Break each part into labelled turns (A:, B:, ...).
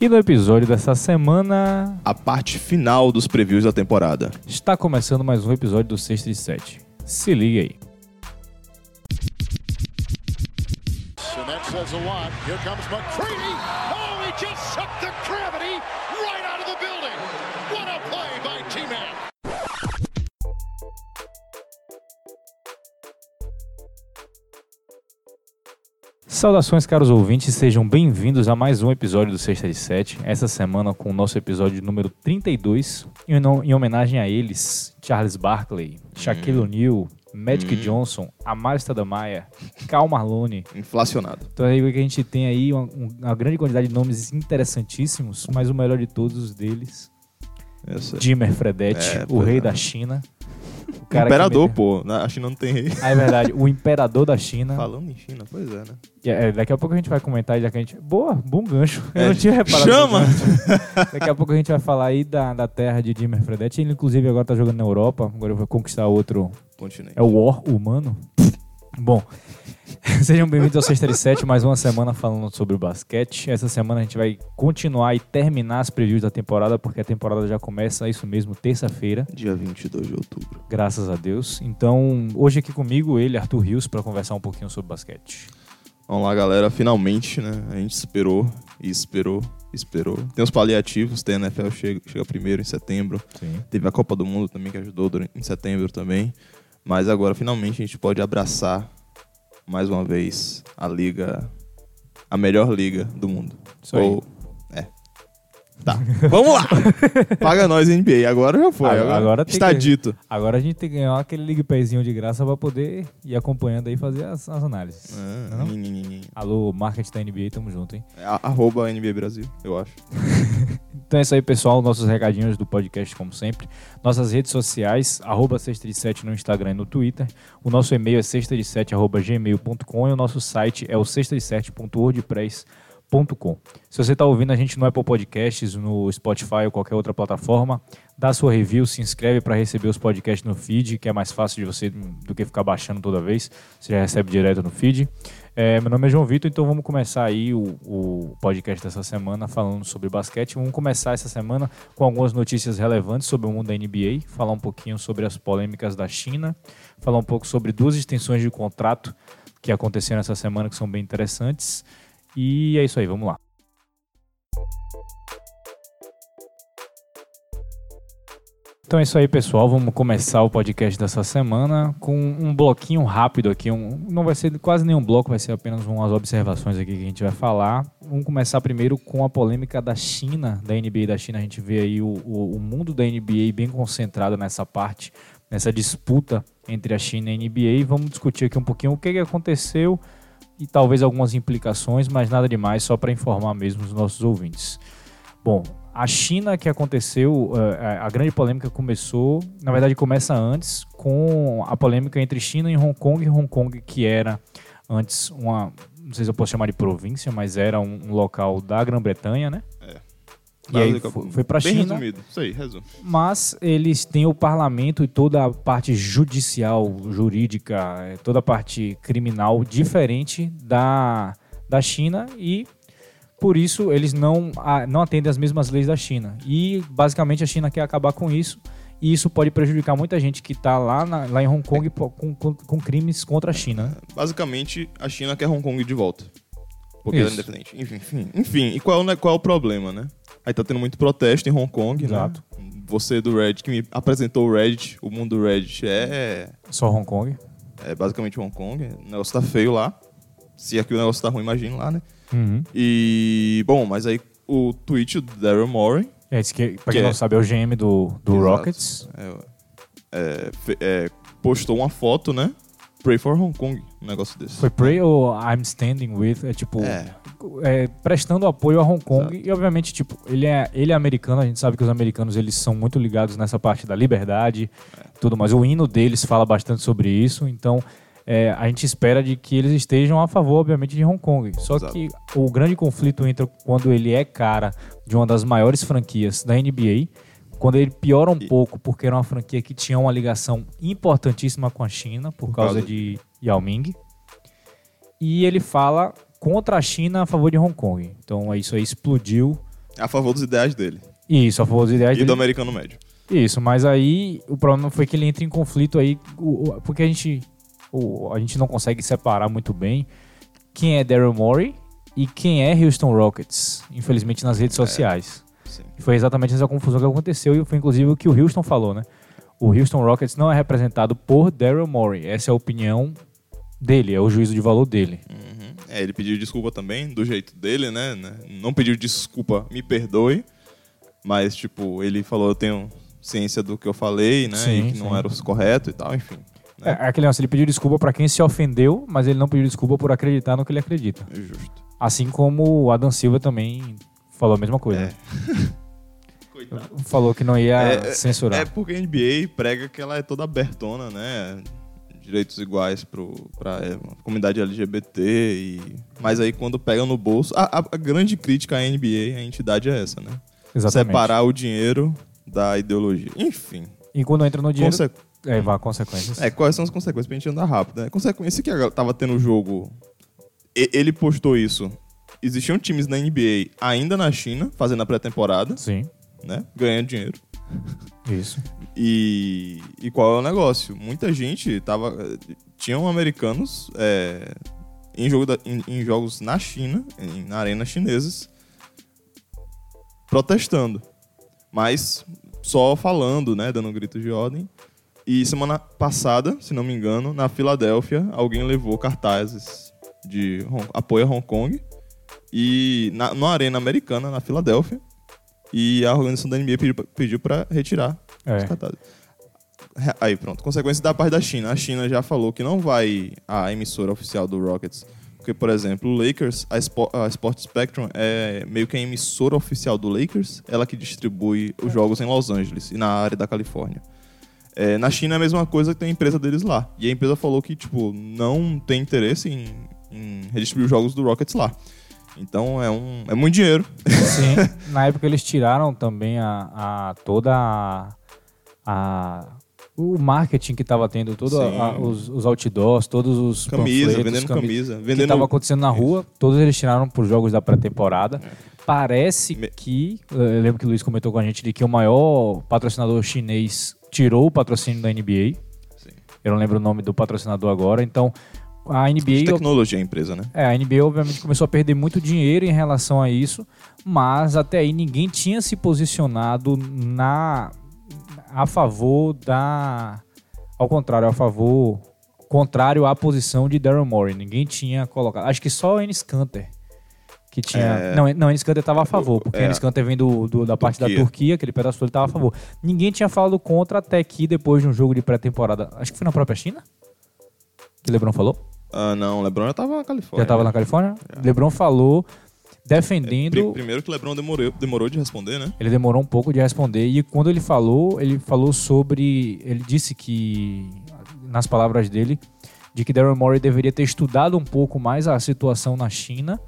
A: E no episódio dessa semana
B: a parte final dos previews da temporada.
A: está começando mais um episódio do Sexta e Sete. Se liga aí.
C: And that says a lot. Here comes McCready. Oh, he just sucked the gravity right out of the building. What a play by T-Man.
A: Saudações, caros ouvintes, sejam bem-vindos a mais um episódio do Sexta de Sete. Essa semana com o nosso episódio número 32, em, no- em homenagem a eles, Charles Barkley,
B: Hum.
A: Shaquille O'Neal, Magic Johnson, Amaro Stadamaia, Cal Marlone.
B: Inflacionado.
A: Então aí que a gente tem aí uma, um- uma grande quantidade de nomes interessantíssimos, mas o melhor de todos os deles,
B: Eu sei.
A: Jimmer Fredette,
B: É,
A: o
B: pois
A: rei
B: é.
A: da China. O que
B: Imperador,
A: meteu-
B: pô. Na a China não tem rei.
A: Ah, é verdade, o imperador da China.
B: Falando em China, pois é, né?
A: E, é, daqui a pouco a gente vai comentar, já que a gente. Boa, bom gancho. Eu
B: É,
A: não tinha reparado. né?
B: Chama!
A: Daqui a pouco a gente vai falar aí da, da terra de Jimmer Fredette. Ele, inclusive, agora tá jogando na Europa. Agora vai conquistar outro.
B: Continue.
A: É o War Humano? Bom, sejam bem-vindos ao Sexta e Sete, mais uma semana falando sobre o basquete. Essa semana a gente vai continuar e terminar as previews da temporada, porque a temporada já começa, isso mesmo, terça-feira,
B: Dia 22 de outubro.
A: graças a Deus. Então, hoje aqui comigo, ele, Arthur Rios, para conversar um pouquinho sobre basquete.
B: Vamos lá, galera. Finalmente, né? A gente esperou e esperou, esperou. Tem os paliativos, tem a NFL chega, chega primeiro em setembro.
A: Sim.
B: Teve a Copa do Mundo também que ajudou durante- em setembro também. Mas agora finalmente a gente pode abraçar mais uma vez a liga, a melhor liga do mundo.
A: Isso aí.
B: é. Tá. Vamos lá. Paga nós NBA. Agora já foi.
A: Agora-
B: Agora,
A: agora tem
B: está
A: que-
B: dito.
A: Agora a gente tem que ganhar aquele Ligue Pezinho de graça para poder ir acompanhando aí e fazer as, as análises.
B: Ah,
A: Não?
B: nhin, nhin, nhin, nhin.
A: Alô, marketing da NBA, tamo junto, hein?
B: É a- Arroba NBA Brasil, eu acho.
A: Então é isso aí, pessoal. Nossos recadinhos do podcast, como sempre. Nossas redes sociais, arroba sexta de sete no Instagram e no Twitter. O nosso e-mail é sexta de sete, arroba gmail.com e o nosso site é o sexta de sete.wordpress.com. Se você está ouvindo a gente no Apple Podcasts, no Spotify ou qualquer outra plataforma, dá sua review, se inscreve para receber os podcasts no feed, que é mais fácil de você do que ficar baixando toda vez. Você já recebe direto no feed. É, meu nome é João Vitor, então vamos começar aí o, o podcast dessa semana falando sobre basquete. Vamos começar essa semana com algumas notícias relevantes sobre o mundo da NBA, falar um pouquinho sobre as polêmicas da China, falar um pouco sobre duas extensões de contrato que aconteceram essa semana que são bem interessantes. E é isso aí, vamos lá. Então é isso aí, pessoal. Vamos começar o podcast dessa semana com um bloquinho rápido aqui. Um, não vai ser quase nenhum bloco, vai ser apenas umas observações aqui que a gente vai falar. Vamos começar primeiro com a polêmica da China, da NBA da China. A gente vê aí o, o- o mundo da NBA bem concentrado nessa parte, nessa disputa entre a China e a NBA. Vamos discutir aqui um pouquinho o que, que aconteceu e talvez algumas implicações, mas nada demais, só para informar mesmo os nossos ouvintes. Bom, a China que aconteceu, eh, a grande polêmica começou, na verdade começa antes, com a polêmica entre China e Hong Kong. Hong Kong que era antes uma, não sei se eu posso chamar de província, mas era um, um local da Grã-Bretanha, né? E aí foi, foi pra
B: É. Bem
A: China
B: resumido. Isso aí, resumo.
A: mas eles têm o parlamento e toda a parte judicial, jurídica, eh, toda a parte criminal diferente da, da China e por isso eles não, a- não atendem as mesmas leis da China. E basicamente a China quer acabar com isso e isso pode prejudicar muita gente que está lá, na- lá em Hong Kong po- com, com- com crimes contra a China. né?
B: Basicamente, a China quer Hong Kong de volta. Porque ela é
A: Isso.
B: independente. Enfim, enfim. Enfim, e qual, é o ne- qual é o problema, né? Aí tá tendo muito protesto em Hong Kong,
A: Exato.
B: né? Você do Reddit, que me apresentou o Reddit, o mundo do Reddit é,
A: Só Hong Kong.
B: é basicamente Hong Kong. O negócio tá feio lá. Se aqui o negócio tá ruim, imagina lá, né?
A: Uhum.
B: E, bom, mas aí o tweet do Daryl Morey
A: É, esse que, pra
B: Que
A: quem
B: é-
A: não sabe, é o GM do, do
B: Exato.
A: Rockets.
B: é, é, fe- é, postou uma foto, né? Pray for Hong Kong, um negócio desse.
A: Foi Pray ou I'm Standing With? É tipo,
B: É.
A: é, prestando apoio a Hong Kong.
B: Exato.
A: E, obviamente, tipo, ele é, ele é americano, a gente sabe que os americanos eles são muito ligados nessa parte da liberdade
B: É.
A: tudo mais. O hino deles fala bastante sobre isso, então é, a gente espera de que eles estejam a favor, obviamente, de Hong Kong. Só
B: Exato.
A: que o grande conflito entra quando ele é cara de uma das maiores franquias da NBA. Quando ele piora um pouco, porque era uma franquia que tinha uma ligação importantíssima com a China, por, causa,
B: causa
A: de Yao Ming e ele fala contra a China a favor de Hong Kong. Então é isso aí explodiu
B: A favor dos ideais dele.
A: Isso, a favor dos ideais
B: E
A: dele.
B: do americano médio.
A: Isso, mas aí o problema foi que ele entra em conflito aí, o- o- porque a gente, o- a gente não consegue separar muito bem quem é Daryl Morey e quem é Houston Rockets, infelizmente nas
B: É.
A: redes sociais.
B: Sim.
A: E Foi exatamente essa confusão que aconteceu e foi inclusive o que o Houston falou, né? O Houston Rockets não é representado por Daryl Morey, essa é a opinião dele, é o juízo de valor dele.
B: Uhum. É, ele pediu desculpa também, do jeito dele, né? né? Não pediu desculpa, me perdoe. Mas, tipo, ele falou, eu tenho ciência do que eu falei, né?
A: Sim,
B: e que não
A: sim.
B: era o correto e tal, enfim.
A: É,
B: Né?
A: é aquele lance, ele pediu desculpa pra quem se ofendeu, mas ele não pediu desculpa por acreditar no que ele acredita.
B: É Justo.
A: Assim como o Adam Silva também falou a mesma coisa.
B: É.
A: né? Falou que não ia
B: É, é,
A: censurar.
B: É porque a NBA prega que ela é toda abertona, né? Direitos iguais pro, pra é, comunidade LGBT e... Mas aí quando pega no bolso... A, a- a grande crítica à NBA, à entidade é essa, né?
A: Exatamente.
B: Separar o dinheiro da ideologia. Enfim.
A: E quando entra no dinheiro,
B: Conse-
A: é, vá, consequências.
B: É, quais são as consequências pra gente andar rápido, né? Consequência que a gal- tava tendo o jogo... e- ele postou isso. Existiam times na NBA ainda na China, fazendo a pré-temporada,
A: Sim,
B: né? Ganhando dinheiro.
A: isso.
B: E, e qual é o negócio? Muita gente tava. Tinham americanos é, em, jogo da- em- em jogos na China, em, na arena chinesas, protestando. Mas só falando, né? Dando um grito de ordem. E semana passada, se não me engano, na Filadélfia, alguém levou cartazes de Hong- apoio a Hong Kong. E na, na arena americana, na Filadélfia. E a organização da NBA pediu, pra- pediu para retirar
A: É.
B: os cartazes. Re- Aí, pronto. Consequência da parte da China. A China já falou que não vai a emissora oficial do Rockets. Porque, por exemplo, o Lakers, a, Spo a Sport Spectrum é meio que a emissora oficial do Lakers. Ela que distribui os jogos em Los Angeles e na área da Califórnia. É, na China é a mesma coisa que tem a empresa deles lá. E a empresa falou que, tipo, não tem interesse em, em redistribuir os jogos do Rockets lá. Então é, um, é muito dinheiro.
A: Sim. Na época eles tiraram também a, a- toda a, a- o marketing que estava tendo, todos
B: Sim.
A: os, os outdoors, todos os
B: Camisa,
A: panfletos,
B: vendendo
A: cami-
B: camisa,
A: que
B: vendendo
A: estava acontecendo na rua, todos eles tiraram por jogos da pré-temporada. Parece
B: É. Me-
A: que, eu lembro que o Luiz comentou com a gente de que o maior patrocinador chinês tirou o patrocínio da NBA.
B: Sim.
A: Eu não lembro o nome do patrocinador agora, então a
B: De
A: NBA
B: tecnologia a empresa, né?
A: é, a NBA obviamente começou a perder muito dinheiro em relação a isso, mas até aí ninguém tinha se posicionado na a favor da ao contrário, a favor contrário à posição de Daryl Morey. Ninguém tinha colocado. Acho que só o Enes Kanter que tinha. Não, não, Enes Kanter estava a favor, porque o
B: é.
A: Enes Kanter vem do, do- da parte
B: Turquia.
A: da Turquia, aquele pedaço ele estava a favor. Ninguém tinha falado contra até que depois de um jogo de pré-temporada, acho que foi na própria China, que o LeBron falou.
B: Ah, não, o LeBron já tava na Califórnia.
A: Já estava na Califórnia? LeBron falou,
B: Pri-
A: defendendo.
B: Primeiro que o LeBron demorou, demorou de responder, né?
A: Ele demorou um pouco de responder. E quando ele falou, ele falou sobre. Ele disse que, nas palavras dele, de que Daryl Morey deveria ter estudado um pouco mais a situação na China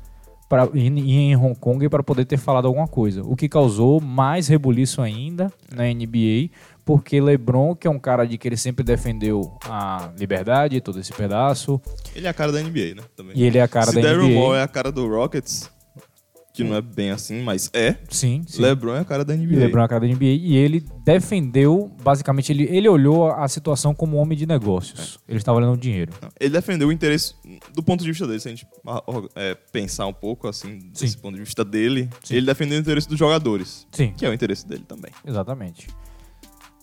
A: pra, e, e em Hong Kong para poder ter falado alguma coisa. O que causou mais rebuliço ainda na NBA, porque LeBron, que é um cara de que ele sempre defendeu a liberdade, todo esse pedaço,
B: Ele é a cara da NBA, né? Também.
A: e ele é a cara
B: Se
A: da
B: Daryl
A: NBA.
B: Moore é a cara do Rockets, que não é bem assim, mas é,
A: Sim, sim.
B: LeBron é a cara da NBA.
A: E LeBron é a cara da NBA e ele defendeu, basicamente, ele, ele olhou a situação como um homem de negócios.
B: É.
A: Ele estava olhando o dinheiro.
B: Não, Ele defendeu o interesse do ponto de vista dele, se a gente ah, orga- é, pensar um pouco assim, desse
A: Sim.
B: ponto de vista dele,
A: Sim.
B: ele defendeu o interesse dos jogadores,
A: Sim,
B: que é o interesse dele também.
A: exatamente.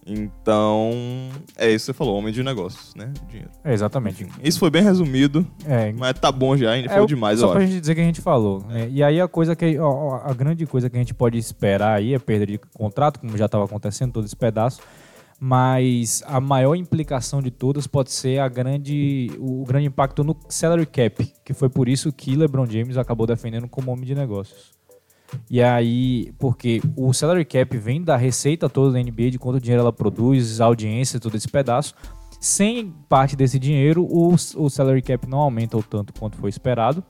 B: Então, é isso que você falou, homem de negócios, né? Dinheiro.
A: É, exatamente.
B: Isso foi bem resumido,
A: É,
B: mas tá bom já, ainda
A: É,
B: foi
A: o-
B: demais,
A: só
B: eu
A: pra
B: acho. É.
A: gente dizer que a gente falou. né? E aí a coisa que ó, ó, a grande coisa que a gente pode esperar aí é perda de contrato, como já estava acontecendo todo esse pedaço. Mas a maior implicação de todas pode ser a grande, o grande impacto no salary cap, que foi por isso que LeBron James acabou defendendo como homem de negócios. E aí, porque o salary cap vem da receita toda da NBA, de quanto dinheiro ela produz, audiência, todo esse pedaço. Sem parte desse dinheiro, o, o salary cap não aumenta o tanto quanto foi esperado.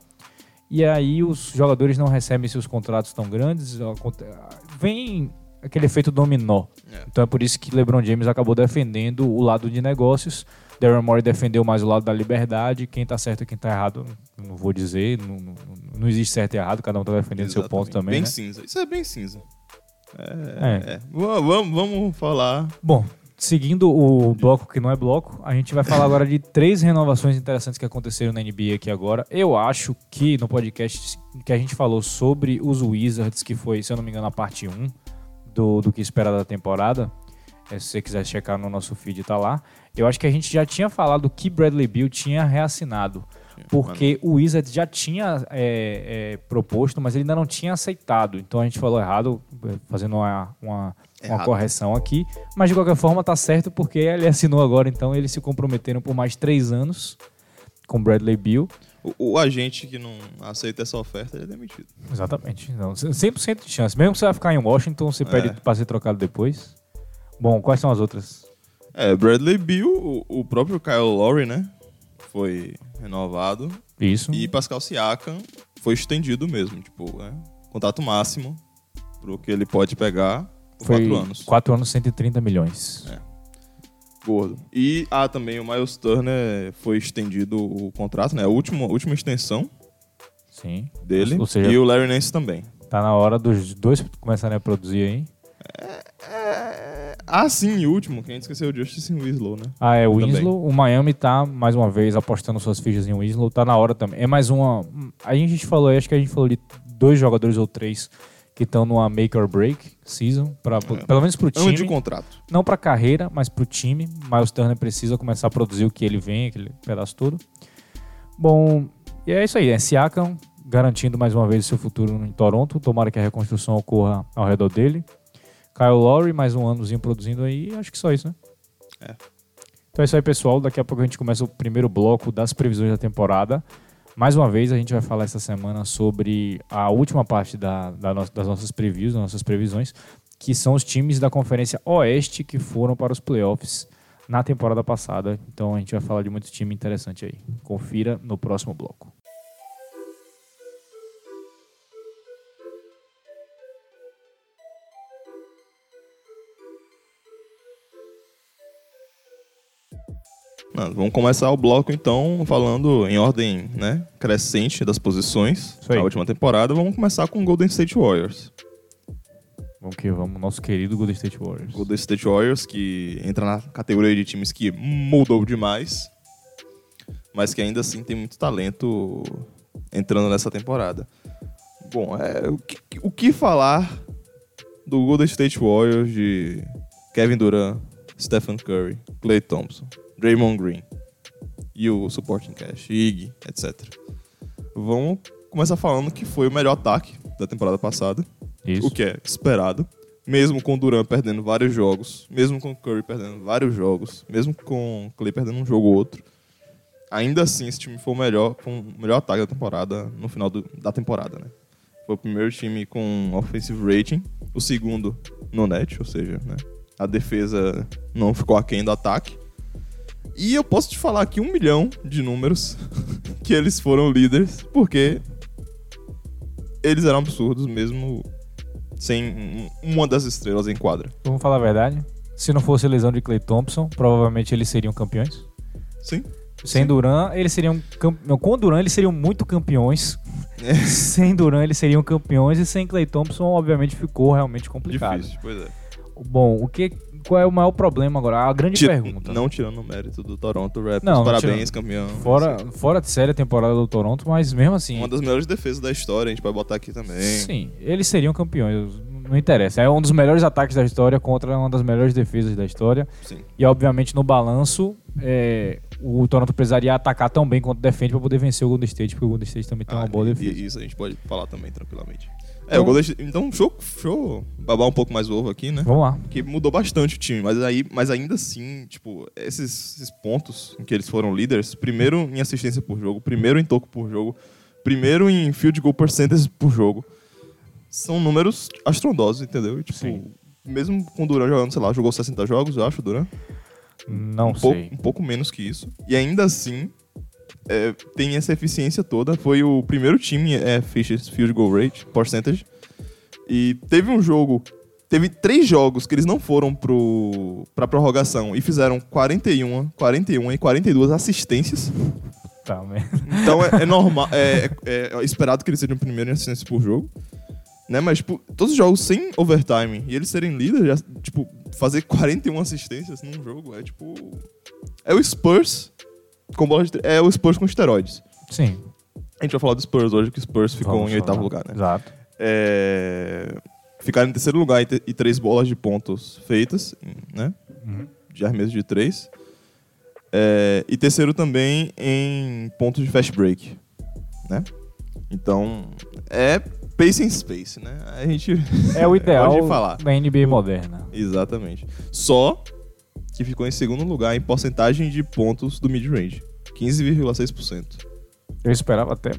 A: E aí os jogadores não recebem seus contratos tão grandes. aconte- Vem aquele efeito dominó. Então é por isso que LeBron James acabou defendendo o lado de negócios Daryl Morey defendeu mais o lado da liberdade. Quem tá certo e quem tá errado, não vou dizer. Não, não- não existe certo e errado, cada um tá defendendo seu ponto
B: Exatamente.
A: também.
B: Bem
A: né?
B: cinza. Isso é bem cinza.
A: É.
B: É. é. Va- Vamos, vamos falar.
A: Bom, seguindo o bloco que não é bloco, a gente vai falar agora de três renovações interessantes que aconteceram na NBA aqui agora. Eu acho que no podcast que a gente falou sobre os Wizards, que foi, se eu não me engano, a parte 1 do, do que esperar da temporada, é, se você quiser checar no nosso feed, tá lá. Eu acho que a gente já tinha falado que Bradley Bill tinha reassinado. Porque o Wizards já tinha é, é, proposto, mas ele ainda não tinha aceitado. Então a gente falou errado, é, fazendo uma, uma, uma
B: Errado.
A: correção aqui. Mas de qualquer forma tá certo, porque ele assinou agora, então eles se comprometeram por mais três anos com Bradley Bill.
B: O, o agente que não aceita essa oferta, ele é demitido.
A: Exatamente. Então, Não, 100% de chance. Mesmo que você vai ficar em Washington, você pede
B: É.
A: pra ser trocado depois. Bom, quais são as outras?
B: É, Bradley Bill, o, o próprio Kyle Lowry, né? Foi renovado.
A: Isso.
B: E Pascal Siakam foi estendido mesmo. Tipo, né? Contato máximo pro que ele pode pegar por
A: Foi
B: quatro anos.
A: quatro anos, 130 milhões.
B: Gordo. E, ah, também o Miles Turner foi estendido o contrato, né? A última, última extensão
A: Sim.
B: É. dele.
A: Ou seja-
B: E o Larry Nance também.
A: Tá na hora dos dois começarem a produzir aí.
B: Ah, sim, e o último, que a gente esqueceu, o Justice Winslow, né?
A: Ah, é o
B: Também.
A: Winslow. O Miami tá, mais uma vez, apostando suas fichas em Winslow. Tá na hora também. É mais uma. Aí a gente falou, acho que a gente falou de dois jogadores ou três que estão numa make or break season. Pra, Pelo menos pro
B: Ano de
A: time.
B: contrato.
A: Não pra carreira, mas pro time. Miles Turner precisa começar a produzir o que ele vem, aquele pedaço todo. Bom, e é isso aí. É Siakam garantindo mais uma vez seu futuro em Toronto. Tomara que a reconstrução ocorra ao redor dele. Kyle Lowry, mais um anozinho produzindo aí. Acho que só isso, né?
B: É.
A: Então é isso aí, pessoal. Daqui a pouco a gente começa o primeiro bloco das previsões da temporada. Mais uma vez, a gente vai falar essa semana sobre a última parte da, da no- das nossas previews, das nossas previsões, que são os times da Conferência Oeste que foram para os playoffs na temporada passada. Então a gente vai falar de muito time interessante aí. Confira no próximo bloco.
B: Mano, vamos começar o bloco, então, falando em ordem né, crescente das posições
A: Isso aí.
B: na última temporada. Vamos começar com o Golden State Warriors.
A: Vamos que vamos, nosso querido Golden State Warriors.
B: Golden State Warriors, que entra na categoria de times que mudou demais, mas que ainda assim tem muito talento entrando nessa temporada. Bom, é, o, que, o que falar do Golden State Warriors de Kevin Durant, Stephen Curry, Klay Thompson, Draymond Green e o Supporting Cash, Iggy, etc. Vamos começar falando que foi o melhor ataque da temporada passada
A: Isso.
B: o que é esperado. Mesmo com o Duran perdendo vários jogos, mesmo com o Curry perdendo vários jogos, mesmo com o Clay perdendo um jogo ou outro, ainda assim esse time foi o melhor, foi o melhor ataque da temporada no final do- da temporada, né? Foi o primeiro time com offensive rating, o segundo no net, ou seja, né? A defesa não ficou aquém do ataque. E eu posso te falar aqui um milhão de números que eles foram líderes, porque eles eram absurdos mesmo sem um- uma das estrelas em quadra.
A: Vamos falar a verdade? Se não fosse a lesão de Clay Thompson, provavelmente eles seriam campeões.
B: Sim.
A: Sem Duran, eles seriam cam- não, com Duran eles seriam muito campeões.
B: É.
A: sem Duran eles seriam campeões e sem Clay Thompson obviamente ficou realmente complicado.
B: Difícil, pois é.
A: Bom, o que qual é o maior problema agora? A grande
B: Ti-
A: pergunta.
B: Não tirando o mérito do Toronto Raptors.
A: Não, não
B: Parabéns, campeão. Assim,
A: Fora fora de série a temporada do Toronto, mas mesmo assim.
B: Uma das melhores defesas da história, a gente pode botar aqui também.
A: Sim, eles seriam campeões. Não interessa. É um dos melhores ataques da história contra uma das melhores defesas da história.
B: Sim.
A: E obviamente no balanço, é, o Toronto precisaria atacar tão bem quanto defende para poder vencer o Golden State, porque o Golden State também tem
B: Ah,
A: uma Então, boa
B: e-
A: defesa.
B: e Isso a gente pode falar também tranquilamente. É,
A: Então-
B: o Golden State- Então, show, show babar um pouco mais o ovo aqui, né?
A: Vamos lá.
B: Que mudou bastante o time, mas, aí, mas ainda assim, tipo, esses, esses pontos em que eles foram líderes, primeiro em assistência por jogo, primeiro em toco por jogo, primeiro em field goal percentage por jogo, são números astrondosos, entendeu? E, tipo,
A: Sim.
B: mesmo com o Duran jogando, sei lá, jogou 60 jogos, eu acho, o Duran,
A: Não
B: um, pouco,
A: sei.
B: um pouco menos que isso, e ainda assim é, tem essa eficiência toda, foi o primeiro time, é, field goal rate, percentage, e teve um jogo Teve três jogos que eles não foram pro, pra prorrogação e fizeram 41, 41 e 42 assistências.
A: Tá, merda.
B: Então é, é normal, é, é- é esperado que eles sejam primeiro em assistência por jogo. Né? Mas, tipo, todos os jogos sem overtime e eles serem líderes, já, tipo, fazer 41 assistências num jogo é tipo. É o Spurs com bola de tre- É o Spurs com esteroides.
A: Sim.
B: A gente vai falar do Spurs hoje, que o Spurs ficou
A: Vamos
B: em oitavo
A: falar.
B: lugar, né?
A: Exato.
B: É... Ficaram em terceiro lugar e, te- e três bolas de pontos feitas, né?
A: Uhum.
B: De arremesso de três. É, E terceiro também em pontos de fast break, né? Então, é pace in space, né? A gente...
A: É o ideal
B: Pode falar.
A: da NBA moderna.
B: Exatamente. Só que ficou em segundo lugar em porcentagem de pontos do mid-range. 15,6%.
A: Eu esperava até.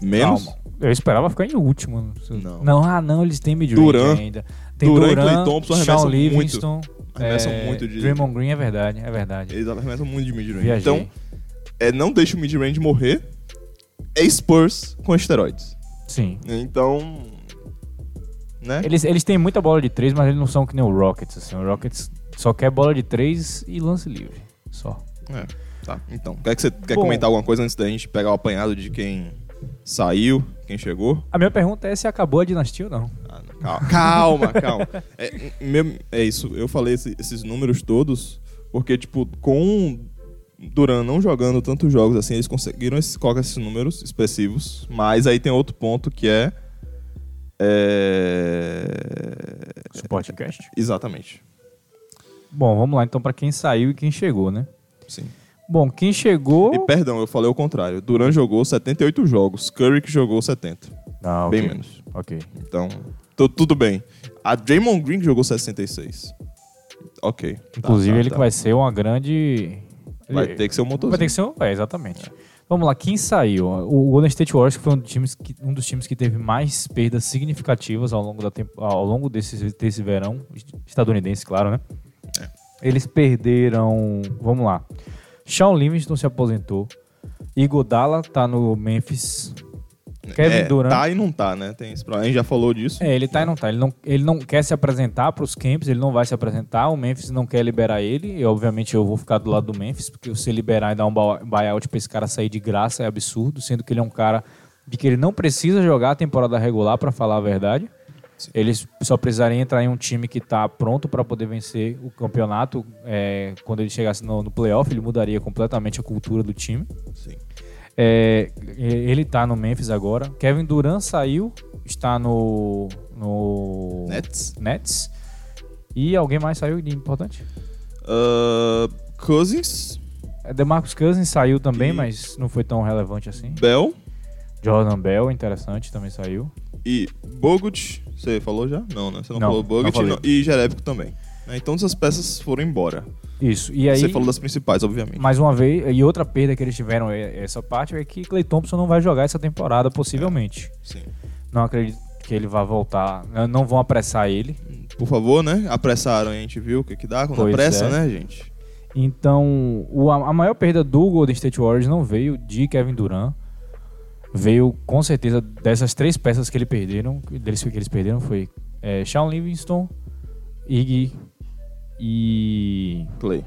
B: Menos...
A: Calma. Eu esperava ficar em último.
B: Não.
A: Não, ah, não, eles têm mid
B: Duran.
A: ainda. Tem
B: Duran e
A: Duran,
B: Klay Thompson
A: Shawn
B: arremessam muito.
A: Livingston.
B: Arremessam
A: é,
B: muito de-
A: Draymond Green é verdade, é verdade.
B: Eles arremessam tá muito de mid-range.
A: Viajei.
B: Então, é, não deixa o mid-range morrer. É Spurs com esteroides.
A: Sim.
B: Então. Né?
A: Eles, eles têm muita bola de três, mas eles não são que nem o Rockets. Assim. O Rockets só quer bola de três e lance livre. Só.
B: É, tá. Então, quer, que você, quer
A: Bom.
B: comentar alguma coisa antes da gente pegar o apanhado de quem saiu, quem chegou?
A: A minha pergunta é se acabou a dinastia ou não.
B: Ah, não. Calma, calma. calma. É, meu- é isso, eu falei esse- esses números todos, porque, tipo, com o Duran não jogando tantos jogos assim, eles conseguiram esses, colocar esses números expressivos, mas aí tem outro ponto que é. é,
A: Esse podcast.
B: Exatamente.
A: Bom, vamos lá então pra quem saiu e quem chegou, né?
B: Sim.
A: Bom, quem chegou.
B: E perdão, eu falei o contrário. Duran jogou 78 jogos, Curry que jogou 70.
A: Não,
B: Bem
A: ok.
B: menos.
A: Ok.
B: Então, tu- tudo bem. A Draymond Green jogou 66. Ok. Tá,
A: Inclusive,
B: tá,
A: ele
B: tá.
A: que vai ser uma grande.
B: Vai
A: ele-
B: ter que ser um
A: Vai ter
B: motorzinho.
A: que ser um. É, exatamente. Vamos lá, quem saiu? O Golden State Warriors que foi um dos times que, um dos times que teve mais perdas significativas ao longo, da tempo, ao longo desse, desse verão, estadunidense, claro, né?
B: É.
A: Eles perderam. Vamos lá. Sean Livingston se aposentou. Igodala tá no Memphis. Kevin
B: É,
A: Durant.
B: Tá e não tá, né? Tem esse problema. A gente já falou disso.
A: É, ele tá e não tá. Ele não, ele não quer se apresentar pros camps, ele não vai se apresentar. O Memphis não quer liberar ele. E, obviamente, eu vou ficar do lado do Memphis, porque se liberar e dar um buy- buyout pra esse cara sair de graça é absurdo, sendo que ele é um cara de que ele não precisa jogar a temporada regular, pra falar a verdade. Eles só precisariam entrar em um time que tá pronto pra poder vencer o campeonato. É, quando ele chegasse no, no playoff, ele mudaria completamente a cultura do time.
B: Sim.
A: É, ele tá no Memphis agora. Kevin Durant saiu, está no. no
B: Nets.
A: Nets. E alguém mais saiu de importante?
B: Ah, Cousins,
A: É, DeMarcus Cousins saiu também,
B: E-
A: mas não foi tão relevante assim.
B: Bell
A: Jordan Bell, interessante, também saiu.
B: e Bogut. Você falou já? Não, né? Você não,
A: Não,
B: falou Bogut
A: não falei.
B: não- e Jerebico também. né? Então essas peças foram embora.
A: Isso. E aí,
B: Você falou das principais, obviamente.
A: mais uma vez, e outra perda que eles tiveram é- essa parte é que Clay Thompson não vai jogar essa temporada, possivelmente.
B: Sim.
A: Não acredito que ele vá voltar. Não- Não vão apressar ele.
B: Por favor, né? Apressaram, a gente viu o que, que dá quando
A: Pois
B: apressa,
A: é.
B: né, gente?
A: Então, o- a a maior perda do Golden State Warriors não veio de Kevin Durant. Veio, com certeza, dessas três peças que ele perderam. que Deles que eles perderam foi é, Shawn Livingston, Iggy e
B: Clay.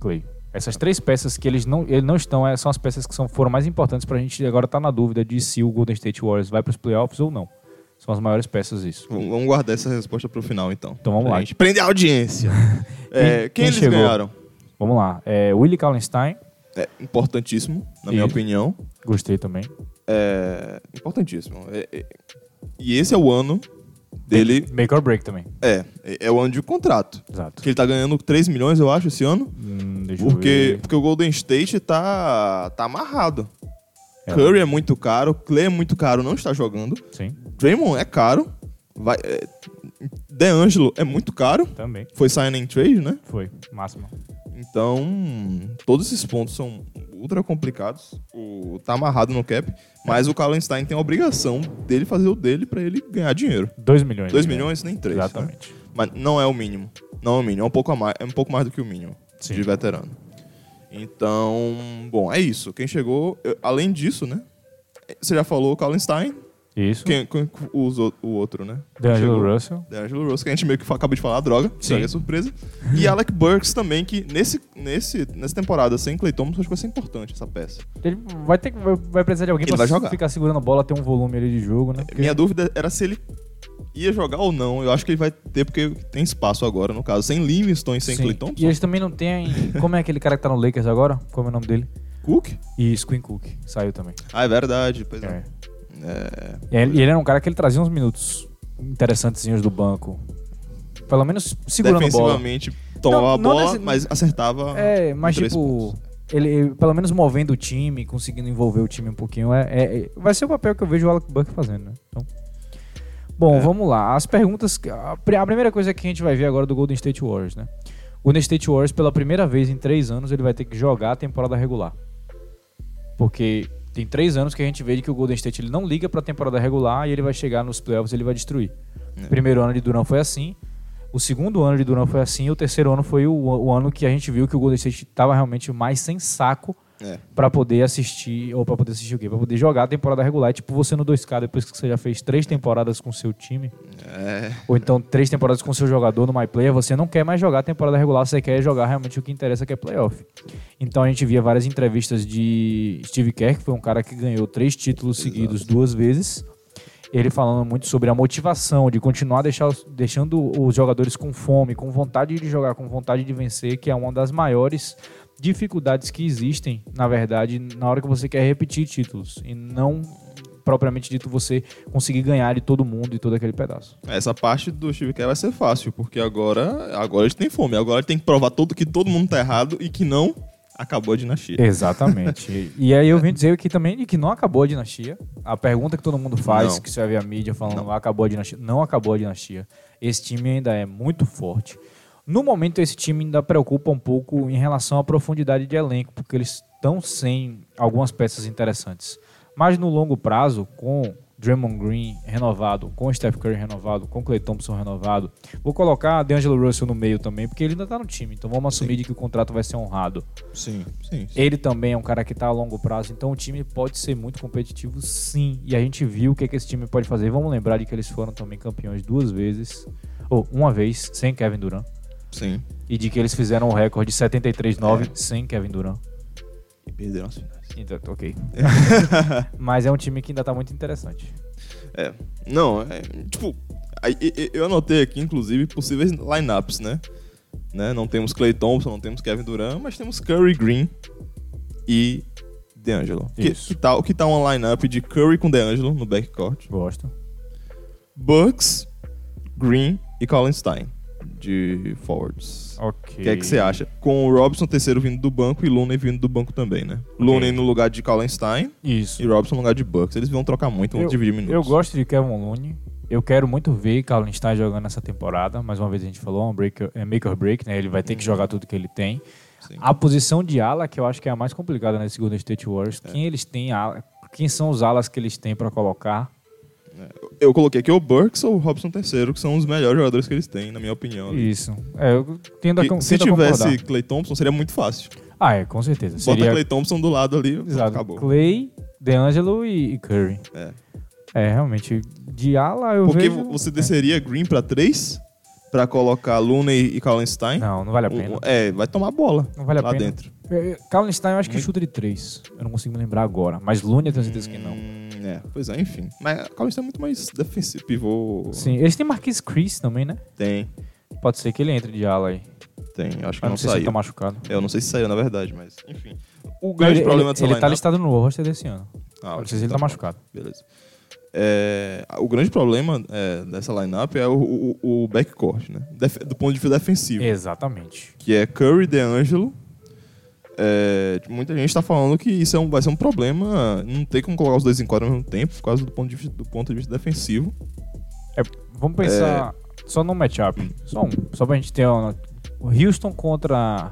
A: Clay. Essas três peças que eles não, eles não estão, é, são as peças que são, foram mais importantes pra gente agora estar na dúvida de se o Golden State Warriors vai pros playoffs ou não. São as maiores peças isso.
B: V- Vamos guardar essa resposta pro final, então.
A: Então vamos
B: Pra
A: lá.
B: gente prender a audiência. É,
A: Quem-
B: quem,
A: quem
B: eles
A: chegou?
B: ganharam?
A: Vamos lá. É, Willie Kallenstein,
B: É importantíssimo, na minha
A: Isso.
B: opinião.
A: gostei também.
B: É importantíssimo. É- é- e esse é o ano dele.
A: Make or break também.
B: É, é o ano de contrato.
A: Exato.
B: Que ele tá ganhando 3 milhões, eu acho, esse ano.
A: Hum, deixa eu
B: Porque,
A: ver.
B: porque o Golden State tá, tá amarrado.
A: É.
B: Curry é muito caro, Clay é muito caro, não está jogando.
A: Sim,
B: Draymond é caro. Vai, é, DeAngelo é muito caro.
A: também.
B: Foi sign and trade, né?
A: Foi, máximo.
B: Então, todos esses pontos são ultra complicados. O, tá amarrado no cap, mas o Kallenstein tem a obrigação dele fazer o dele pra ele ganhar dinheiro.
A: 2 milhões.
B: 2
A: né?
B: milhões, nem 3.
A: Exatamente.
B: Mas não é o mínimo. Não é o mínimo, é um pouco, a mais, é um pouco mais do que o mínimo
A: Sim.
B: de veterano. Então, bom, é isso. Quem chegou, eu- além disso, né? Você já falou o Kallenstein,
A: Isso.
B: Quem, quem usou o outro, né?
A: D'Angelo
B: Chegou-
A: Russell.
B: D'Angelo Russell, É, que a gente meio que fa- acabou de falar, droga,
A: Sim.
B: droga é surpresa. E Alec Burks também, que nesse, nesse, nessa temporada sem Clay Thompson, acho que vai ser importante essa peça.
A: Ele vai, ter, que- vai- vai precisar de alguém
B: Ele
A: pra
B: vai jogar. é
A: ficar segurando a bola, ter um volume ali de jogo, né? Porque-
B: Minha dúvida era se ele ia jogar ou não. Eu acho que ele vai ter, porque tem espaço agora, no caso. Sem Livingston e sem
A: Sim.
B: Clay
A: E
B: Thompson.
A: eles também não têm. Como é aquele cara que tá no Lakers agora? Como é o nome dele?
B: Cook?
A: E Quinn Cook. Saiu também.
B: Ah, é verdade. Pois
A: É.
B: é. É.
A: E ele, e ele era um cara que ele trazia uns minutos interessantezinhos do banco. Pelo menos segurando a bola.
B: Defensivamente, tomava
A: Não-
B: a
A: não
B: bola,
A: nesse-
B: mas acertava.
A: É, mas
B: em três
A: tipo,
B: pontos.
A: ele pelo menos movendo o time, conseguindo envolver o time um pouquinho, é, é- é- vai ser o papel que eu vejo o Alec Buck fazendo, né? Então,
B: É.
A: bom, vamos lá. As perguntas. que- A, pri- a primeira coisa que a gente vai ver agora é do Golden State Warriors, né? O Golden State Warriors, pela primeira vez em três anos, ele vai ter que jogar a temporada regular. Porque tem três anos que a gente vê de que o Golden State ele não liga pra temporada regular e ele vai chegar nos playoffs e ele vai destruir.
B: É.
A: Primeiro ano de Duran foi assim, o segundo ano de Duran foi assim, e o terceiro ano foi o, o ano que a gente viu que o Golden State tava realmente mais sem saco
B: É.
A: pra poder assistir, ou pra poder assistir o quê? Pra poder jogar a temporada regular. É tipo você no 2K, depois que você já fez três temporadas com seu time,
B: É.
A: ou então três temporadas com seu jogador no My Player, você não quer mais jogar a temporada regular, você quer jogar realmente o que interessa, que é playoff. Então a gente via várias entrevistas de Steve Kerr, que foi um cara que ganhou três títulos seguidos duas vezes. Ele falando muito sobre a motivação de continuar deixar os- deixando os jogadores com fome, com vontade de jogar, com vontade de vencer, que é uma das maiores dificuldades que existem, na verdade, na hora que você quer repetir títulos e não propriamente dito você conseguir ganhar de todo mundo e todo aquele pedaço.
B: Essa parte do Steve Kerr vai ser fácil, porque agora, agora eles têm fome. Agora ele tem que provar todo que todo mundo tá errado e que não acabou a dinastia.
A: É. Exatamente. e aí eu vim dizer que também de que não acabou a dinastia. A pergunta que todo mundo faz,
B: Não.
A: que você vai ver a mídia falando, acabou a dinastia. Não acabou a dinastia. Esse time ainda é muito forte. No momento, esse time ainda preocupa um pouco em relação à profundidade de elenco, porque eles estão sem algumas peças interessantes. Mas no longo prazo, com Draymond Green renovado, com Steph Curry renovado, com Clay Thompson renovado, vou colocar D'Angelo Russell no meio também, porque ele ainda está no time. Então vamos assumir de que o contrato vai ser honrado.
B: Sim, sim. sim.
A: Ele também é um cara que tá a longo prazo, então o time pode ser muito competitivo, sim. E a gente viu o que, que esse time pode fazer. Vamos lembrar de que eles foram também campeões duas vezes, ou uma vez, sem Kevin Durant.
B: Sim.
A: E de que eles fizeram o recorde 73-9
B: É.
A: sem Kevin Durant.
B: E perderam as finais.
A: Então, ok. Mas é um time que ainda tá muito interessante.
B: É. Não, é. Tipo, aí, e- e- eu anotei aqui, inclusive, possíveis lineups, né? né? Não temos Clay Thompson, não temos Kevin Durant, mas temos Curry Green e DeAngelo. Que,
A: Isso.
B: que tal, que tal uma lineup de Curry com DeAngelo no backcourt?
A: Gosto.
B: Bucks, Green e Colin Stein de forwards.
A: Ok.
B: O que é que você acha? Com o Robson terceiro vindo do banco e Looney vindo do banco também, né? Looney no lugar de Colin Stein
A: Isso.
B: e Robson no lugar de Bucks. Eles vão trocar muito, vão
A: eu,
B: dividir Então, minutos.
A: eu gosto de Kevin Looney. Eu quero muito ver Carlin Stein jogando essa temporada. Mais uma vez a gente falou, é um break, é make or break, né? Ele vai ter que jogar tudo que ele tem.
B: Sim.
A: A posição de ala, que eu acho que é a mais complicada nesse Golden State Warriors,
B: É.
A: quem eles têm ala, quem são os alas que eles têm pra colocar?
B: Eu coloquei aqui o Burks ou o Robson terceiro, que são os melhores jogadores que eles têm, na minha opinião. ali.
A: Isso. É, eu tendo a,
B: Que
A: con-
B: se
A: tendo a
B: tivesse
A: concordar.
B: Clay Thompson, seria muito fácil.
A: Ah, é, com certeza.
B: Bota
A: Seria
B: Clay Thompson do lado ali, pronto,
A: Exato.
B: acabou.
A: Clay, DeAngelo e e Curry.
B: É.
A: É, realmente, de ala eu
B: Porque
A: vejo...
B: você desceria Green pra três, pra colocar Looney e Kallenstein.
A: Não, não vale a pena.
B: Um- É, vai tomar bola
A: Não vale a
B: lá
A: pena.
B: dentro.
A: Carlin Stein É, eu acho que
B: Muito-
A: chuta de três. Eu não consigo me lembrar agora. Mas Looney eu tenho certeza que não.
B: Hum, é, pois é, enfim. Mas Kallenstein é muito mais defensivo, pivô.
A: Sim, eles têm Marquis Chris também, né?
B: Tem,
A: Pode ser que ele entre de ala aí.
B: tem. Acho que
A: Eu
B: não,
A: não sei se ele
B: saiu.
A: tá machucado.
B: É, Eu não sei se saiu, na verdade, mas enfim. O grande
A: ele,
B: problema
A: ele,
B: dessa
A: ele tá
B: lineup-
A: listado no roster desse ano.
B: Ah,
A: não sei se ele tá
B: bom.
A: machucado.
B: Beleza. É, o grande problema é, dessa lineup é o, o, o backcourt, né? Def- do ponto de vista
A: É.
B: defensivo.
A: Exatamente.
B: Que é Curry, DeAngelo. É, muita gente tá falando que isso é um, vai ser um problema não ter como colocar os dois em quadra ao mesmo tempo, por causa do ponto de vista, do ponto de vista defensivo.
A: É, vamos pensar
B: É.
A: só num matchup. Só um. Só pra gente ter uma, o Houston contra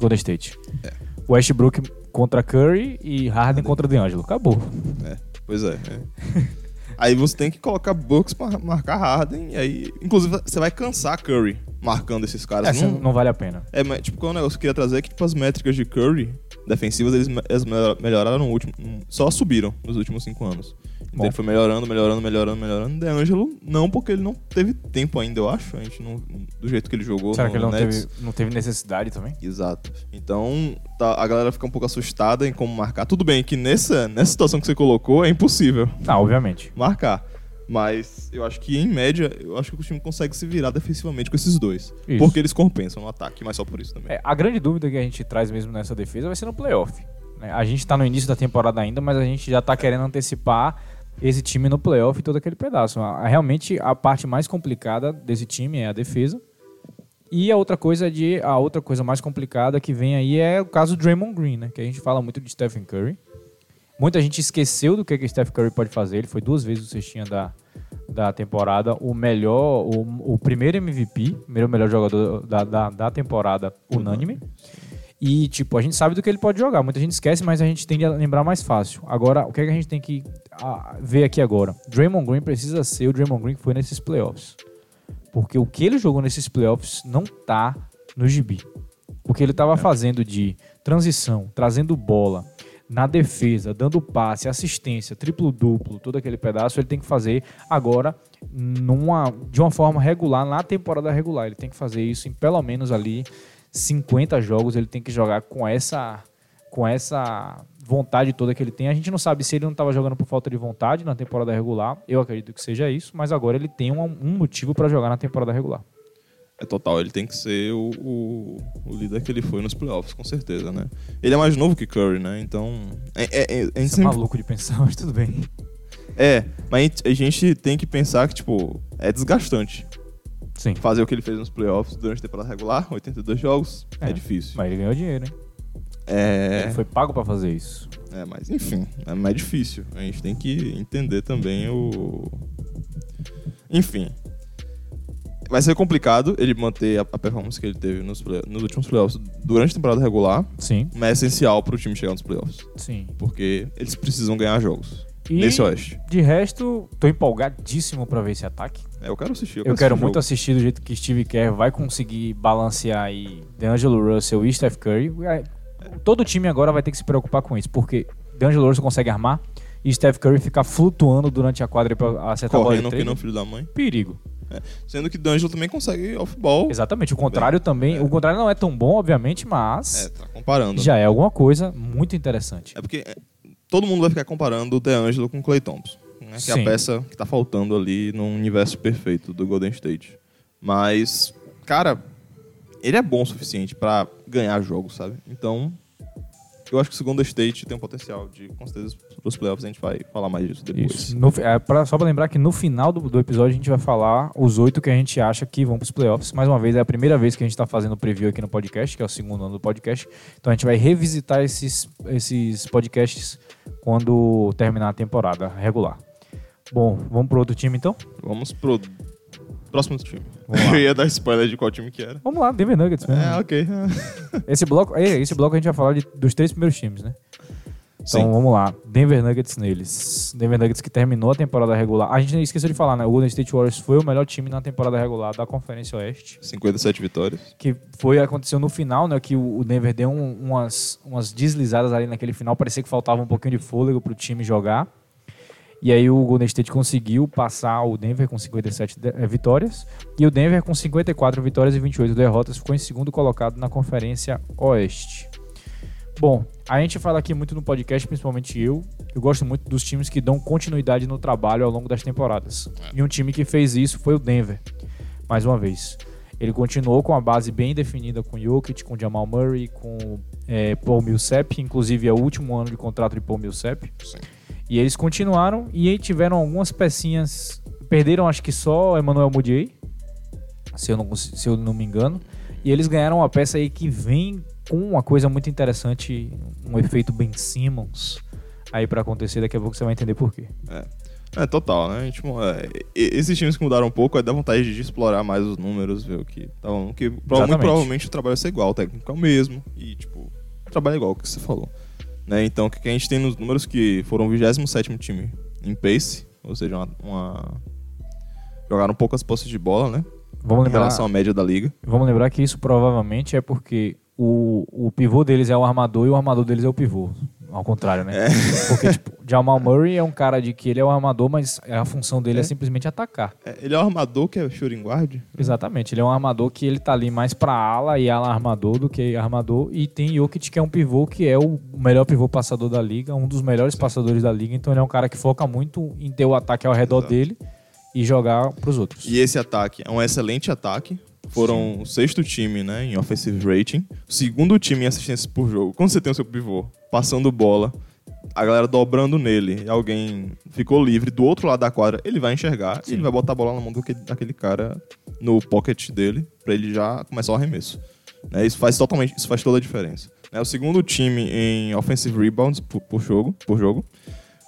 A: Golden State.
B: É.
A: Westbrook contra Curry e Harden contra DeAngelo. Acabou.
B: É, pois é. é. aí você tem que colocar Bucks pra marcar Harden, e aí. Inclusive, você vai cansar Curry marcando esses caras.
A: Essa não, vale a pena.
B: É, mas tipo, qual é o negócio que eu queria trazer é que tipo, as métricas de Curry defensivas, eles, eles melhor- melhoraram no último. Só subiram nos últimos cinco anos. Então
A: Bom.
B: ele foi melhorando, melhorando, melhorando, melhorando. DeAngelo, não, porque ele não teve tempo ainda, eu acho. A gente não. Do jeito que ele jogou.
A: Será
B: no
A: que ele não
B: Nets.
A: teve, não teve necessidade também?
B: Exato. Então, tá- a galera fica um pouco assustada em como marcar. Tudo bem que nessa, nessa situação que você colocou é impossível
A: Não, obviamente.
B: marcar. Mas eu acho que, em média, eu acho que o time consegue se virar defensivamente com esses dois.
A: Isso.
B: Porque eles compensam no ataque, mas só por isso também.
A: É, a grande dúvida que a gente traz mesmo nessa defesa vai ser no playoff. né? A gente tá no início da temporada ainda, mas a gente já tá querendo antecipar esse time no playoff e todo aquele pedaço. A- a- realmente a parte mais complicada desse time é a defesa. E a outra coisa de a outra coisa mais complicada que vem aí é o caso do Draymond Green, né? Que a gente fala muito de Stephen Curry. Muita gente esqueceu do que que Stephen Curry pode fazer. Ele foi duas vezes o cestinha da, da temporada, o melhor, o, o primeiro MVP, primeiro melhor jogador da, da, da temporada unânime. E, tipo, a gente sabe do que ele pode jogar. Muita gente esquece, mas a gente tende a lembrar mais fácil. Agora, o que, é que a gente tem que ah, ver aqui agora? Draymond Green precisa ser o Draymond Green que foi nesses playoffs. Porque o que ele jogou nesses playoffs não tá no gibi. O que ele tava fazendo de transição, trazendo bola, na defesa, dando passe, assistência, triplo-duplo, todo aquele pedaço, ele tem que fazer agora numa, de uma forma regular, na temporada regular. Ele tem que fazer isso em pelo menos ali 50 jogos, ele tem que jogar com essa com essa vontade toda que ele tem. A gente não sabe se ele não estava jogando por falta de vontade na temporada regular. Eu acredito que seja isso, mas agora ele tem um, um motivo para jogar na temporada regular.
B: É total, ele tem que ser o, o- o líder que ele foi nos playoffs, com certeza, né? Ele é mais novo que Curry, né? Então. É, é, é, a
A: Isso
B: gente
A: é
B: sempre-
A: maluco de pensar, mas tudo bem.
B: é, mas a gente- a gente tem que pensar que, tipo, é desgastante
A: Sim.
B: fazer o que ele fez nos playoffs durante a temporada regular, 82 jogos, é,
A: É,
B: difícil.
A: Mas ele ganhou dinheiro, hein?
B: É,
A: Ele foi pago para fazer isso.
B: é, mas enfim, é mais difícil. A gente tem que entender também o. Enfim. Vai ser complicado ele manter a, a performance que ele teve nos, play- nos últimos playoffs durante a temporada regular,
A: Sim,
B: mas é essencial pro time chegar nos playoffs.
A: sim.
B: Porque eles precisam ganhar jogos.
A: E-
B: Nesse Oeste.
A: De resto, tô empolgadíssimo pra ver esse ataque.
B: É, eu quero assistir.
A: Eu quero
B: assistir
A: muito
B: o jogo.
A: assistir do jeito que Steve Kerr vai conseguir balancear aí DeAngelo Russell e Steph Curry. É, Todo time agora vai ter que se preocupar com isso, porque DeAngelo Russell consegue armar e Steph Curry ficar flutuando durante a quadra pra acertar a bola de
B: Correndo que
A: três.
B: não, filho da mãe. é.
A: Perigo.
B: Sendo que D'Angelo também consegue off-ball.
A: Exatamente. O contrário também. O contrário não é tão bom, obviamente,
B: É,
A: mas
B: tá comparando.
A: já é alguma coisa muito interessante.
B: É porque é, todo mundo vai ficar comparando o DeAngelo com o Clay Thompson. Né? Que é
A: Sim.
B: a peça que tá faltando ali no universo perfeito do Golden State. Mas, cara, ele é bom o suficiente pra ganhar jogo, sabe? Então, eu acho que o segundo State tem um potencial de, com certeza, pros playoffs a gente vai falar mais disso depois.
A: Isso. No fi- é, pra- só pra lembrar que no final do, do episódio a gente vai falar os oito que a gente acha que vão pros playoffs. Mais uma vez, é a primeira vez que a gente tá fazendo preview aqui no podcast, que é o segundo ano do podcast. Então a gente vai revisitar esses, esses podcasts quando terminar a temporada regular. Bom, vamos pro outro time então?
B: Vamos pro próximo time.
A: Vamos lá.
B: eu ia dar spoiler de qual time que era.
A: Vamos lá, Denver Nuggets. mesmo.
B: É, ok.
A: Então Esse, bloco, é, esse bloco a gente vai falar de- dos três primeiros times, né? Então
B: Sim.
A: vamos lá. Denver Nuggets neles. Denver Nuggets que terminou a temporada regular. A gente esqueceu de falar, né? O Golden State Warriors foi o melhor time na temporada regular da Conferência Oeste.
B: 57 vitórias.
A: Que foi, aconteceu no final, né? Que o o Denver deu um- umas, umas deslizadas ali naquele final. Parecia que faltava um pouquinho de fôlego pro time jogar. E aí o Golden State conseguiu passar o Denver com 57 de- eh, vitórias. E o Denver com 54 vitórias e 28 derrotas ficou em segundo colocado na Conferência Oeste. Bom, a gente fala aqui muito no podcast, principalmente eu. Eu gosto muito dos times que dão continuidade no trabalho ao longo das temporadas. E um time que fez isso foi o Denver. Mais uma vez. Ele continuou com a base bem definida com Jokic, com Jamal Murray, com eh, Paul Millsap. Inclusive é o último ano de contrato de Paul Millsap.
B: Sim.
A: E eles continuaram e aí tiveram algumas pecinhas. Perderam, acho que só Emmanuel Mudiay, se eu, não, cons- se eu não me engano. E eles ganharam uma peça aí que vem com uma coisa muito interessante, um efeito Ben Simmons aí pra acontecer. Daqui a pouco você vai entender por quê.
B: É, total, né? A gente, é, e- esses times que mudaram um pouco, é dá vontade de explorar mais os números, ver o que. Tá bom, porque prova-
A: Exatamente.
B: muito provavelmente o trabalho vai ser igual, o técnico é o mesmo. E, tipo, o trabalho é igual, o que você falou. Né? Então, o que que a gente tem nos números que foram o 27 time em pace, ou seja, uma. uma- Jogaram poucas posses de bola, né?
A: Vamos
B: Em
A: lembrar,
B: relação à média da liga.
A: vamos lembrar que isso provavelmente é porque o, o pivô deles é o armador e o armador deles é o pivô. Ao contrário, né?
B: É.
A: Porque, tipo, Jamal Murray é um cara de que ele é o armador, mas a função dele é, simplesmente atacar.
B: É, Ele é o armador que é shooting guard?
A: Exatamente. Ele é um armador que ele tá ali mais pra ala e ala armador do que armador. E tem Jokic, que é um pivô que é o melhor pivô passador da liga, um dos melhores passadores da liga. Então ele é um cara que foca muito em ter o ataque ao redor dele e jogar pros outros.
B: E esse ataque é um excelente ataque. Foram o sexto time, né, em offensive rating, o segundo time em assistências por jogo. Quando você tem o seu pivô passando bola, a galera dobrando nele, e alguém ficou livre do outro lado da quadra, ele vai enxergar e ele vai botar a bola na mão do que- daquele cara no pocket dele, pra ele já começar o arremesso. Né, isso faz totalmente, isso faz toda a diferença. É o segundo time em offensive rebounds por, por jogo, por jogo,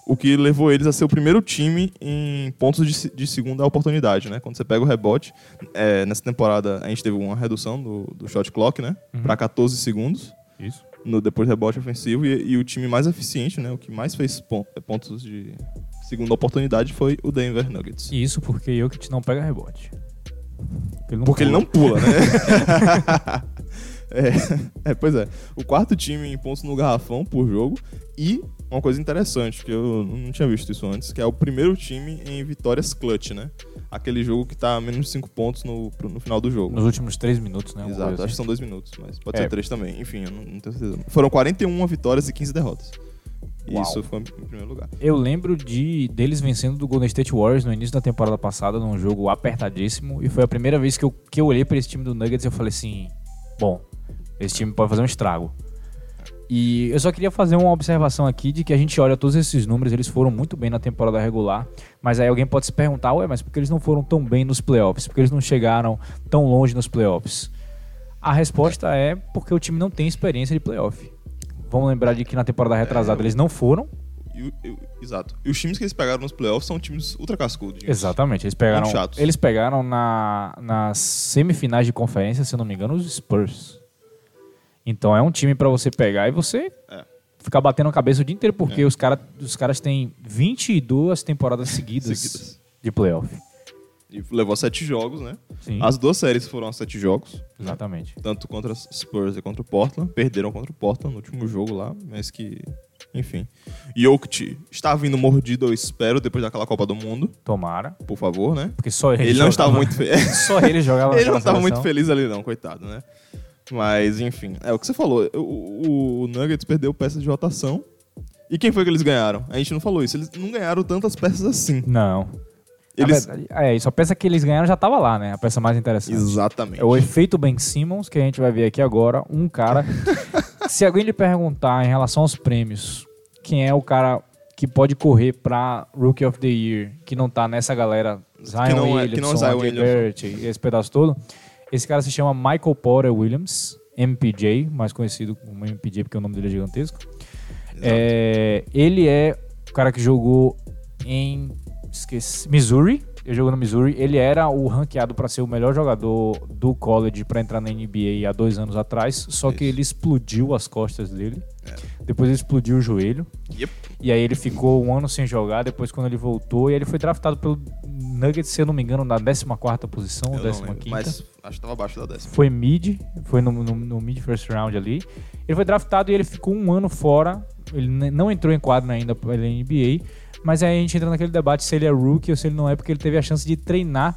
B: o que levou eles a ser o primeiro time em pontos de, se- de segunda oportunidade, né? Quando você pega o rebote, é, nessa temporada a gente teve uma redução do, do shot clock, né? Para 14 segundos
A: Isso.
B: no depois do rebote ofensivo e, e o time mais eficiente, né? O que mais fez pon- pontos de segunda oportunidade foi o Denver Nuggets.
A: E isso porque Jokic não pega rebote. Ele não
B: Porque ele
A: pula.
B: não pula, né? é, é, pois é. O quarto time em pontos no garrafão por jogo. E uma coisa interessante, que eu não tinha visto isso antes, que é o primeiro time em vitórias clutch, né? Aquele jogo que tá a menos de 5 pontos no, pro- no final do jogo.
A: Nos últimos três minutos, né? Alguma
B: Exato,
A: coisa
B: acho que
A: assim.
B: são dois minutos, mas pode
A: É.
B: ser três também. Enfim, eu não, não tenho certeza. Foram 41 vitórias e 15 derrotas. E
A: Uau.
B: isso foi em primeiro lugar.
A: Eu lembro de deles vencendo do Golden State Warriors no início da temporada passada, num jogo apertadíssimo. E foi a primeira vez que eu, que eu olhei pra esse time do Nuggets e eu falei assim: bom, esse time pode fazer um estrago. E eu só queria fazer uma observação aqui de que a gente olha todos esses números, eles foram muito bem na temporada regular, mas aí alguém pode se perguntar, ué, mas por que eles não foram tão bem nos playoffs? Por que eles não chegaram tão longe nos playoffs? A resposta é porque o time não tem experiência de playoff. Vamos lembrar de que na temporada retrasada eles não foram,
B: E o- e o- exato. E os times que eles pegaram nos playoffs são times ultra cascudos. gente.
A: Exatamente, eles pegaram,
B: Muito chatos.
A: eles pegaram na, nas semifinais de conferência, se eu não me engano, os Spurs. Então é um time pra você pegar e você
B: É.
A: ficar batendo a cabeça o dia inteiro, porque os, cara, os caras têm 22 temporadas seguidas,
B: Seguidas.
A: de playoff.
B: E levou a sete jogos, né?
A: Sim,
B: As duas séries foram a sete jogos,
A: exatamente.
B: tanto contra os Spurs e contra o Portland. Perderam contra o Portland no último jogo lá, mas que. Enfim. Jokic está vindo mordido, eu espero, depois daquela Copa do Mundo,
A: Tomara,
B: por favor, né?
A: porque só ele,
B: Ele,
A: jogava-
B: não estava muito feliz.
A: Só ele jogava
B: ele
A: naquela
B: não estava
A: seleção.
B: muito feliz ali, não, coitado, né? Mas, enfim. É o que você falou. O, o- o Nuggets perdeu peças de rotação. E quem foi que eles ganharam? A gente não falou isso. Eles não ganharam tantas peças assim.
A: Não.
B: Eles,
A: Na verdade, É, isso, a peça que eles ganharam já tava lá, né? A peça mais interessante.
B: Exatamente.
A: É o efeito Ben Simmons que a gente vai ver aqui agora. Um cara. se alguém lhe perguntar em relação aos prêmios, quem é o cara que pode correr pra Rookie of the Year, que não tá nessa galera, Zion
B: não é-
A: Williamson,
B: que não é Zion
A: RJ Barrett, esse pedaço todo. Esse cara se chama Michael Porter Williams, MPJ, mais conhecido como MPJ porque o nome dele é gigantesco. É, ele é o cara que jogou em esqueci, Missouri. Ele jogou no Missouri. Ele era o ranqueado para ser o melhor jogador do college para entrar na NBA há dois anos atrás. Só que
B: Isso.
A: ele explodiu as costas dele. Depois ele explodiu o joelho.
B: Yep.
A: E aí ele ficou um ano sem jogar. Depois, quando ele voltou, e aí ele foi draftado pelo Nuggets, se eu não me engano, na 14 posição ou
B: Eu não lembro,
A: 15.
B: mas acho que tava abaixo da décima.
A: foi mid, foi no, no- no mid first round ali. Ele foi draftado e ele ficou um ano fora. Ele ne- não entrou em quadro ainda pela NBA. Mas aí a gente entra naquele debate se ele é rookie ou se ele não é, porque ele teve a chance de treinar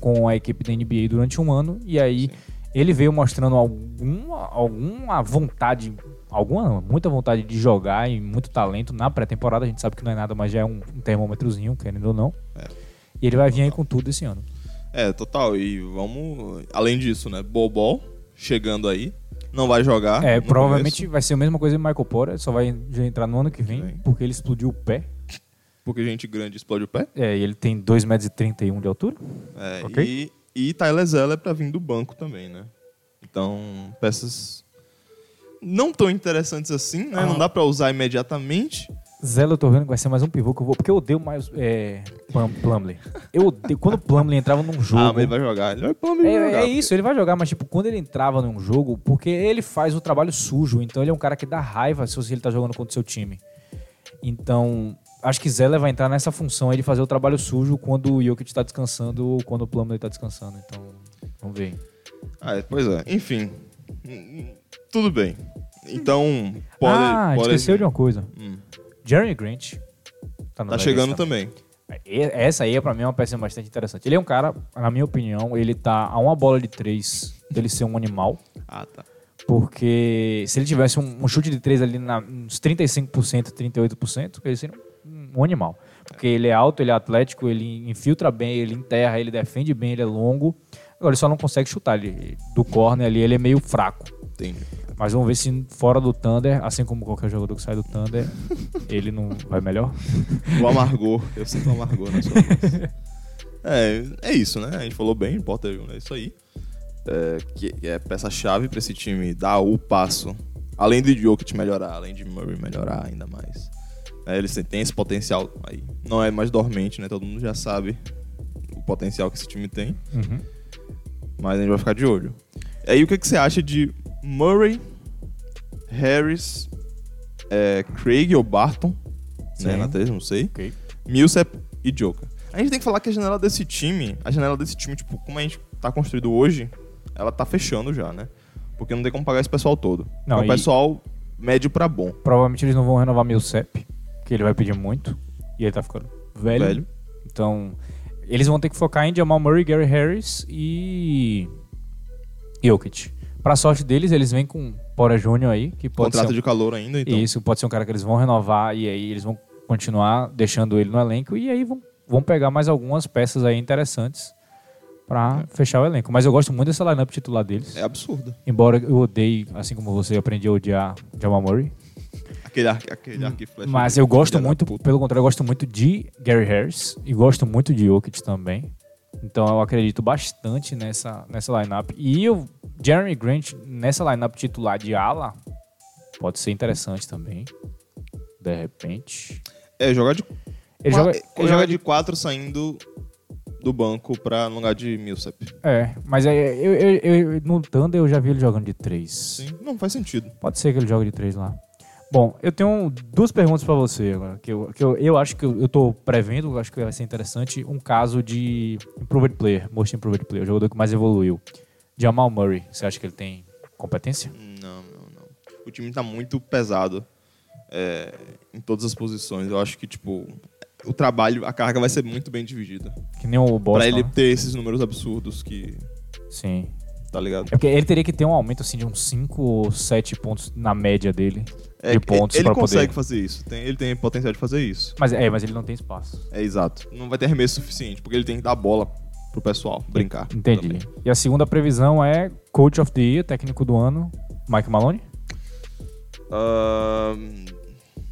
A: com a equipe da NBA durante um ano. E aí ele veio mostrando alguma, alguma vontade, alguma não, muita vontade de jogar e muito talento na pré-temporada. A gente sabe que não é nada, mas já é um, um termômetrozinho, querendo ou não. E ele vai vir aí com tudo esse ano.
B: É, total. E vamos. Além disso, né? Bobol chegando aí. Não vai jogar.
A: É,
B: no
A: provavelmente
B: começo,
A: vai ser a mesma coisa do Michael Porter, só vai entrar no ano que vem,
B: Vem.
A: porque ele explodiu o pé.
B: porque gente grande explode o pé.
A: É, e ele tem 2,31m de altura.
B: É,
A: Ok.
B: E, e Tyler Zeller é pra vir do banco também, né? Então, peças. Não tão interessantes assim, né?
A: Ah.
B: Não dá pra usar imediatamente.
A: Zé, eu tô vendo que vai ser mais um pivô que eu vou. Porque eu odeio mais. É, Plum- Plumlee. Eu odeio. Quando o Plumlee entrava num jogo.
B: Ah, mas ele vai jogar. Ele vai pelo menos
A: É,
B: jogar.
A: é isso, ele vai jogar, mas tipo, quando ele entrava num jogo, porque ele faz o trabalho sujo, então ele é um cara que dá raiva se você- ele tá jogando contra o seu time. Então, acho que Zé vai entrar nessa função aí de fazer o trabalho sujo quando o Jokic tá descansando ou quando o Plumlee tá descansando. Então, vamos ver.
B: Ah, é, pois é. Enfim. Tudo bem. Então, pode.
A: ah,
B: pode-
A: esqueceu de uma coisa.
B: Hum.
A: Jeremy Grant. na
B: Tá
A: minha
B: chegando
A: lista.
B: também.
A: E- Essa aí, pra mim, é uma peça bastante interessante. Ele é um cara, na minha opinião, ele tá a uma bola de três dele ser um animal.
B: Ah, tá.
A: Porque se ele tivesse um, um chute de três ali na, uns 35%, 38%, ele seria um, um animal. Porque ele é alto, ele é atlético, ele infiltra bem, ele enterra, ele defende bem, ele é longo. Agora ele só não consegue chutar. Ele, do corner ali, ele é meio fraco.
B: Entendi.
A: Mas vamos ver se fora do Thunder, assim como qualquer jogador que sai do Thunder, ele não vai melhor.
B: O amargor. Eu sinto o amargor na sua voz. É, é isso, né? A gente falou bem, Porter Jr. É isso aí. É, que é peça-chave pra esse time dar o passo. Além de Jokic melhorar, além de Murray melhorar ainda mais. É, eles têm esse potencial aí. Não é mais dormente, né? Todo mundo já sabe o potencial que esse time tem.
A: Uhum.
B: Mas a gente vai ficar de olho. E aí, o que, que você acha de Murray, Harris, é, Craig ou Barton? Né,
A: Sim.
B: na 3, não sei.
A: Ok.
B: Millsap e Joker. A gente tem que falar que a janela desse time, a janela desse time, tipo, como a gente tá construído hoje, ela tá fechando já, né? Porque não tem como pagar esse pessoal todo.
A: Não,
B: é um
A: e-
B: pessoal médio pra bom.
A: Provavelmente eles não vão renovar Millsap, que ele vai pedir muito. E ele tá ficando velho.
B: Velho.
A: Então, eles vão ter que focar em Jamal Murray, Gary Harris e Jokic. Pra sorte deles, eles vêm com Pora Júnior aí, que pode
B: Contrato
A: ser um...
B: de calor ainda, então.
A: Isso, pode ser um cara que eles vão renovar e aí eles vão continuar deixando ele no elenco e aí vão, vão pegar mais algumas peças aí interessantes pra fechar o elenco. Mas eu gosto muito dessa lineup titular deles.
B: É absurdo.
A: Embora eu odeie, assim como você, eu aprendi a odiar Jamal Murray.
B: Aquele arco aquele arco e flecha
A: Hum, Mas
B: dele,
A: eu gosto
B: filha da
A: muito,
B: puta.
A: pelo contrário, eu gosto muito de Gary Harris e gosto muito de Jokic também. Então eu acredito bastante nessa, nessa lineup. E o Jeremy Grant nessa lineup titular de ala pode ser interessante também. De repente.
B: É, jogar de
A: Ele
B: Qua-
A: joga,
B: ele
A: ele
B: joga
A: joga-
B: de 4 saindo do banco pra no lugar de Millsap.
A: É, mas é, eu, eu- eu- no Thunder eu já vi ele jogando de 3.
B: Sim, não faz sentido.
A: Pode ser que ele jogue de três lá. Bom, eu tenho duas perguntas pra você agora, que eu, que eu, eu acho que eu, eu tô prevendo, eu acho que vai ser interessante, um caso de improved player, most improved player, o jogador que mais evoluiu. Jamal Murray, você acha que ele tem competência?
B: Não, não, não. O time tá muito pesado é, em todas as posições. Eu acho que, tipo, o trabalho, a carga vai ser muito bem dividida.
A: Que nem o Boston,
B: pra ele
A: né?
B: ter esses números absurdos que.
A: Sim.
B: Tá ligado?
A: É porque ele teria que ter um aumento assim de uns 5 ou 7 pontos na média dele, É, de pontos
B: É ele
A: pra
B: consegue
A: poder...
B: fazer isso. Tem- ele tem potencial de fazer isso.
A: Mas, é, mas ele não tem espaço.
B: É exato. Não vai ter arremesso suficiente, porque ele tem que dar bola pro pessoal brincar.
A: Entendi.
B: também.
A: E a segunda previsão é Coach of the Year, técnico do ano, Mike Maloney?
B: Ahn,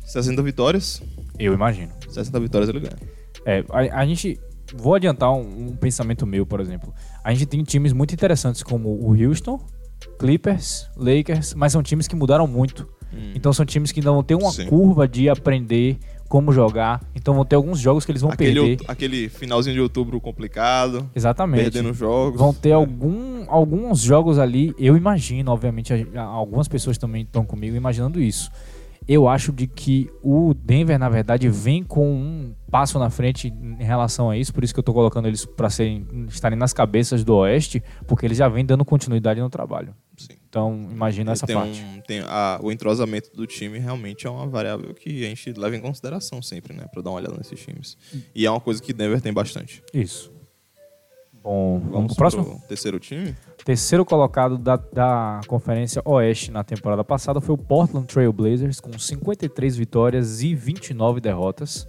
B: 60 vitórias.
A: Eu imagino.
B: 60 vitórias ele ganha.
A: É, a, a gente. Vou adiantar um, um pensamento meu, por exemplo. A gente tem times muito interessantes como o Houston, Clippers, Lakers, mas são times que mudaram muito. Então são times que ainda vão ter uma
B: Hum. Sim.
A: curva de aprender como jogar. Então vão ter alguns jogos que eles vão
B: Aquele,
A: perder.
B: out- aquele finalzinho de outubro complicado,
A: Exatamente.
B: perdendo jogos. É.
A: Vão ter algum, alguns jogos ali, eu imagino, obviamente, a- a- algumas pessoas também estão comigo imaginando isso. Eu acho de que o Denver, na verdade, vem com um passo na frente em relação a isso, por isso que eu tô colocando eles para serem estarem nas cabeças do Oeste, porque eles já vêm dando continuidade no trabalho.
B: Sim.
A: Então, imagina essa
B: tem
A: parte.
B: um- tem a- o entrosamento do time realmente é uma variável que a gente leva em consideração sempre, né? Pra dar uma olhada nesses times. E é uma coisa que Denver tem bastante.
A: Isso. Bom, vamos, pro
B: pro
A: próximo?
B: terceiro time?
A: Terceiro colocado da, da Conferência Oeste na temporada passada foi o Portland Trail Blazers, com 53 vitórias e 29 derrotas.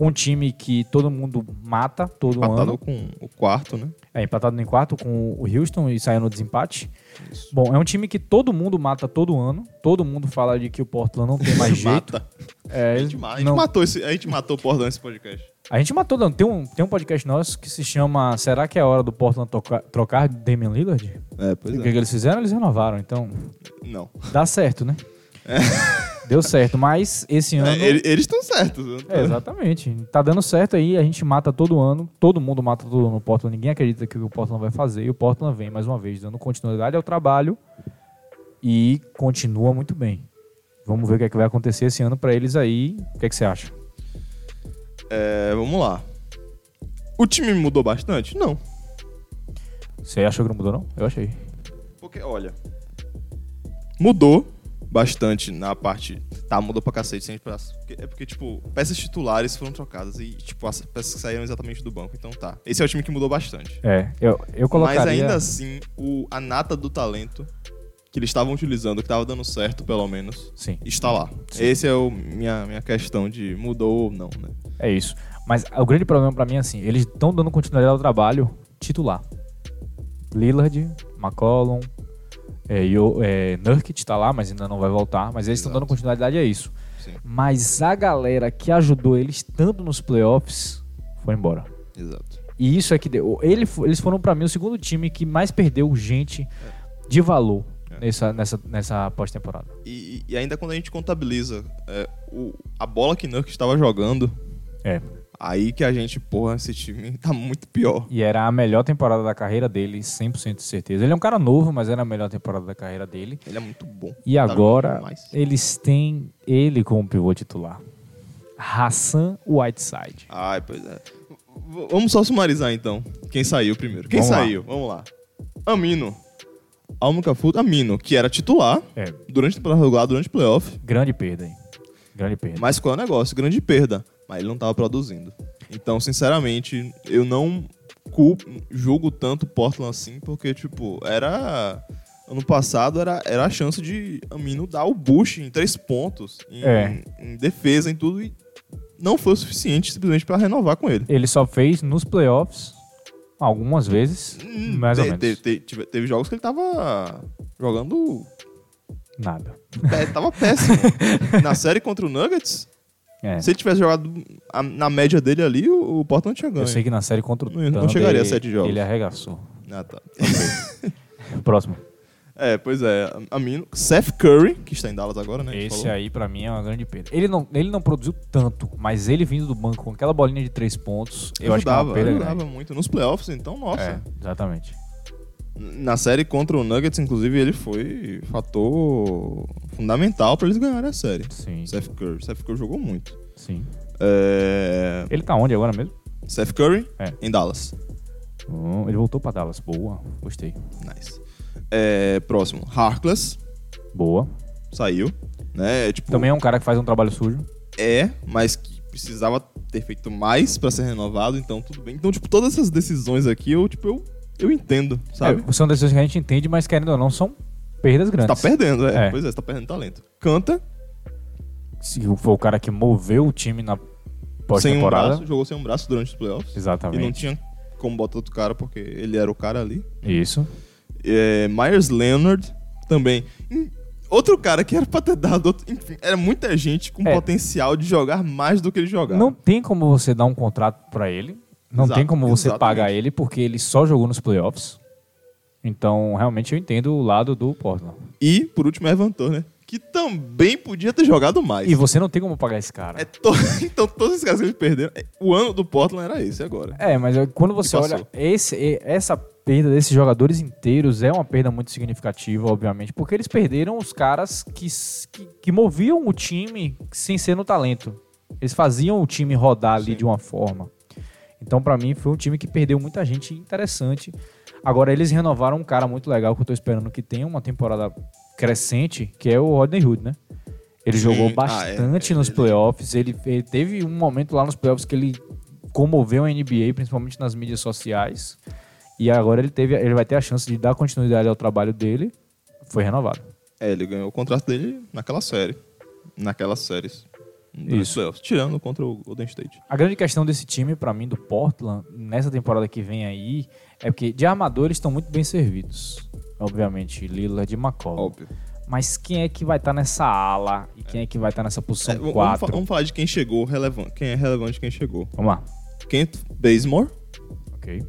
A: Um time que todo mundo mata todo
B: Empatado
A: ano.
B: Ah, tá com o quarto, né?
A: É empatado em quarto com o Houston e saiu no desempate. Bom, é um time que todo mundo mata todo ano. Todo mundo fala de que o Portland não tem mais jeito.
B: Mata.
A: É,
B: A gente, ma- a gente
A: não-
B: matou esse, a gente matou o Portland nesse podcast.
A: a gente matou, não. Tem um, tem um podcast nosso que se chama Será que é hora do Portland toca- trocar Damian Lillard?
B: É,
A: E
B: pois
A: O que, que eles fizeram? Eles renovaram, então...
B: Não.
A: Dá certo, né? Deu certo, mas esse ano.
B: É, ele- eles estão certos. eu não tô-
A: É, exatamente. Tá dando certo aí, a gente mata todo ano, todo mundo mata todo ano o Portland, ninguém acredita que o Portland vai fazer, e o Portland vem mais uma vez dando continuidade ao trabalho e continua muito bem. Vamos ver o que, é que vai acontecer esse ano pra eles aí. O que, é que você acha?
B: É, vamos lá. O time mudou bastante? Não.
A: Você achou que não mudou, não? Eu achei.
B: Porque, olha, Mudou bastante na parte. Tá, mudou pra cacete. Sem peças, porque- é porque, tipo, peças titulares foram trocadas e, tipo, as peças que saíram exatamente do banco. Então tá. Esse é o time que mudou bastante.
A: É, eu, eu colocaria...
B: Mas ainda assim, o, a nata do talento que eles estavam utilizando, que tava dando certo, pelo menos,
A: Sim.
B: está lá.
A: Sim.
B: Esse é o minha, minha questão de mudou ou não, né?
A: É isso. Mas o grande problema pra mim é assim, eles estão dando continuidade ao trabalho titular. Lillard, McCollum, é, Yo- é, Nurkic tá lá, mas ainda não vai voltar. Mas eles estão
B: Exato.
A: dando continuidade a isso.
B: Sim,
A: Mas a galera que ajudou eles tanto nos playoffs foi embora.
B: exato.
A: E isso é que deu. Ele fo- eles foram pra mim o segundo time que mais perdeu gente de valor
B: É.
A: nessa, nessa, nessa pós-temporada.
B: E, e ainda quando a gente contabiliza é, o, a bola que Nurkic estava jogando,
A: É.
B: aí que a gente, porra, esse time tá muito pior.
A: E era a melhor temporada da carreira dele, 100% de certeza. Ele é um cara novo, mas era a melhor temporada da carreira dele.
B: Ele é muito bom.
A: E
B: Tá
A: agora
B: jogando demais.
A: eles têm ele como pivô titular. Hassan Whiteside.
B: Ai, pois é. V- vamos só sumarizar então. Quem saiu primeiro? Quem
A: Vamos lá.
B: saiu? Vamos lá. Amino. Almucafu, Amino, que era titular
A: É,
B: durante a temporada regular, durante o playoff,
A: grande perda, hein? Grande perda.
B: mas qual é o negócio? Grande perda. Mas ele não tava produzindo. Então, sinceramente, eu não culpo, julgo tanto Portland assim, porque, tipo, era. Ano passado era, era a chance de Amino dar o boost em três pontos, em,
A: É.
B: em defesa, em tudo, e não foi o suficiente simplesmente pra renovar com ele.
A: Ele só fez nos playoffs algumas vezes,
B: Hum,
A: mais ou
B: te-
A: menos.
B: te- te- tive- teve jogos que ele tava jogando.
A: Nada.
B: pé- tava péssimo. na série contra o Nuggets,
A: É.
B: se ele tivesse jogado a- na média dele ali, o, o Portland tinha ganho.
A: Eu sei que na série contra o
B: Não- não
A: Thunder,
B: chegaria a
A: ele-
B: sete jogos.
A: Ele arregaçou.
B: Ah, tá.
A: Próximo. É,
B: É, pois é. a- Amino. Seth Curry, que está em Dallas agora, né? a gente
A: Esse
B: falou.
A: aí pra mim é uma grande perda. Ele não, ele não produziu tanto, mas ele vindo do banco com aquela bolinha de três pontos, eu acho que é
B: ajudava,
A: uma perda
B: ajudava
A: grande.
B: muito. Nos playoffs, então, nossa.
A: É, exatamente.
B: Na série contra o Nuggets, inclusive, ele foi fator fundamental pra eles ganharem a série.
A: Sim,
B: Seth Curry. Seth Curry jogou muito.
A: sim.
B: É...
A: Ele tá onde agora mesmo?
B: Seth Curry,
A: É.
B: em Dallas.
A: Hum, ele voltou pra Dallas. Boa, gostei.
B: Nice. É, próximo, Harkless
A: Boa.
B: saiu, né? Tipo,
A: Também é um cara que faz um trabalho sujo.
B: é, mas que precisava ter feito mais pra ser renovado, então tudo bem. Então, tipo, todas essas decisões aqui, eu, tipo, eu, eu entendo, sabe?
A: É, são decisões que a gente entende, mas querendo ou não, são perdas
B: Você tá
A: grandes.
B: perdendo, é.
A: É.
B: Pois é, você tá perdendo talento. Canta,
A: Se foi o cara que moveu o time na
B: sem um
A: pós-temporada.
B: braço, jogou sem um braço durante os playoffs. E não
A: Exatamente.
B: tinha como botar outro cara, porque ele era o cara ali.
A: Isso.
B: É, Myers Leonard também. Hum, Outro cara que era pra ter dado. Outro, enfim, era muita gente com
A: É.
B: potencial de jogar mais do que ele jogava.
A: Não tem como você dar um contrato pra ele. Não
B: Tá. Exato,
A: tem como você
B: exatamente.
A: pagar ele porque ele só jogou nos playoffs. Então, realmente eu entendo o lado do Portland.
B: E, por último, é Evan Turner, que também podia ter jogado mais.
A: E você não tem como pagar esse cara.
B: É to- então, todos esses caras que eles perderam. é, O ano do Portland era esse agora.
A: É, mas eu- quando você
B: passou.
A: olha esse, e- essa perda desses jogadores inteiros é uma perda muito significativa, obviamente, porque eles perderam os caras que, s- que, que moviam o time sem ser no talento. Eles faziam o time rodar ali
B: Sim.
A: de uma forma. Então, pra mim, foi um time que perdeu muita gente interessante. Agora, eles renovaram um cara muito legal que eu tô esperando que tenha uma temporada crescente, que é o Rodney Hood, né? Ele
B: Sim.
A: jogou
B: Ah, é.
A: bastante nos
B: Ele-
A: playoffs. Ele, ele teve um momento lá nos playoffs que ele comoveu a NBA, principalmente nas mídias sociais. E agora ele, teve, ele vai ter a chance de dar continuidade ao trabalho dele. Foi renovado.
B: É, ele ganhou o contrato dele naquela série. Naquelas séries. Durante os playoffs, Tirando contra o Golden State.
A: A grande questão desse time, pra mim, do Portland, nessa temporada que vem aí, é porque de armadores estão muito bem servidos. Obviamente, Lillard e McCollum.
B: Óbvio.
A: Mas quem é que vai estar nessa ala? E quem é que vai estar nessa posição
B: É, v- vamos, fa-
A: 4?
B: vamos falar de quem chegou relevante. Quem é relevante quem chegou.
A: Vamos lá.
B: Kent Bazemore.
A: Ok.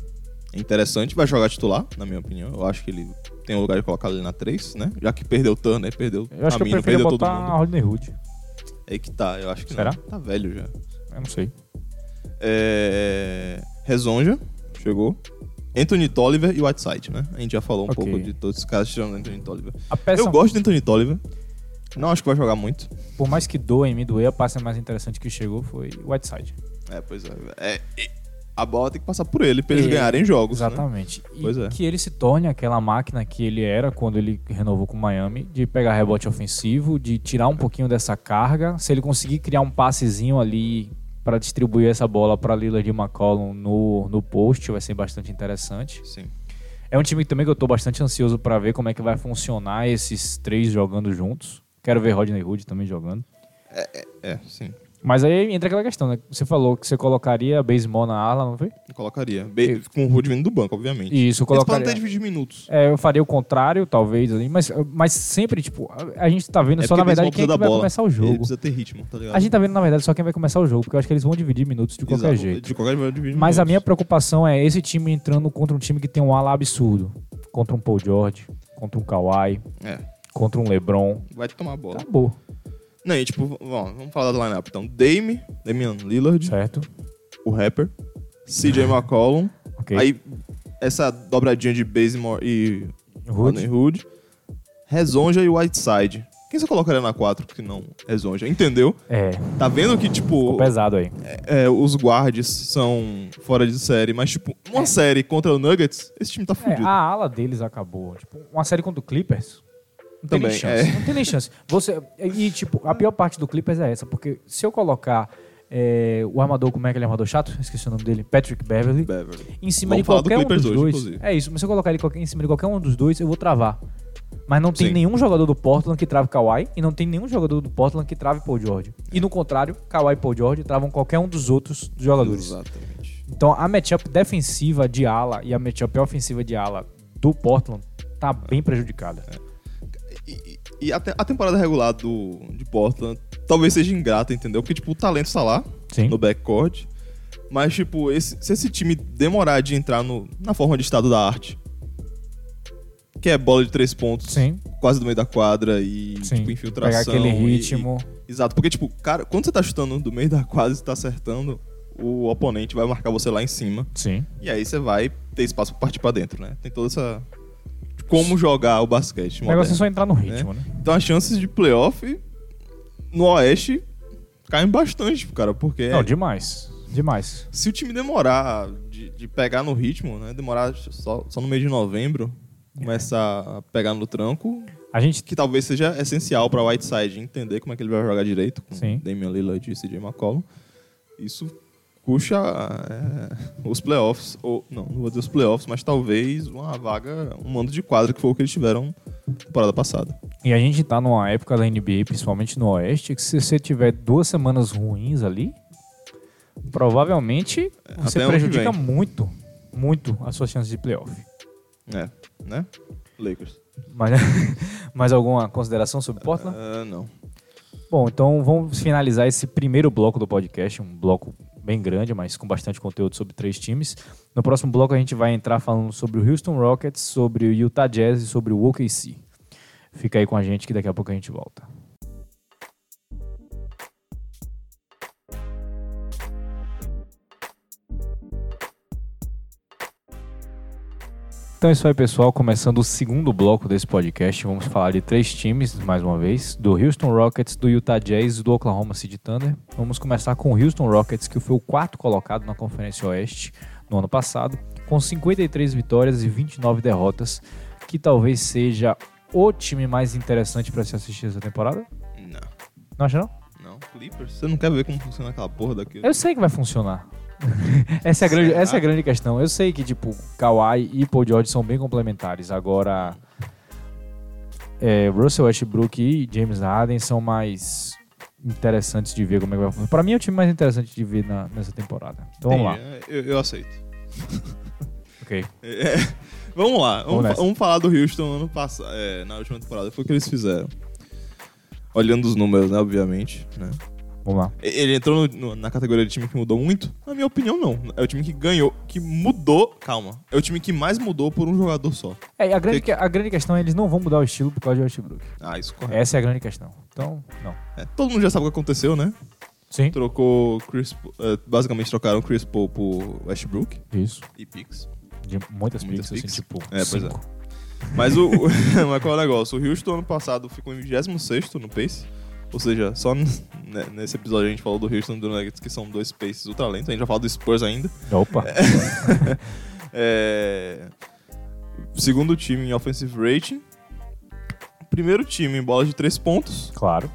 B: É interessante, vai jogar titular, na minha opinião. Eu acho que ele tem um lugar de colocar ele na 3, né? Já que perdeu o Turner, perdeu
A: Eu acho que eu
B: Amino,
A: prefiro
B: perdeu todo
A: botar a
B: mundo.
A: Rodney Hood.
B: É que tá, eu acho que
A: Será?
B: não. Tá velho já.
A: Eu não sei.
B: É... Rezonja, chegou. Anthony Tolliver e Whiteside, né? A gente já falou um
A: Ok.
B: pouco de todos os caras tirando o Anthony Tolliver.
A: A peça,
B: Eu gosto de Anthony Tolliver. Não acho que vai jogar muito.
A: por mais que doa em mim doer, a peça mais interessante que chegou foi Whiteside.
B: É, pois é. É, e- a bola tem que passar por ele pra eles
A: É,
B: ganharem jogos. né?
A: Exatamente. E
B: Pois é.
A: que ele se torne aquela máquina que ele era quando ele renovou com o Miami, de pegar rebote ofensivo, de tirar um pouquinho dessa carga. Se ele conseguir criar um passezinho ali pra distribuir essa bola pra Lillard e McCollum no, no post, vai ser bastante interessante.
B: Sim.
A: É um time também que eu tô bastante ansioso pra ver como é que vai funcionar esses três jogando juntos. Quero ver Rodney Hood também jogando.
B: É, sim.
A: Mas aí entra aquela questão, né? Você falou que você colocaria Baseball na ala, não foi?
B: Eu colocaria. Be- Com o Rude vindo do banco, obviamente.
A: Isso, eu
B: Eles podem
A: colocaria.
B: até dividir minutos.
A: É, eu faria o contrário, talvez, ali, mas, mas sempre, tipo, a, a gente tá vendo
B: É
A: só,
B: porque
A: na
B: o beisebol
A: verdade, quem é que
B: precisa da
A: vai
B: bola.
A: começar o
B: Ele
A: jogo.
B: precisa ter ritmo, tá ligado?
A: A gente tá vendo, na verdade, só quem vai começar o jogo, porque eu acho que eles vão dividir minutos de qualquer
B: Exato.
A: jeito.
B: De qualquer maneira, divide
A: Mas a minha
B: minutos.
A: preocupação é esse time entrando contra um time que tem um ala absurdo. Contra um Paul George, contra um Kawhi,
B: É,
A: contra um LeBron.
B: vai te tomar a bola.
A: Acabou,
B: Não, e tipo, vamos vamos falar da lineup. Então, Dame, Damian Lillard,
A: certo?
B: o rapper, CJ McCollum.
A: Ok.
B: Aí, essa dobradinha de Bazemore e Rodney
A: Rude,
B: Hood. Rezonja e Whiteside. Quem você colocaria na 4 que não Rezonja? Entendeu?
A: é,
B: Tá vendo que, tipo,
A: pesado aí.
B: é, os guards são fora de série, mas, tipo, uma série contra o Nuggets, esse time tá
A: É,
B: fudido.
A: a ala deles acabou. Tipo, uma série contra o Clippers. Não tem nem
B: Também,
A: chance.
B: é.
A: Não tem nem chance. Você, e, tipo, a pior parte do Clippers é essa, porque se eu colocar é, o armador, como é aquele armador chato? Esqueci o nome dele. Patrick Beverly.
B: Beverly.
A: Em cima
B: Vamos
A: de
B: falar do
A: qualquer um
B: Clippers
A: dos
B: hoje,
A: dois.
B: inclusive.
A: É isso, mas se eu colocar ele qualquer- em cima de qualquer um dos dois, eu vou travar. Mas não tem
B: Sim.
A: nenhum jogador do Portland que trave Kawhi e não tem nenhum jogador do Portland que trave Paul George. E no contrário, Kawhi e Paul George travam qualquer um dos outros jogadores.
B: Exatamente.
A: Então a matchup defensiva de ala e a matchup ofensiva de ala do Portland tá bem prejudicada.
B: E, e- e a, te- a temporada regular do, de Portland talvez seja ingrata, entendeu? Porque, tipo, o talento tá lá
A: Sim.
B: no backcourt. Mas, tipo, esse- se esse time demorar de entrar no, na forma de estado da arte, que é bola de três pontos,
A: Sim.
B: quase do meio da quadra e,
A: Sim.
B: tipo, infiltração.
A: Pegar aquele
B: e- e-
A: ritmo.
B: exato, porque, tipo, cara, quando você tá chutando do meio da quadra e você tá acertando, o oponente vai marcar você lá em cima.
A: Sim.
B: E aí você vai ter espaço pra partir pra dentro, né? Tem toda essa. Como jogar o
A: O
B: basquete.
A: negócio
B: moderno.
A: é só entrar no ritmo, né?
B: Então as chances de playoff no Oeste caem bastante, tipo, cara, porque
A: Não, demais. Demais.
B: se o time demorar de, de pegar no ritmo, né? Demorar só, só no mês de novembro, começar a pegar no tranco,
A: A gente.
B: que talvez seja essencial pra Whiteside entender como é que ele vai jogar direito com
A: Sim.
B: Damian Lillard e CJ McCollum. Isso puxa é, os playoffs, ou não, não vou dizer os playoffs, mas talvez uma vaga, um mando de quadra que foi o que eles tiveram na temporada passada.
A: E a gente tá numa época da NBA, principalmente no Oeste, que se você tiver duas semanas ruins ali, provavelmente você
B: É, até ano que
A: prejudica
B: vem.
A: muito, muito as suas chances de playoff.
B: É, né? Lakers.
A: Mas, mais alguma consideração sobre Portland?
B: Ah, não.
A: Bom, então vamos finalizar esse primeiro bloco do podcast, um bloco bem grande, mas com bastante conteúdo sobre três times. No próximo bloco a gente vai entrar falando sobre o Houston Rockets, sobre o Utah Jazz e sobre o OKC. Fica aí com a gente que daqui a pouco a gente volta. Então é isso aí, pessoal. Começando o segundo bloco desse podcast, vamos falar de três times, mais uma vez, do Houston Rockets, do Utah Jazz e do Oklahoma City Thunder. Vamos começar com o Houston Rockets, que foi o quarto colocado na Conferência Oeste no ano passado, com 53 vitórias e 29 derrotas, que talvez seja o time mais interessante para se assistir essa temporada.
B: Não.
A: Não acha não?
B: Não, Clippers? Você não quer ver como funciona aquela porra daquilo?
A: Eu sei que vai funcionar. essa, é a grande,
B: Será?
A: essa é a grande questão. Eu sei que, tipo, Kawhi e Paul George são bem complementares. Agora, é, Russell Westbrook e James Harden são mais interessantes de ver como é que vai funcionar. Pra mim, é o time mais interessante de ver na- nessa temporada. Então, vamos lá.
B: Entendi, é, Eu, eu aceito.
A: Ok.
B: É, vamos lá.
A: Vamos
B: Vamos, fa-
A: nessa.
B: vamos falar do Houston ano passado, na última temporada. Foi o que eles fizeram. Olhando os números, né? Obviamente. né?
A: Vamos lá.
B: E- Ele entrou no- no- na categoria de time que mudou muito? Na minha opinião, não. É o time que ganhou, que mudou. Calma. É o time que mais mudou por um jogador só.
A: É, e a, grande, que- a grande questão é eles não vão mudar o estilo por causa de Westbrook.
B: Ah, isso correto.
A: Essa é a grande questão. Então, não.
B: É, todo mundo já sabe o que aconteceu, né?
A: Sim.
B: Trocou Chris. Po- eh, basicamente trocaram Chris Paul por Westbrook
A: Isso.
B: e Pix.
A: De muitas,
B: Muitas
A: picks, assim,
B: picks.
A: tipo,
B: É, pois é.
A: cinco.
B: Mas o. o- mas qual é o negócio? O Houston ano passado ficou em 26 no Pace, Ou seja, só n- né, nesse episódio a gente falou do Houston e do Nuggets, que são dois paces do talento. A gente já fala do Spurs ainda.
A: Opa.
B: É, Segundo time em offensive rating. Primeiro time em bola de três pontos.
A: Claro.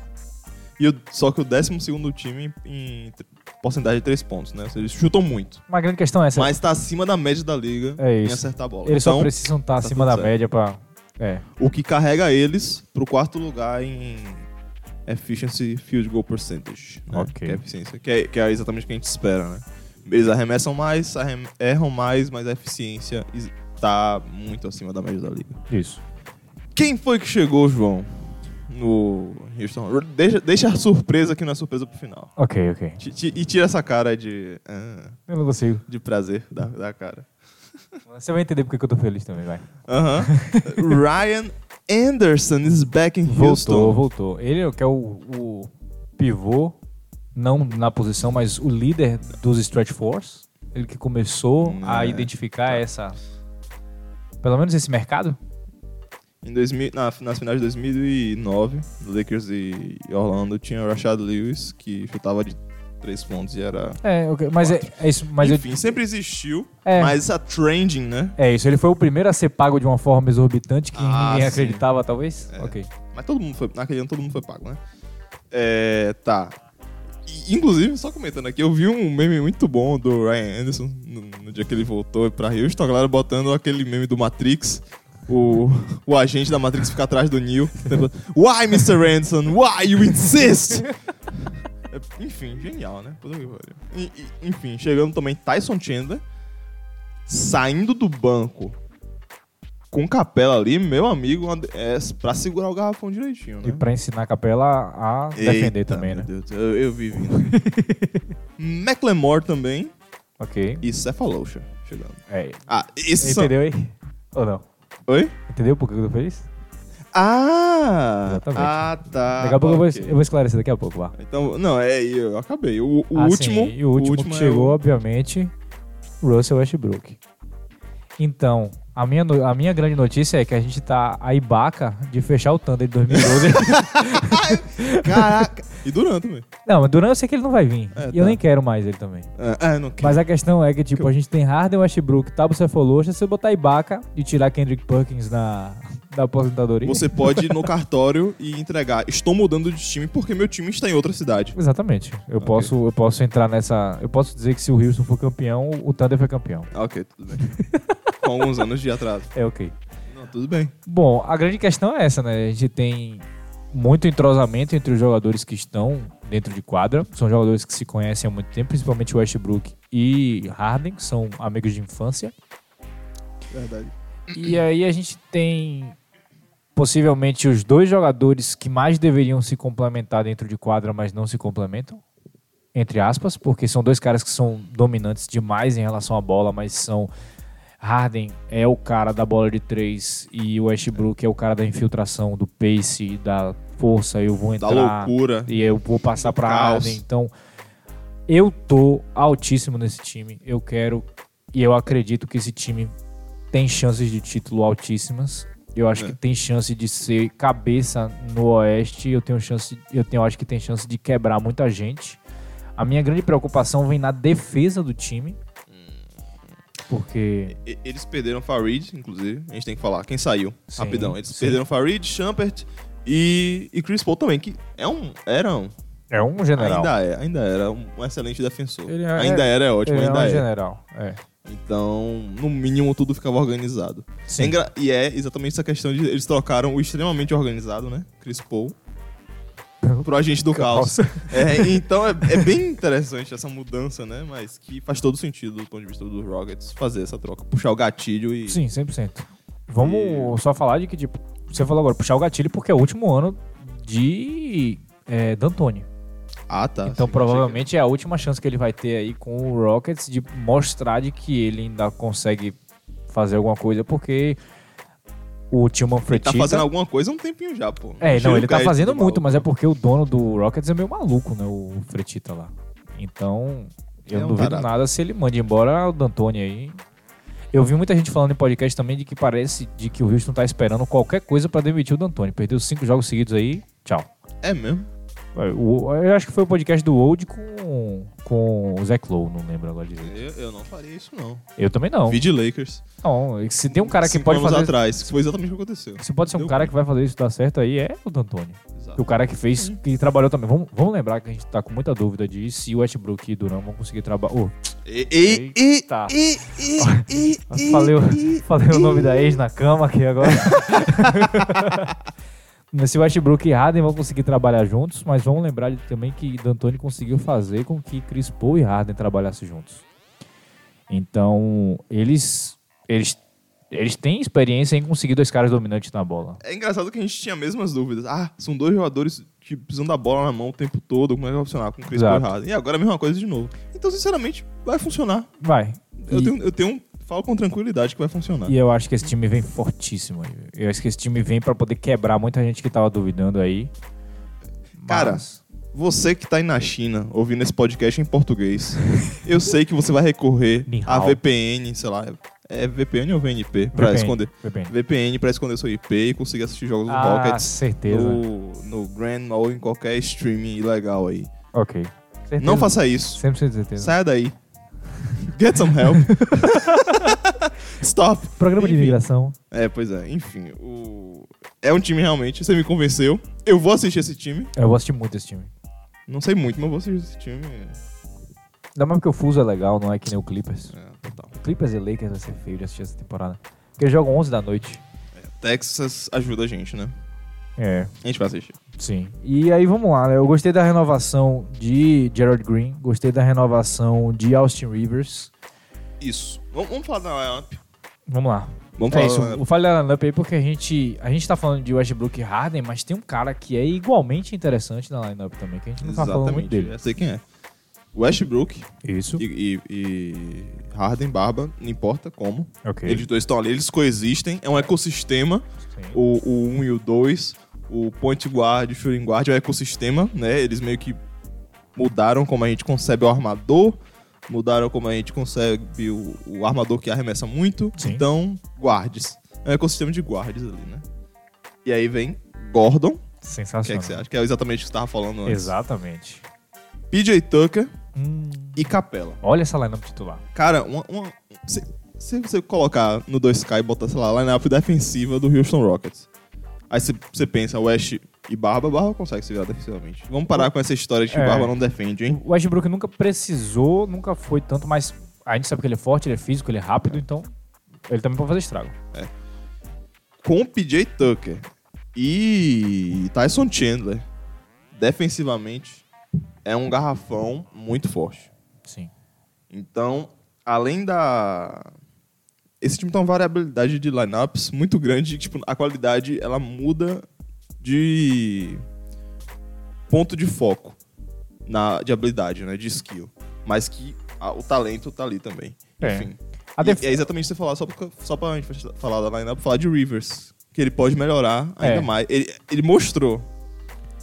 B: E o- só que o décimo segundo time em tr- porcentagem de três pontos, né? Ou seja, eles chutam muito.
A: Uma grande questão é essa.
B: Mas tá acima da média da liga
A: É
B: em
A: isso.
B: acertar a bola.
A: Eles só
B: Então,
A: precisam estar acima
B: tudo
A: da
B: certo.
A: média pra. É.
B: o que carrega eles pro quarto lugar em efficiency field goal percentage. Né?
A: Ok.
B: Que é, eficiência, que, é, que é exatamente o que a gente espera, né? Eles arremessam mais, arrem- erram mais, mas a eficiência is- tá muito acima da média da liga.
A: Isso.
B: Quem foi que chegou, João? No Houston. Deixa, deixa a surpresa que não é surpresa pro final.
A: Ok, ok.
B: Ti- ti- E tira essa cara de, ah,
A: Eu não consigo.
B: de prazer da, da cara.
A: Você vai entender porque que eu tô feliz também, vai.
B: Aham. Ryan Anderson is back in Houston.
A: Voltou, voltou. Ele é o que é o, o pivô, não na posição, mas o líder dos Stretch Force. Ele que começou a
B: É,
A: identificar essa. Pelo menos esse mercado?
B: Em 2000, na, nas finais de 2009, Lakers e e Orlando tinha Rashad Lewis, que chutava de três pontos e era...
A: É, ok, mas é, é isso. Mas eu-
B: Enfim, sempre existiu,
A: É.
B: mas essa trending, né?
A: é isso. Ele foi o primeiro a ser pago de uma forma exorbitante que
B: Ah,
A: ninguém
B: sim.
A: acreditava, talvez.
B: É.
A: Ok.
B: Mas todo mundo foi... Naquele ano todo mundo foi pago, né? É... Tá. E, Inclusive, só comentando aqui, eu vi um meme muito bom do Ryan Anderson no, no dia que ele voltou pra Houston, a galera botando aquele meme do Matrix, o, o agente da Matrix fica atrás do Neil. Tempo- Why, Mr. Anderson? Why you insist? É, enfim, genial, né? Puta que pariu. E- e- Enfim, chegando também Tyson Chandler, saindo do banco com capela ali, meu amigo, uma de- é, pra segurar o garrafão direitinho, né?
A: E pra ensinar a capela a defender
B: Eita,
A: também, né?
B: meu Deus, eu, eu vi vindo. Macklemore também
A: Ok.
B: e Cephalosha chegando.
A: É.
B: Ah, esses são...
A: Entendeu aí? Ou não?
B: Oi?
A: Entendeu por que eu tô feliz?
B: Ah!
A: Exatamente.
B: Ah, tá.
A: daqui a pouco eu, vou,
B: ok.
A: eu vou esclarecer daqui a pouco, vá.
B: Então, não, é, eu acabei. O, o
A: Ah,
B: último...
A: sim, e o último que
B: é
A: chegou,
B: o-
A: obviamente, Russell Westbrook. Então, a minha, no- a minha grande notícia é que a gente tá a Ibaka de fechar o Thunder de 2012.
B: Caraca! e Duran também.
A: não, mas Durant eu sei que ele não vai vir.
B: É,
A: e eu
B: tá.
A: nem quero mais ele também.
B: Ah, ah, não quero.
A: Mas a questão é que, tipo, a gente tem Harden, Westbrook, Tabo Cefolosha. Se eu botar Ibaka e tirar Kendrick Perkins na, da aposentadoria...
B: Você pode ir no cartório e entregar. Estou mudando de time porque meu time está em outra cidade.
A: Exatamente. Eu, posso, eu posso entrar nessa... Eu posso dizer que se o Houston for campeão, o Thunder foi campeão.
B: Ah, ok, tudo bem. Com alguns anos de atraso.
A: É ok.
B: Não, tudo bem.
A: Bom, a grande questão é essa, né? A gente tem muito entrosamento entre os jogadores que estão dentro de quadra. São jogadores que se conhecem há muito tempo, principalmente Westbrook e Harden, que são amigos de infância.
B: Verdade.
A: E aí a gente tem possivelmente os dois jogadores que mais deveriam se complementar dentro de quadra, mas não se complementam, entre aspas, porque são dois caras que são dominantes demais em relação à bola, mas são Harden é o cara da bola de três e o Westbrook é o cara da infiltração, do pace, da força. Eu vou
B: Da
A: entrar
B: loucura.
A: e eu vou passar pra
B: Caos.
A: Harden. Então, eu tô altíssimo nesse time. Eu quero e eu acredito que esse time tem chances de título altíssimas. Eu acho
B: É.
A: que tem chance de ser cabeça no Oeste. Eu tenho chance, eu tenho, acho que tem chance de quebrar muita gente. A minha grande preocupação vem na defesa do time.
B: Hum.
A: Porque
B: E- eles perderam Farid, inclusive. A gente tem que falar. Quem saiu?
A: Sim,
B: Rapidão. Eles
A: sim.
B: perderam Farid, Champert e, e Chris Paul também, que é um. Era um.
A: é um general.
B: Ainda é, ainda era um excelente defensor.
A: Ele é-
B: ainda era, é ótimo,
A: Ele é um
B: ainda é.
A: general. É.
B: Então, no mínimo, tudo ficava organizado.
A: Sim.
B: É engra- E é exatamente essa questão de eles trocaram o extremamente organizado, né? Chris Paul. Pro agente do caos. É, então é, é bem interessante essa mudança, né? Mas que faz todo sentido do ponto de vista dos Rockets fazer essa troca. Puxar o gatilho e.
A: Sim, 100%. Vamos só falar de que, tipo, você falou agora, puxar o gatilho porque é o último ano de é, D'Antoni.
B: Ah, tá.
A: Então,
B: Sim,
A: provavelmente é a última chance que ele vai ter aí com o Rockets de mostrar de que ele ainda consegue fazer alguma coisa, porque o Tillman
B: achei que- Ele
A: Fertitta...
B: tá fazendo alguma coisa há um tempinho já, pô.
A: É,
B: Tira
A: não,
B: o
A: ele tá
B: crédito
A: fazendo
B: do
A: muito,
B: maluco.
A: mas é porque o dono do Rockets é meio maluco, né? O Fretita lá. Então, eu
B: É
A: não
B: um
A: duvido
B: tarado.
A: nada se ele mande embora o D'Antoni aí. Eu vi muita gente falando em podcast também de que parece de que o Houston tá esperando qualquer coisa pra demitir o D'Antoni. Perdeu cinco jogos seguidos aí, tchau.
B: É mesmo?
A: O- Eu acho que foi o podcast do Old com, com o Zach Lowe, não lembro agora direito.
B: Eu, eu não faria isso, não.
A: Eu também não.
B: Vi de Lakers.
A: Não, e se tem um cara que
B: cinco
A: pode
B: anos
A: fazer.
B: atrás. que Foi exatamente o que aconteceu.
A: Se pode ser um
B: Deu
A: cara
B: ruim.
A: que vai fazer isso dar certo aí, é o D'Antoni.
B: Exato.
A: Que o cara que fez,
B: Uhum.
A: que trabalhou também. Vamos, vamos lembrar que a gente tá com muita dúvida de se o Westbrook e Durão vão conseguir trabalhar. Oh,
B: E, e, e,
A: Eita.
B: e, e, e, e,
A: falei, o-
B: e-
A: falei o nome da ex na cama aqui agora. Mas se o Westbrook e Harden vão conseguir trabalhar juntos, mas vamos lembrar de- também que D'Antoni conseguiu fazer com que Chris Paul e Harden trabalhassem juntos. Então, eles eles eles têm experiência em conseguir dois caras dominantes na bola.
B: É engraçado que a gente tinha as mesmas dúvidas. Ah, são dois jogadores que precisam da bola na mão o tempo todo. Como é que vai funcionar com o Chris Paul e
A: Exato.
B: Harden? E agora a mesma coisa de novo. Então, sinceramente, vai funcionar.
A: Vai.
B: Eu,
A: E-
B: tenho, eu tenho um... Falo com tranquilidade que vai funcionar.
A: E eu acho que esse time vem fortíssimo. aí. Eu acho que esse time vem pra poder quebrar muita gente que tava duvidando aí.
B: Cara,
A: Mas-
B: Você que tá aí na China, ouvindo esse podcast em português, eu sei que você vai recorrer
A: Ni
B: a
A: hao.
B: VPN, sei lá, é VPN ou VNP? Pra
A: VPN,
B: esconder.
A: VPN.
B: VPN pra esconder seu IP e conseguir assistir jogos do
A: Ah,
B: Rockets
A: certeza.
B: no, no Grand ou em qualquer streaming ilegal aí.
A: Ok. Certeza.
B: Não faça isso.
A: 100% de certeza.
B: Saia daí. Get some help. Stop.
A: Programa de
B: Enfim.
A: imigração.
B: É, pois é. Enfim, o... é um time realmente. Você me convenceu. Eu vou assistir esse time.
A: Eu gosto muito desse time.
B: Não sei muito, mas eu vou assistir esse time.
A: Ainda mais porque o Fuso é legal, não é que nem o Clippers.
B: É, total.
A: Clippers e Lakers vai ser feio de assistir essa temporada. Porque eles jogam 11 da noite.
B: Texas ajuda a gente, né?
A: É,
B: A gente vai assistir.
A: sim. E aí vamos lá, né? Eu gostei da renovação de Gerald Green, gostei da renovação de Austin Rivers.
B: Isso. Vamos, vamos falar da lineup.
A: Vamos lá.
B: Vamos
A: É
B: falar
A: isso,
B: da lineup.
A: eu falei da lineup aí porque a gente, a gente tá falando de Westbrook e Harden, mas tem um cara que é igualmente interessante na lineup também, que a gente não tá falando muito
B: Exatamente.
A: dele.
B: Já sei quem é. Westbrook
A: Isso.
B: e, e- e Harden Barba, não importa como.
A: Ok.
B: Eles dois estão ali, eles coexistem. É um ecossistema.
A: Sim.
B: o, o 1 e o 2, o point guard, o shooting guard, é o ecossistema, né? Eles meio que mudaram como a gente concebe o armador, mudaram como a gente concebe o, o armador que arremessa muito.
A: Sim.
B: Então, guardes. É um ecossistema de guardes ali, né? E aí vem Gordon, o que é
A: Sensacional.
B: que você acha? Que é exatamente o que você tava falando antes.
A: Exatamente.
B: PJ Tucker
A: Hum,
B: e Capela.
A: olha essa lineup titular.
B: Cara, uma. uma- se, se você colocar no 2K e botar, sei lá, a lineup defensiva do Houston Rockets. Aí você- você pensa, West e Barba, Barba consegue se virar defensivamente. Vamos parar com essa história de que
A: É.
B: Barba não defende, hein?
A: O Westbrook nunca precisou, nunca foi tanto, mas a gente sabe que ele é forte, ele é físico, ele é rápido, então ele também pode fazer estrago.
B: Com o PJ Tucker e Tyson Chandler, defensivamente, é um garrafão muito forte.
A: Sim.
B: Então, além da. Esse time tem uma variabilidade de lineups muito grande, tipo, a qualidade ela muda de ponto de foco na de habilidade, né, de skill, mas que a- o talento tá ali também.
A: É.
B: Enfim.
A: A
B: E-
A: def-
B: e é exatamente o que você falar só pra, só pra gente falar da lineup, falar de Rivers, que ele pode melhorar ainda
A: É.
B: mais. Ele, ele mostrou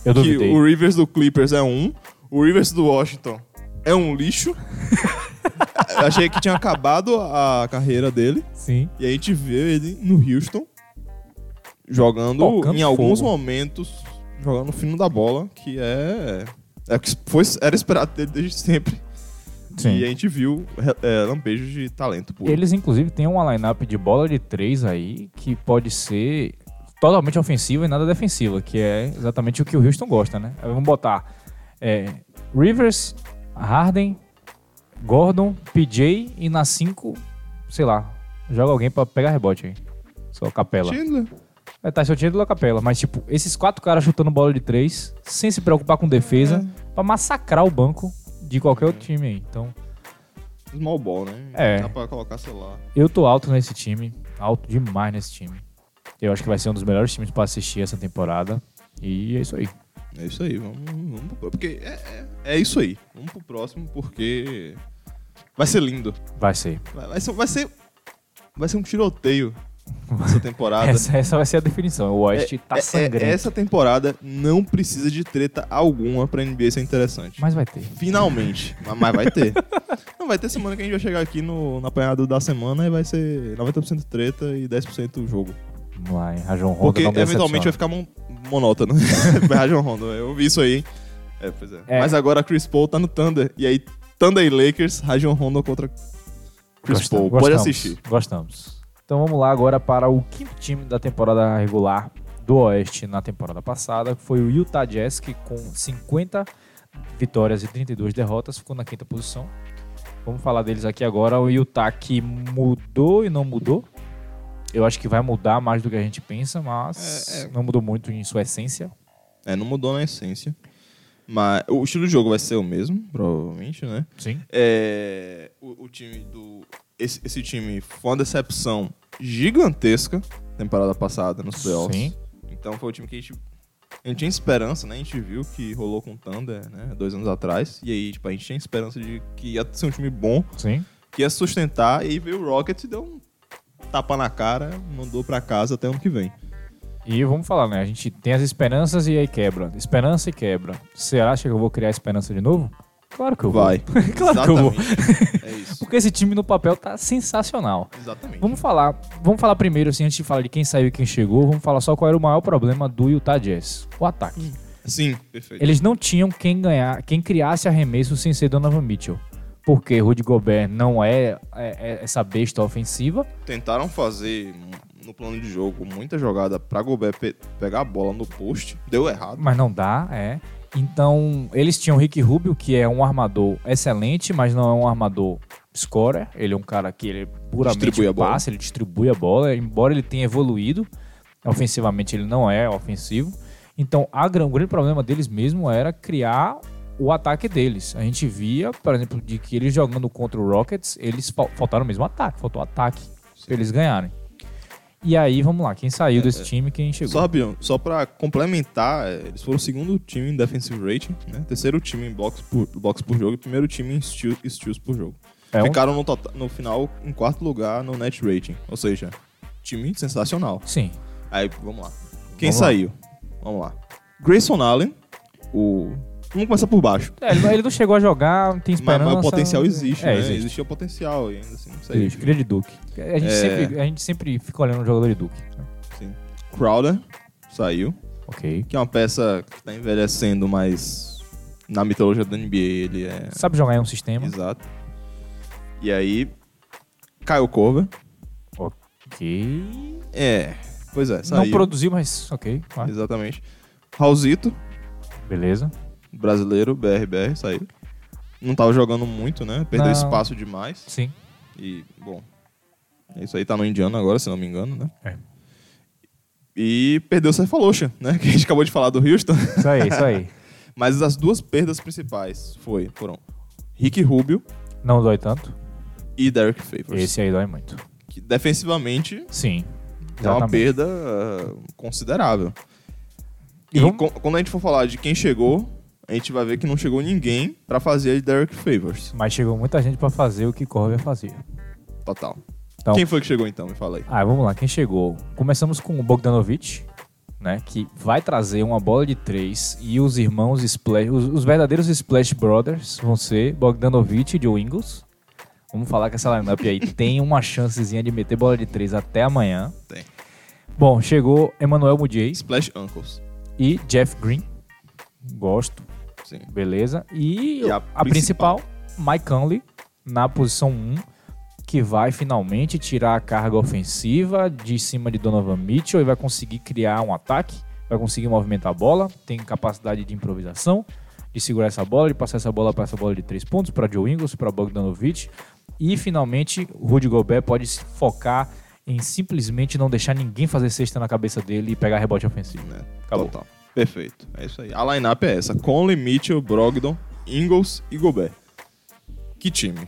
A: Eu
B: que
A: duvidei.
B: o Rivers do Clippers é um, o Rivers do Washington é um lixo. Eu achei que tinha acabado a carreira dele.
A: Sim.
B: E a gente vê ele no Houston jogando
A: Tocando
B: em alguns
A: fogo.
B: momentos, jogando no fino da bola, que é. é o que foi, era esperado dele desde sempre.
A: Sim.
B: E a gente viu é, lampejos de talento puro.
A: Eles, inclusive, têm uma lineup de bola de três aí que pode ser totalmente ofensiva e nada defensiva, que é exatamente o que o Houston gosta, né? Aí Vamos botar é, Rivers, Harden, Gordon, PJ e na 5, sei lá, joga alguém pra pegar rebote aí. Só capela.
B: Chandler.
A: É, tá, seu dinheiro da capela. Mas, tipo, esses quatro caras chutando bola de três, sem se preocupar com defesa, pra massacrar o banco de qualquer outro time aí. Então,
B: Small ball, né?
A: É.
B: Dá pra colocar, sei lá.
A: eu tô alto nesse time. Alto demais nesse time. Eu acho que vai ser um dos melhores times pra assistir essa temporada. E é isso aí.
B: É isso aí, vamos, vamos pro próximo. Porque é, é, é isso aí. Vamos pro próximo, porque. Vai ser lindo.
A: Vai ser.
B: Vai, vai ser, vai ser. Vai ser um tiroteio essa temporada.
A: Essa, essa vai ser a definição. O West tá
B: É- é-
A: sangrando.
B: essa temporada não precisa de treta alguma pra NBA ser interessante.
A: Mas vai ter.
B: Finalmente. mas, mas vai ter. Não, vai ter semana que a gente vai chegar aqui no, na apanhada da semana e vai ser 90% treta e 10% jogo.
A: Vamos lá, hein? Rajon Rondo
B: Porque
A: não me
B: eventualmente vai
A: decepciona.
B: ficar mon monótono. Rajon Rondo, um eu vi isso aí. hein? É, pois é.
A: É.
B: Mas agora Chris Paul tá no Thunder. E aí, Thunder e Lakers, Rajon Rondo contra Chris
A: Gostam-
B: Paul. Pode
A: gostamos,
B: assistir.
A: Gostamos. Então vamos lá agora para o quinto time da temporada regular do Oeste na temporada passada, que foi o Utah Jazz, que com 50 vitórias e 32 derrotas ficou na quinta posição. Vamos falar deles aqui agora. O Utah que mudou e não mudou. Eu acho que vai mudar mais do que a gente pensa, mas
B: É, é.
A: não mudou muito em sua essência.
B: É, não mudou na essência. Mas o estilo de jogo vai ser o mesmo, provavelmente, né?
A: Sim.
B: É, o, o time do. Esse, esse time foi uma decepção gigantesca temporada passada nos playoffs.
A: Sim.
B: Então foi o time que a gente. A gente tinha esperança, né? A gente viu que rolou com o Thunder, né? Dois anos atrás. E aí, tipo, a gente tinha esperança de que ia ser um time bom,
A: Sim.
B: que ia sustentar. E aí veio o Rocket e deu um tapa na cara, mandou pra casa até ano que vem.
A: E vamos falar, né? A gente tem as esperanças e aí quebra. Esperança e quebra. Você acha que eu vou criar esperança de novo? Claro que eu vou.
B: Vai.
A: claro que eu vou.
B: Exatamente. É isso.
A: Porque esse time no papel tá sensacional.
B: Exatamente.
A: Vamos falar, vamos falar primeiro, assim, antes de falar de quem saiu e quem chegou, vamos falar só qual era o maior problema do Utah Jazz. O ataque.
B: Hum. Sim, perfeito.
A: Eles não tinham quem ganhar, quem criasse arremesso sem ser Donovan Mitchell. Porque Rudy Gobert não é, é- é essa besta ofensiva.
B: Tentaram fazer no plano de jogo muita jogada pra Gobert pe- pegar a bola no post. Deu errado.
A: Mas não dá, é. Então, eles tinham Rick Rubio, que é um armador excelente, mas não é um armador scorer. Ele é um cara que ele puramente
B: Distribui a bola.
A: passa, ele distribui a bola, embora ele tenha evoluído. Ofensivamente, ele não é ofensivo. Então, a gran- o grande problema deles mesmo era criar o ataque deles. A gente via, por exemplo, de que eles jogando contra o Rockets, eles fal- faltaram o mesmo ataque, faltou ataque pra eles ganharem. E aí, vamos lá, quem
B: É,
A: saiu desse time, quem chegou?
B: Só, Bion, só pra complementar, eh, eles foram o segundo time em defensive rating, né? terceiro time em blocos por, blocos por jogo e primeiro time em steal- steals por jogo.
A: É um-
B: Ficaram no, tota- no final em quarto lugar no net rating, ou seja, time sensacional.
A: Sim,
B: Aí, vamos lá. Quem
A: Vamos lá.
B: saiu? Vamos lá. Grayson Allen, o... Vamos começar por baixo.
A: É, ele, ele não chegou a jogar, não tem
B: Mas,
A: esperança.
B: mas o potencial existe,
A: é,
B: né?
A: Existe.
B: Existia o potencial e ainda assim não saiu.
A: existe. Cria de Duke. A gente,
B: É.
A: sempre, a gente sempre fica olhando o jogador de Duke. né?
B: Sim. Crowder saiu,
A: Ok.
B: que é uma peça que tá envelhecendo, mas na mitologia da NBA ele é
A: Sabe jogar em um sistema.
B: exato. E aí Kyle Corver.
A: Ok.
B: É, pois é, saiu.
A: Não produziu, mas ok. vai.
B: Exatamente. Raulzito,
A: Beleza.
B: brasileiro, BRBR, saiu. Não tava jogando muito, né?
A: Não.
B: Perdeu espaço demais.
A: Sim.
B: E, bom. é Isso aí tá no indiano agora, se não me engano, né?
A: É.
B: E perdeu o Cephalosha, né? Que a gente acabou de falar do Houston.
A: Isso aí, isso aí.
B: Mas as duas perdas principais foi, foram Rick Rubio
A: Não dói tanto.
B: e Derek Favors.
A: Esse aí dói muito.
B: Que defensivamente
A: Sim.
B: é uma
A: Exatamente.
B: perda ah, considerável.
A: E
B: E
A: vamos-
B: co- quando a gente for falar de quem chegou, a gente vai ver que não chegou ninguém pra fazer a Derek Favors.
A: Mas chegou muita gente pra fazer o que Corver fazia.
B: Total.
A: Então,
B: Quem foi que chegou então? Me fala aí.
A: Ah, vamos lá, quem chegou? Começamos com o Bogdanovic, né? Que vai trazer uma bola de três e os irmãos Splash, os, os verdadeiros Splash Brothers vão ser Bogdanovic e Joe Ingles. Vamos falar que essa lineup aí tem uma chancezinha de meter bola de três até amanhã.
B: Tem.
A: Bom, chegou Emmanuel Mudiay
B: Splash Uncles.
A: e Jeff Green. Gosto,
B: Sim.
A: beleza. E,
B: E
A: a,
B: a
A: principal, Mike Conley, na posição 1, que vai finalmente tirar a carga ofensiva de cima de Donovan Mitchell e vai conseguir criar um ataque, vai conseguir movimentar a bola, tem capacidade de improvisação, de segurar essa bola, de passar essa bola para essa bola de três pontos, para Joe Ingles, para Bogdanovic. E finalmente, Rudy Gobert pode se focar em simplesmente não deixar ninguém fazer cesta na cabeça dele e pegar rebote ofensivo.
B: Né?
A: Acabou.
B: Total. Perfeito. É isso aí. A lineup é essa: Conley, Mitchell, Brogdon, Ingles e Gobert. Que time?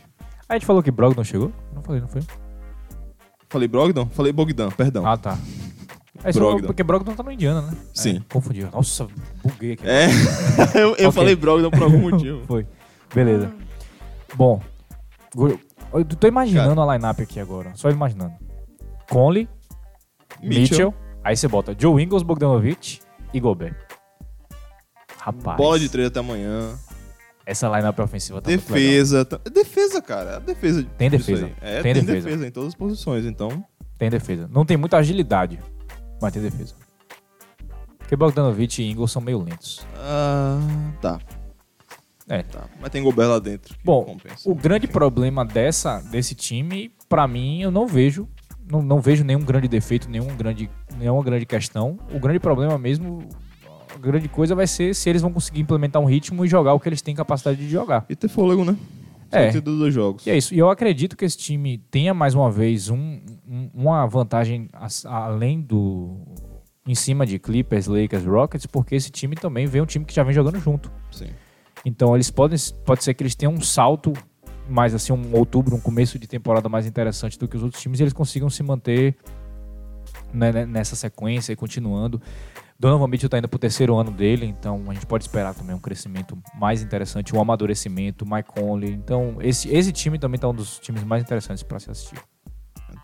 A: A gente falou que Brogdon chegou? Não falei, não foi?
B: Falei Brogdon? Falei Bogdan, perdão.
A: Ah, tá. É isso,
B: Brogdon.
A: porque Brogdon tá no Indiana, né?
B: Sim.
A: É, confundi. Nossa, buguei aqui.
B: É, eu, eu
A: Ok.
B: falei Brogdon por algum motivo.
A: Foi. Beleza. Bom, go- eu tô imaginando a lineup aqui agora. Só imaginando. Conley, Mitchell, aí você bota Joe Ingles, Bogdanovic e Gobert. Rapaz,
B: Bola de três até amanhã.
A: essa lineup ofensiva tá muito legal.
B: defesa. tá- Defesa, cara. Defesa.
A: Tem
B: disso
A: defesa.
B: aí. É,
A: Tem
B: tem,
A: defesa.
B: defesa. em todas as posições, então.
A: Tem defesa. Não tem muita agilidade, mas tem defesa. Porque Bogdanovic e Ingles são meio lentos.
B: ah, tá.
A: É.
B: Tá. Mas tem Gobert lá dentro. que
A: Bom,
B: compensa.
A: o grande
B: Enfim.
A: problema dessa, desse time, pra mim, eu não vejo. Não, não vejo nenhum grande defeito, nenhum grande, nenhuma grande questão. O grande problema mesmo, a grande coisa vai ser se eles vão conseguir implementar um ritmo e jogar o que eles têm capacidade de jogar.
B: E ter fôlego, né?
A: É.
B: Só Ter dois jogos.
A: E é isso. E eu acredito que esse time tenha mais uma vez um- um- uma vantagem as- além do. em cima de Clippers, Lakers, Rockets, porque esse time também vem um time que já vem jogando junto.
B: Sim.
A: Então eles podem, pode ser que eles tenham um salto mais assim, um outubro, um começo de temporada mais interessante do que os outros times e eles consigam se manter né, né, nessa sequência e continuando. Donovan Mitchell está indo pro terceiro ano dele, então a gente pode esperar também um crescimento mais interessante, um amadurecimento, Mike Conley. Então esse, esse time também tá um dos times mais interessantes para se assistir.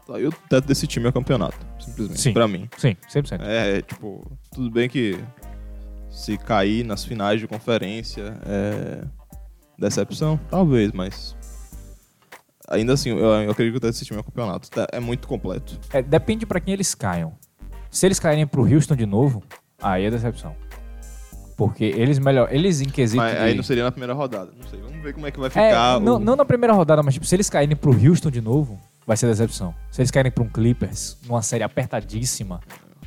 B: Tá, E o teto desse time é o campeonato, simplesmente.
A: Sim.
B: Pra mim.
A: Sim, 100%.
B: É, tipo, tudo bem que se cair nas finais de conferência é decepção, talvez, mas ainda assim, eu, eu acredito que o teto desse time é o campeonato. Tá, É muito completo.
A: É, depende para quem eles caiam. Se eles caírem pro Houston de novo, aí é decepção. Porque eles melhor, eles em quesito
B: Mas
A: de-
B: aí não seria na primeira rodada. Não sei, vamos ver como é que vai
A: É,
B: ficar.
A: não,
B: o-
A: não na primeira rodada, mas tipo, se eles caírem pro Houston de novo, vai ser decepção. Se eles caírem pra um Clippers, numa série apertadíssima,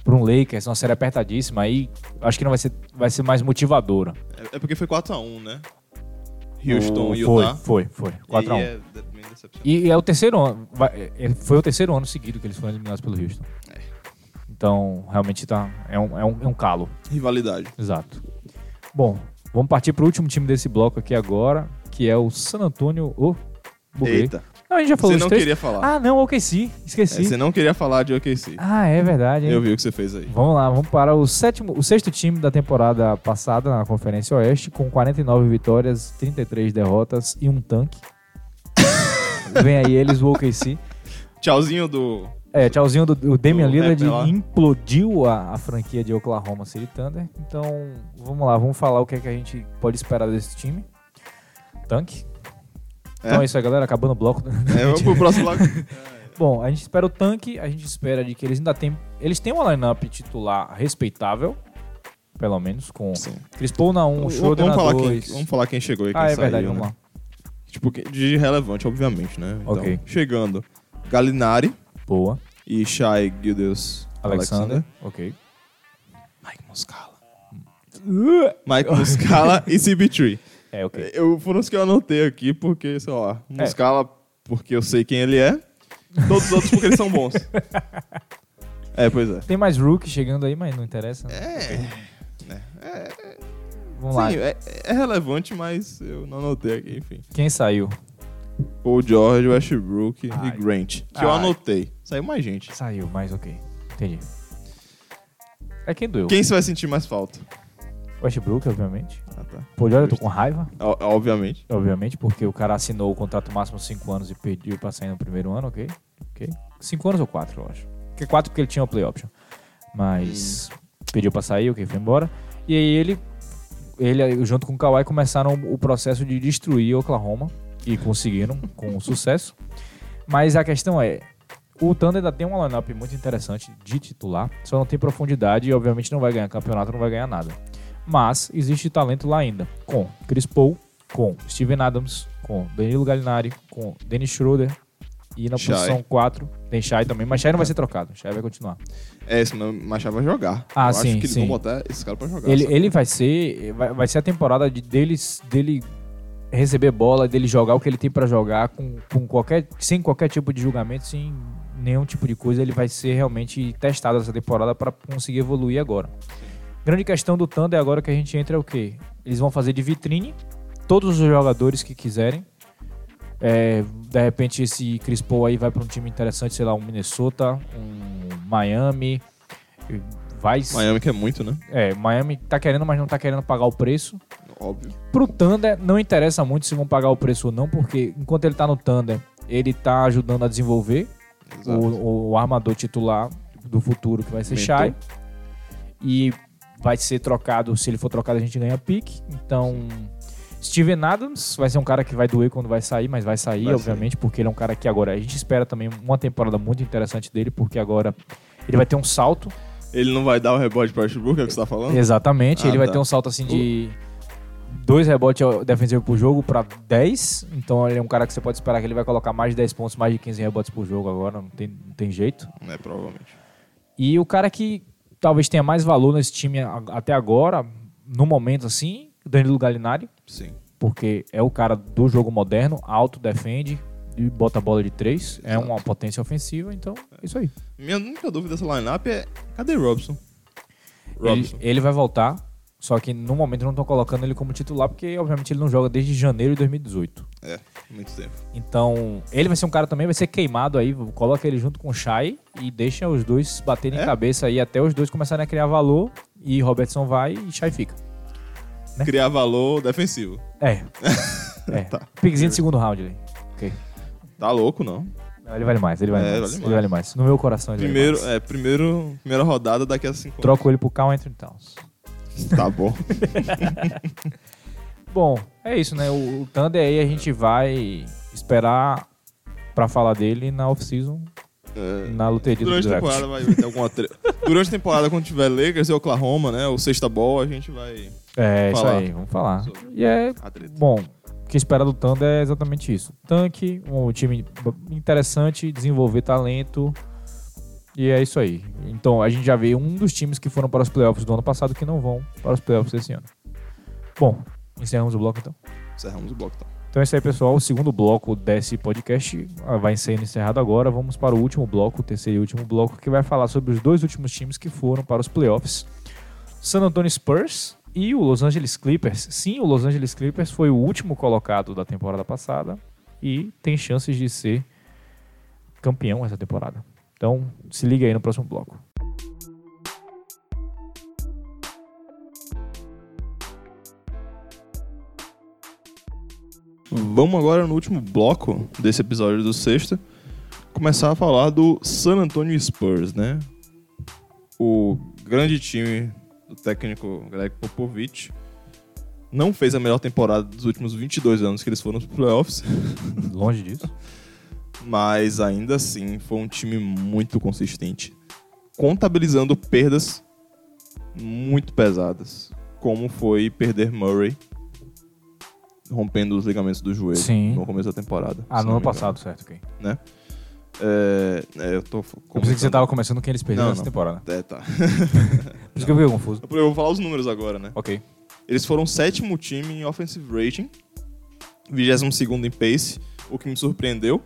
A: pra um Lakers, numa série apertadíssima, aí acho que não vai ser, vai ser mais motivadora.
B: É, é porque foi 4x1, né? Houston
A: O-
B: e
A: foi,
B: Utah.
A: foi, foi. 4 a 1
B: E aí é de- meio decepcionante.
A: E é o terceiro ano, vai- é- foi o terceiro ano seguido que eles foram eliminados pelo Houston.
B: É.
A: Então, realmente tá, é, um, é, um, é um calo.
B: Rivalidade.
A: Exato. Bom, vamos partir pro último time desse bloco aqui agora, que é o San Antonio. Oh, buguei.
B: Eita.
A: Não, a gente já falou
B: Você
A: os
B: não
A: três.
B: queria falar.
A: Ah, não, OKC.
B: É,
A: Esqueci.
B: você não queria falar de OKC.
A: Ah, é verdade. hein?
B: Eu vi o que você fez aí.
A: Vamos lá, vamos para o sétimo, o sexto time da temporada passada na Conferência Oeste, com 49 vitórias, 33 derrotas e um tanque. Vem aí eles, o OKC.
B: Tchauzinho do.
A: É, tchauzinho do, do Damian
B: Do
A: Lillard
B: Pepe lá.
A: implodiu a, a franquia de Oklahoma City Thunder. Então, vamos lá, vamos falar o que, é que a gente pode esperar desse time. Tanque. Então é isso aí, galera. Acabando o bloco.
B: É, vamos pro próximo lado.
A: Bom, a gente espera o tanque, a gente espera de que eles ainda têm. Eles têm uma lineup titular respeitável, pelo menos, com
B: Sim.
A: Chris Paul na 1, um,
B: Vamos-
A: Schroeder na
B: vamos, falar quem,
A: 2.
B: vamos falar quem chegou e quem
A: Ah, é
B: saiu.
A: verdade,
B: né?
A: vamos lá.
B: Tipo, que- de relevante, obviamente, né? Então,
A: Ok.
B: Chegando, Galinari
A: Boa.
B: e Shai Gildeus
A: Alexander.
B: Alexander.
A: Ok.
B: Mike Muscala. Mike Muscala e CB3.
A: É, ok.
B: Eu, foram os que eu anotei aqui porque, sei lá,
A: É.
B: Muscala porque eu sei quem ele é, todos os outros porque eles são bons. É, pois é.
A: Tem mais Rook chegando aí, mas não interessa. É. Vamos lá.
B: Sim, é, é relevante, mas eu não anotei aqui, enfim.
A: Quem saiu?
B: Paul George, Westbrook
A: Ai.
B: e Grant, que eu
A: Ai.
B: anotei. Saiu mais gente.
A: Saiu, mas ok. Entendi. É quem doeu.
B: Quem você vai sentir mais falta?
A: Westbrook, obviamente.
B: Ah, tá.
A: Pô, olha, eu tô com raiva.
B: O- obviamente.
A: Obviamente, porque o cara assinou o contrato máximo de 5 anos e pediu pra sair no primeiro ano, ok? Ok. 5 anos ou 4, eu acho. Porque 4 porque ele tinha o play option. Mas pediu pra sair, ok, foi embora. E aí ele, ele junto com o Kawhi, começaram o processo de destruir Oklahoma e conseguiram com sucesso. Mas a questão é, o Thunder ainda tem uma lineup muito interessante de titular, só não tem profundidade e obviamente não vai ganhar campeonato, não vai ganhar nada. Mas existe talento lá ainda, com Chris Paul, com Steven Adams, com Danilo Gallinari, com Dennis Schroeder e na
B: Shai.
A: posição 4 tem Shai também, mas Shai não vai ser trocado, Shai vai continuar.
B: É, esse meu Machado vai jogar.
A: Ah,
B: eu
A: sim,
B: acho que eles
A: sim.
B: vão botar esse cara pra jogar.
A: Ele,
B: sabe?
A: ele vai ser vai, vai ser a temporada de, deles, dele receber bola, dele jogar o que ele tem pra jogar com, com qualquer sem qualquer tipo de julgamento, sem nenhum tipo de coisa, ele vai ser realmente testado essa temporada pra conseguir evoluir agora. Grande questão do Thunder agora que a gente entra é o quê? Eles vão fazer de vitrine todos os jogadores que quiserem. É, de repente esse Chris Paul aí vai pra um time interessante, sei lá, um Minnesota, um Miami, vai
B: Miami que é muito, né?
A: é, Miami tá querendo, mas não tá querendo pagar o preço.
B: Óbvio.
A: Pro Thunder, não interessa muito se vão pagar o preço ou não, porque enquanto ele tá no Thunder, ele tá ajudando a desenvolver o,
B: Exato.
A: o- o armador titular do futuro, que vai ser
B: Mentor.
A: Shai. E vai ser trocado, se ele for trocado, a gente ganha pique. Então, Steven Adams vai ser um cara que vai doer quando vai sair, mas vai sair,
B: Vai
A: obviamente, porque ele é um cara que agora a gente espera também uma temporada muito interessante dele, porque agora ele vai ter um salto
B: Ele não vai dar o rebote pra Westbrook, é o que você tá falando?
A: Exatamente,
B: Ah,
A: ele vai
B: tá.
A: ter um salto assim de. dois rebotes defensivos por jogo para 10. Então ele é um cara que você pode esperar que ele vai colocar mais de 10 pontos, mais de 15 rebotes por jogo agora, não tem, não tem jeito.
B: né, provavelmente.
A: E o cara que talvez tenha mais valor nesse time a- até agora, no momento assim, Danilo Gallinari,
B: Sim.
A: porque é o cara do jogo moderno, alto, defende e bota a bola de 3. É uma potência ofensiva, então é isso aí.
B: Minha única dúvida dessa lineup é cadê Robson?
A: Ele,
B: Robson.
A: ele vai voltar, só que no momento não estão colocando ele como titular, porque obviamente ele não joga desde janeiro de 2018.
B: É, muito tempo.
A: Então, ele vai ser um cara também, vai ser queimado aí. Coloca ele junto com o Shai e deixa os dois baterem
B: É?
A: cabeça aí até os dois começarem a criar valor. E Robertson vai e Shai fica. Né?
B: Criar valor defensivo.
A: É. é.
B: Tá.
A: Pickzinho de segundo round ali. Ok.
B: Tá louco, não?
A: Não, ele vale mais, ele vale,
B: É,
A: mais,
B: vale
A: Ele
B: mais.
A: vale mais. No meu coração, ele
B: Primeiro,
A: vale mais.
B: é, primeiro, primeira rodada daqui a cinco
A: Troco ele pro Cal Anthony Towns.
B: anos. Tá bom.
A: Bom, é isso, né? O, o Thunder aí a
B: É.
A: gente vai esperar pra falar dele na off-season,
B: É,
A: na loteria
B: durante
A: do
B: a
A: draft.
B: temporada vai vai ter alguma treta. Durante a temporada, quando tiver Lakers e Oklahoma, né? O sexta bola, a gente vai.
A: É, isso
B: falar
A: aí, vamos falar.
B: sobre
A: E é,
B: a treta.
A: bom, o que esperar do Thunder é exatamente isso. Tanque, um time b- interessante, desenvolver talento, e é isso aí. Então, a gente já vê um dos times que foram para os playoffs do ano passado que não vão para os playoffs desse ano. Bom, encerramos o bloco então.
B: Encerramos o bloco, tá?
A: Então é isso aí, pessoal. O segundo bloco desse podcast ah, vai sendo encerrado agora. Vamos para o último bloco, o terceiro e último bloco, que vai falar sobre os dois últimos times que foram para os playoffs: San Antonio Spurs e o Los Angeles Clippers. Sim, o Los Angeles Clippers foi o último colocado da temporada passada e tem chances de ser campeão essa temporada. Então, se liga aí no próximo bloco.
B: Vamos agora no último bloco desse episódio do sexta, começar a falar do San Antonio Spurs, né? O grande time do técnico Greg Popovich não fez a melhor temporada dos últimos 22 anos que eles foram para playoffs,
A: Longe disso.
B: mas ainda assim foi um time muito consistente, contabilizando perdas muito pesadas, como foi perder Murray rompendo os ligamentos do joelho
A: Sim.
B: no começo da temporada.
A: Ah,
B: se
A: no ano
B: não me engano
A: passado, certo, ok.
B: né? É, é, eu tô. f-
A: Eu pensei que você
B: comentando.
A: estava começando quem eles perderam
B: Não,
A: essa
B: não.
A: temporada.
B: É, tá.
A: Por isso que eu fiquei confuso.
B: Eu vou falar os números agora, né?
A: Ok.
B: Eles foram o sétimo time em offensive rating, 22 em pace, o que me surpreendeu,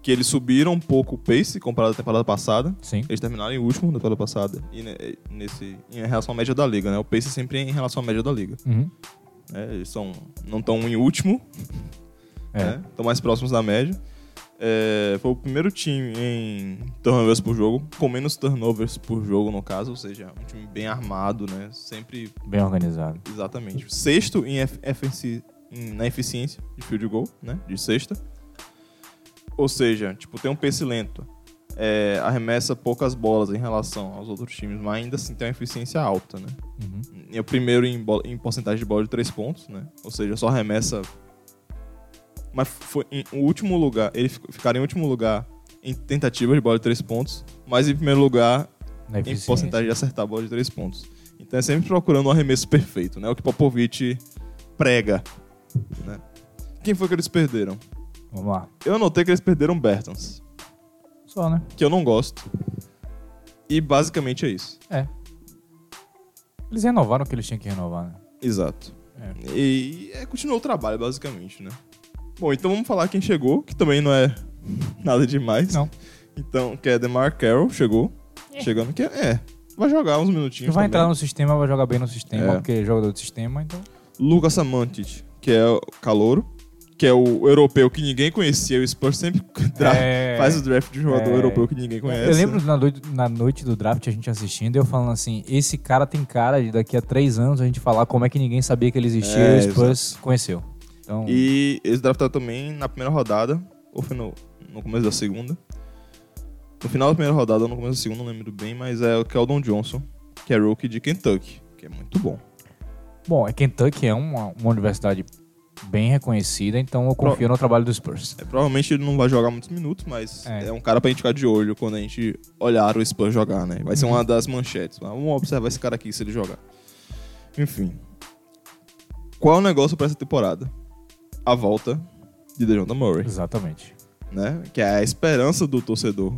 B: que eles subiram um pouco o pace comparado à temporada passada.
A: Sim.
B: Eles terminaram em último na temporada passada, e ne- e nesse, em relação à média da liga, né? O pace sempre é em relação à média da liga.
A: Uhum.
B: né? Eles são, não estão em último,
A: É.
B: né? Estão mais próximos da média. É, foi o primeiro time em turnovers por jogo, com menos turnovers por jogo, no caso, ou seja, um time bem armado, né? Sempre,
A: Bem organizado.
B: exatamente. Sexto em F- FNC em- na eficiência de field goal, né? De sexta. Ou seja, tipo, tem um pace lento. é, arremessa poucas bolas em relação aos outros times, mas ainda assim tem uma eficiência alta, né?
A: Uhum.
B: É o primeiro em, bola- em porcentagem de bola de 3 pontos, né? Ou seja, só arremessa. Mas foi em o último lugar. Ele fic- ficaria em último lugar em tentativa de bola de 3 pontos, mas em primeiro lugar
A: Na
B: em
A: eficiência.
B: porcentagem de acertar a bola de 3 pontos. Então é sempre procurando um arremesso perfeito, né? O que Popovich prega. né? Quem foi que eles perderam?
A: Vamos lá.
B: Eu anotei que eles perderam Bertans,
A: Só, né?
B: que eu não gosto. E basicamente é isso.
A: É. Eles renovaram o que eles tinham que renovar, né?
B: Exato.
A: É.
B: E é, continuou o trabalho, basicamente, né? Bom, então vamos falar quem chegou, que também não é nada demais.
A: Não.
B: Então, que é Demar Carroll, chegou. Chegando que é. Vai jogar uns minutinhos.
A: vai entrar
B: também.
A: no sistema, vai jogar bem no sistema,
B: É.
A: porque é jogador de sistema, então.
B: Lucas Samantic, que é o calouro, que é o europeu que ninguém conhecia. O Spurs sempre dra-
A: É.
B: faz o draft de um jogador
A: É.
B: europeu que ninguém conhece.
A: Eu lembro na noite, na noite do draft a gente assistindo, eu falando assim: esse cara tem cara de daqui a três anos a gente falar como é que ninguém sabia que ele existia
B: É,
A: e o Spurs conheceu. Então,
B: E eles draftaram também na primeira rodada, ou foi no, no começo da segunda. No final da primeira rodada, ou no começo da segunda, não lembro bem, mas é o Keldon Johnson, que é rookie de Kentucky, que é muito bom.
A: bom, é Kentucky é uma, uma universidade bem reconhecida, então eu confio no trabalho do Spurs.
B: É, provavelmente ele não vai jogar muitos minutos, mas
A: É.
B: é, um cara pra gente ficar de olho quando a gente olhar o Spurs jogar, né? Vai ser uma das manchetes. Mas Vamos observar esse cara aqui se ele jogar. Enfim. Qual é o negócio pra essa temporada? A volta de DeJounte Murray,
A: Exatamente.
B: né? Que é a esperança do torcedor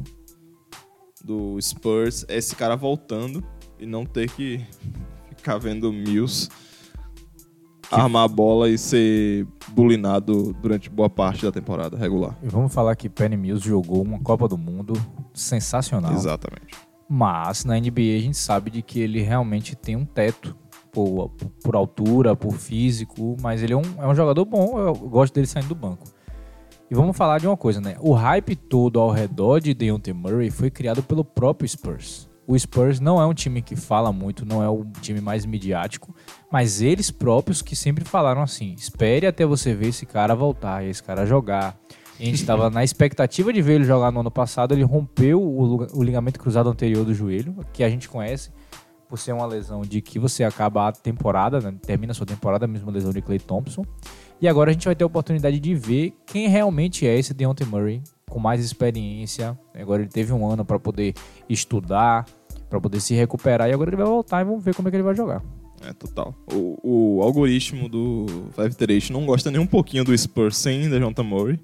B: do Spurs, é esse cara voltando e não ter que ficar vendo Mills armar a bola e ser bulinado durante boa parte da temporada regular.
A: E vamos falar que Penny Mills jogou uma Copa do Mundo sensacional.
B: Exatamente.
A: Mas na NBA a gente sabe de que ele realmente tem um teto por, por altura, por físico, mas ele é um, é um jogador bom, eu gosto dele saindo do banco. E vamos falar de uma coisa, né? O hype todo ao redor de Deontay Murray foi criado pelo próprio Spurs. O Spurs não é um time que fala muito, não é o time mais midiático, mas eles próprios que sempre falaram assim: espere até você ver esse cara voltar, esse cara jogar. E a gente estava na expectativa de ver ele jogar no ano passado, ele rompeu o, lu- o ligamento cruzado anterior do joelho, que a gente conhece por ser uma lesão de que você acaba a temporada, né? termina a sua temporada, a mesma lesão de Clay Thompson. E agora a gente vai ter a oportunidade de ver quem realmente é esse Deontay Murray, com mais experiência. Agora ele teve um ano para poder estudar, para poder se recuperar, e agora ele vai voltar e vamos ver como é que ele vai jogar.
B: É, total. O, o algoritmo do 538 não gosta nem um pouquinho do Spurs sem DeJounte Murray.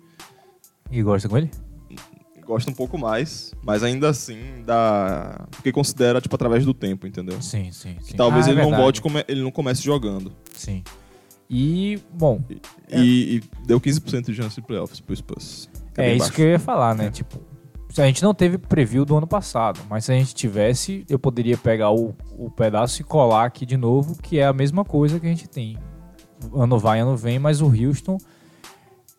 A: E gosta com ele?
B: Gosta um pouco mais, mas ainda assim dá... Porque considera, tipo, através do tempo, entendeu?
A: Sim, sim. sim.
B: Que talvez
A: Ah, é
B: ele, não
A: verdade.
B: volte come- ele não comece jogando.
A: Sim. E, bom,
B: E, e deu 15% de chance de playoffs pro Spurs. que
A: É. é
B: bem
A: isso
B: baixo.
A: que eu ia falar, né?
B: É.
A: Tipo, se a gente não teve preview do ano passado, mas se a gente tivesse, eu poderia pegar o, o pedaço e colar aqui de novo, que é a mesma coisa que a gente tem. Ano vai, ano vem, mas o Houston.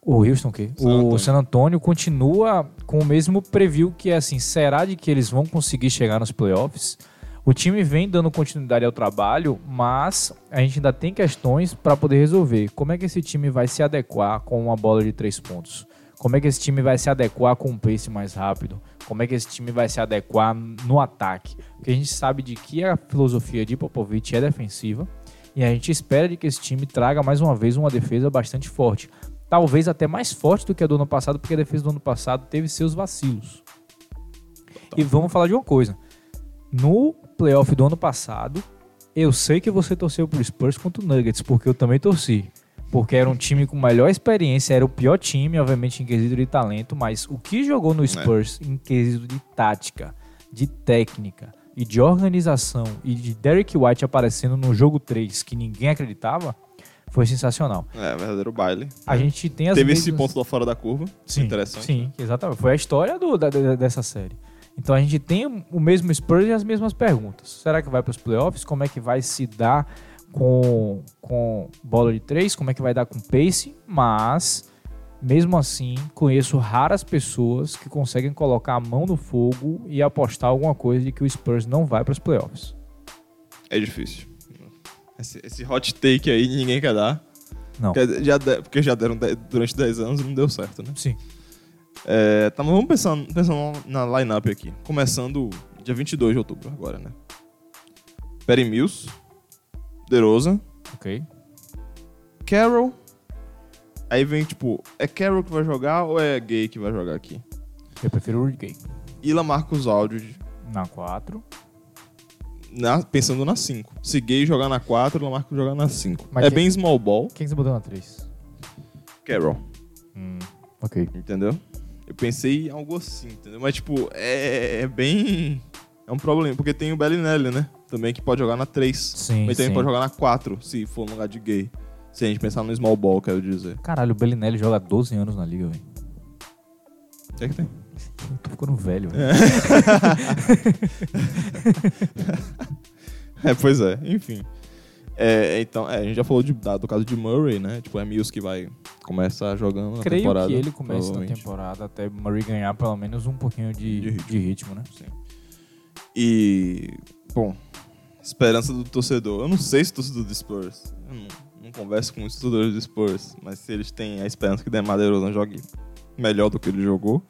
A: O Houston o quê?
B: San
A: O
B: Antonio.
A: San Antonio continua com o mesmo preview que é assim, será de que eles vão conseguir chegar nos playoffs? O time vem dando continuidade ao trabalho, mas a gente ainda tem questões para poder resolver. Como é que esse time vai se adequar com uma bola de três pontos? Como é que esse time vai se adequar com um pace mais rápido? Como é que esse time vai se adequar no ataque? Porque a gente sabe de que a filosofia de Popovich é defensiva e a gente espera de que esse time traga mais uma vez uma defesa bastante forte. Talvez até mais forte do que a do ano passado, porque a defesa do ano passado teve seus vacilos. E vamos falar de uma coisa. No playoff do ano passado, eu sei que você torceu pro Spurs contra o Nuggets, porque eu também torci. Porque era um time com melhor experiência, era o pior time, obviamente, em quesito de talento, mas o que jogou
B: É.
A: no Spurs em quesito de tática, de técnica e de organização e de Derek White aparecendo no jogo 3 que ninguém acreditava, foi sensacional.
B: É, verdadeiro baile.
A: A gente tem as
B: Teve
A: mesmas...
B: esse ponto lá fora da curva.
A: Sim,
B: interessante. né?
A: Sim, exatamente. Foi a história do- da- da- dessa série. Então a gente tem o mesmo Spurs e as mesmas perguntas. Será que vai para os playoffs? Como é que vai se dar com, com bola de três? Como é que vai dar com pace? Mas, mesmo assim, conheço raras pessoas que conseguem colocar a mão no fogo e apostar alguma coisa de que o Spurs não vai para os playoffs.
B: É difícil. Esse, esse hot take aí ninguém quer dar.
A: Não.
B: Quer dizer, já de- porque já deram de- durante 10 anos e não deu certo, né?
A: Sim.
B: É, tá, mas vamos pensar, pensar na lineup aqui. Começando dia 22 de outubro, agora, né? Perry Mills, DeRozan,
A: Ok.
B: Carroll. Aí vem, tipo, é Carroll que vai jogar ou é Gay que vai jogar aqui?
A: Eu prefiro o Rudy Gay.
B: E Lamarcus Aldridge,
A: Na 4.
B: na- pensando na 5. Se Gay jogar na 4, Lamarcus jogar na 5.
A: Mas
B: É
A: que-
B: bem small ball,
A: Quem que você botou na 3?
B: Carroll.
A: Ok.
B: Entendeu? Eu pensei em algo assim, entendeu? Mas, tipo, é, é bem. É um problema, porque tem o Bellinelli, né? Também que pode jogar na 3.
A: Sim,
B: Mas também
A: sim.
B: pode jogar na 4, se for no lugar de gay. Se a gente pensar no small ball, quero dizer.
A: Caralho, o Bellinelli joga 12 anos na liga, velho.
B: O que é que tem?
A: Tô ficando velho, velho.
B: É, pois é, enfim. É, então, é, a gente já falou de, da- do caso de Murray, né? Tipo, é Mills que vai começar jogando na
A: Creio
B: temporada.
A: que ele comece na
B: provavelmente.
A: temporada até Murray ganhar pelo menos um pouquinho de,
B: De
A: de,
B: ritmo.
A: ritmo. né?
B: E, bom, esperança do torcedor. Eu não sei se o torcedor do Spurs. Eu não, não converso com os torcedores do Spurs, mas se eles têm a esperança que Demar DeRozan jogue melhor do que ele jogou,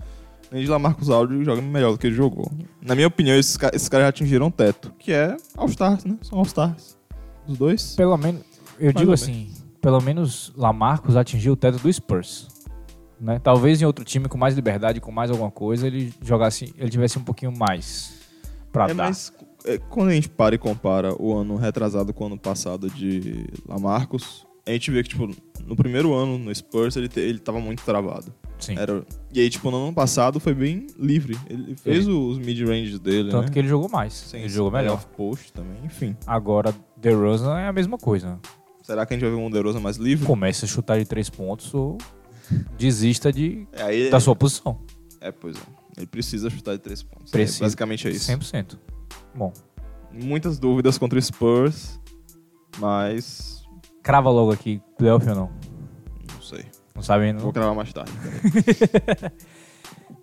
B: nem de Lamarcus Aldridge joga melhor do que ele jogou. Na minha opinião, esses, ca- esses caras já atingiram o teto, que é All-Stars, né? São All-Stars. Os dois.
A: Pelo menos, eu
B: Mais
A: digo
B: ou
A: assim, pelo menos Lamarcus atingiu o teto do Spurs. Né? Talvez em outro time com mais liberdade, com mais alguma coisa, ele jogasse, ele tivesse um pouquinho mais pra
B: É,
A: dar.
B: mas é, quando a gente para e compara o ano retrasado com o ano passado de Lamarcus, a gente vê que, tipo, no primeiro ano, no Spurs, ele, te- ele tava muito travado.
A: Sim.
B: Era... E aí, tipo, no ano passado foi bem livre. Ele fez os mid-range dele,
A: Tanto
B: né?
A: que ele jogou mais.
B: Sem
A: ele jogou
B: esse
A: melhor.
B: playoff Post também, enfim.
A: Agora, DeRozan é a mesma coisa.
B: Será que a gente vai ver um DeRozan mais livre?
A: Comece a chutar de três pontos ou desista de,
B: É, aí,
A: da sua posição.
B: é, pois é. Ele precisa chutar de três pontos.
A: Precisa.
B: É, basicamente é isso.
A: 100%. Bom,
B: Muitas dúvidas contra o Spurs, mas
A: crava logo aqui, playoff ou não?
B: não sei.
A: Não sabe ainda? não?
B: Vou gravar mais tarde.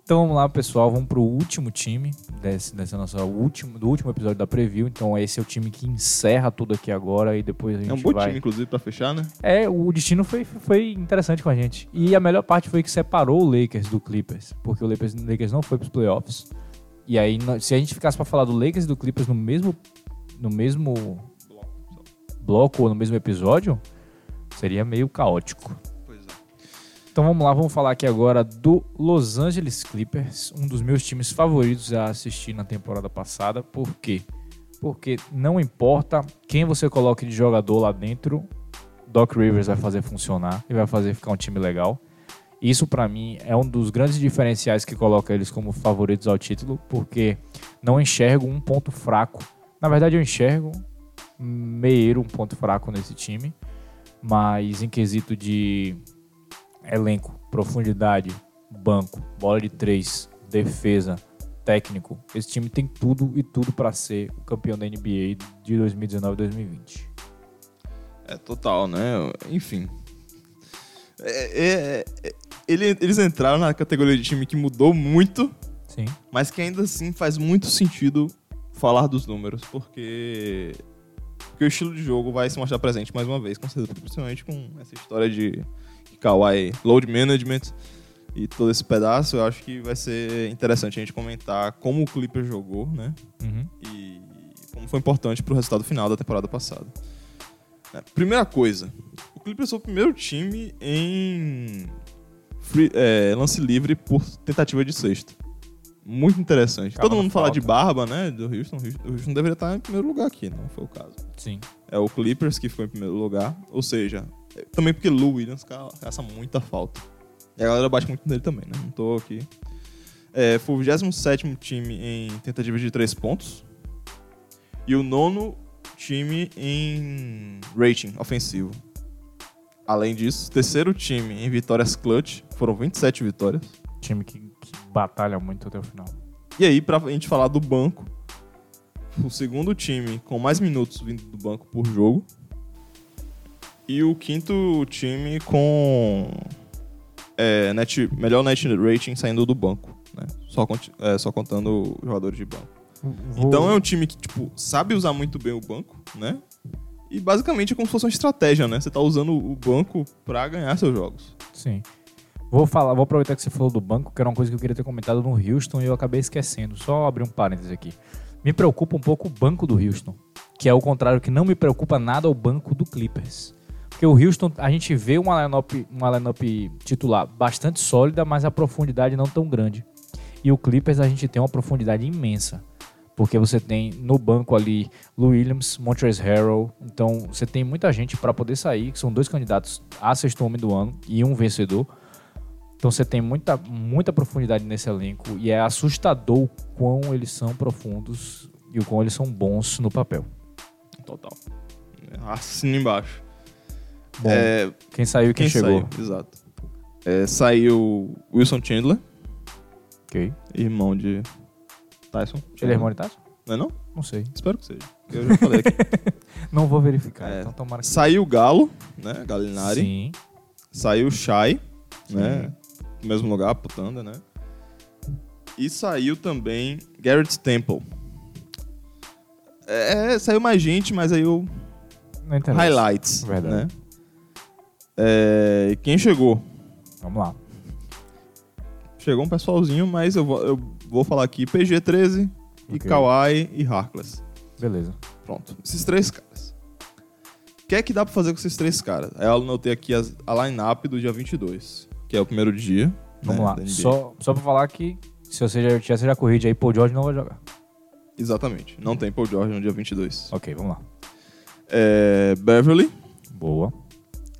A: Então vamos lá, pessoal. Vamos pro último time desse, dessa nossa última, do último episódio da preview. Então esse é o time que encerra tudo aqui agora e depois a gente
B: É um bom
A: vai.
B: time, inclusive, pra fechar, né?
A: É, o destino foi, foi interessante com a gente. E a melhor parte foi que separou o Lakers do Clippers, porque o Lakers, Lakers não foi pros playoffs. E aí, nó- se a gente ficasse pra falar do Lakers e do Clippers no mesmo, no mesmo bloco ou no mesmo episódio, seria meio caótico.
B: Pois é.
A: Então vamos lá, vamos falar aqui agora do Los Angeles Clippers, um dos meus times favoritos a assistir na temporada passada. Por quê? Porque não importa quem você coloque de jogador lá dentro, Doc Rivers vai fazer funcionar e vai fazer ficar um time legal. Isso pra mim é um dos grandes diferenciais que coloca eles como favoritos ao título, porque não enxergo um ponto fraco. Na verdade eu enxergo meio um ponto fraco nesse time, mas em quesito de elenco, profundidade, banco, bola de três, defesa, técnico. Esse time tem tudo e tudo pra ser o campeão da NBA de 2019-2020.
B: É total, né? Enfim. É- é- é- ele- eles entraram na categoria de time que mudou muito,
A: Sim.
B: mas que ainda assim faz muito sentido falar dos números, porque, porque o estilo de jogo vai se mostrar presente mais uma vez, com certeza, principalmente com essa história de Kawhi load management e todo esse pedaço. Eu acho que vai ser interessante a gente comentar como o Clipper jogou, né?
A: Uhum.
B: e como foi importante pro resultado final da temporada passada. É, primeira coisa, o Clippers foi o primeiro time em free- é, lance livre por tentativa de sexta. Muito interessante.
A: Acaba
B: Todo
A: na
B: mundo fala
A: falta.
B: de barba, né? Do Houston. O Houston deveria estar em primeiro lugar aqui, não foi o caso.
A: Sim.
B: É o Clippers que ficou em primeiro lugar. Ou seja, é- também porque Lou Williams ca- caça muita falta. E a galera bate muito nele também, né? Não tô aqui. É, foi o 27 time em tentativa de 3 pontos. E o nono time em rating ofensivo. Além disso, terceiro time em vitórias clutch. Foram 27 vitórias.
A: Time que, que batalha muito até o final.
B: E aí, pra gente falar do banco, o segundo time com mais minutos vindo do banco por jogo. E o quinto time com é, net- melhor net rating saindo do banco. né? Só, conti- é, só contando jogadores de banco. Então é um time que, tipo, sabe usar muito bem o banco, né? E basicamente é como se fosse uma estratégia, né? Você tá usando o banco pra ganhar seus jogos.
A: Sim. Vou falar, vou aproveitar que você falou do banco, que era uma coisa que eu queria ter comentado no Houston e eu acabei esquecendo. Só abrir um parênteses aqui. Me preocupa um pouco o banco do Houston, que é o contrário que não me preocupa nada o banco do Clippers. Porque o Houston, a gente vê uma lineup, uma lineup titular bastante sólida, mas a profundidade não tão grande. E o Clippers a gente tem uma profundidade imensa. Porque você tem no banco ali Lou Williams, Montrezl Harrell. Então você tem muita gente para poder sair, que são dois candidatos a sexto homem do ano e um vencedor. Então você tem muita, muita profundidade nesse elenco e é assustador o quão eles são profundos e o quão eles são bons no papel.
B: Total. Assina embaixo.
A: Bom,
B: É,
A: quem saiu e quem, chegou.
B: Saiu? Exato. É, saiu Wilson Chandler,
A: Ok.
B: irmão de Tyson.
A: Ele é irmão de Tyson?
B: Não é não?
A: Não sei.
B: Espero que seja. porque Eu já falei aqui.
A: Não vou verificar.
B: É.
A: Então tomara que
B: saiu Galo, né? Galinari.
A: Sim.
B: Saiu Shai, né? No mesmo lugar, putanda, né? E saiu também Garrett Temple. É, saiu mais gente, mas aí eu
A: Não interessa.
B: highlights,
A: Verdade.
B: né? É, quem chegou?
A: Vamos lá.
B: Chegou um pessoalzinho, mas eu vou, eu vou falar aqui PG-13 e
A: Ok.
B: Kawhi e Harkless.
A: Beleza.
B: Pronto. Esses três caras. O que é que dá pra fazer com esses três caras? Aí eu anotei aqui as- a line-up do dia 22, que é o primeiro dia.
A: Vamos
B: né,
A: lá.
B: da NBA.
A: Só, só pra falar que se você já tivesse já corrida aí, Paul George não vai jogar.
B: Exatamente. Não tem Paul George no dia 22.
A: Ok, vamos lá.
B: É, Beverly,
A: Boa.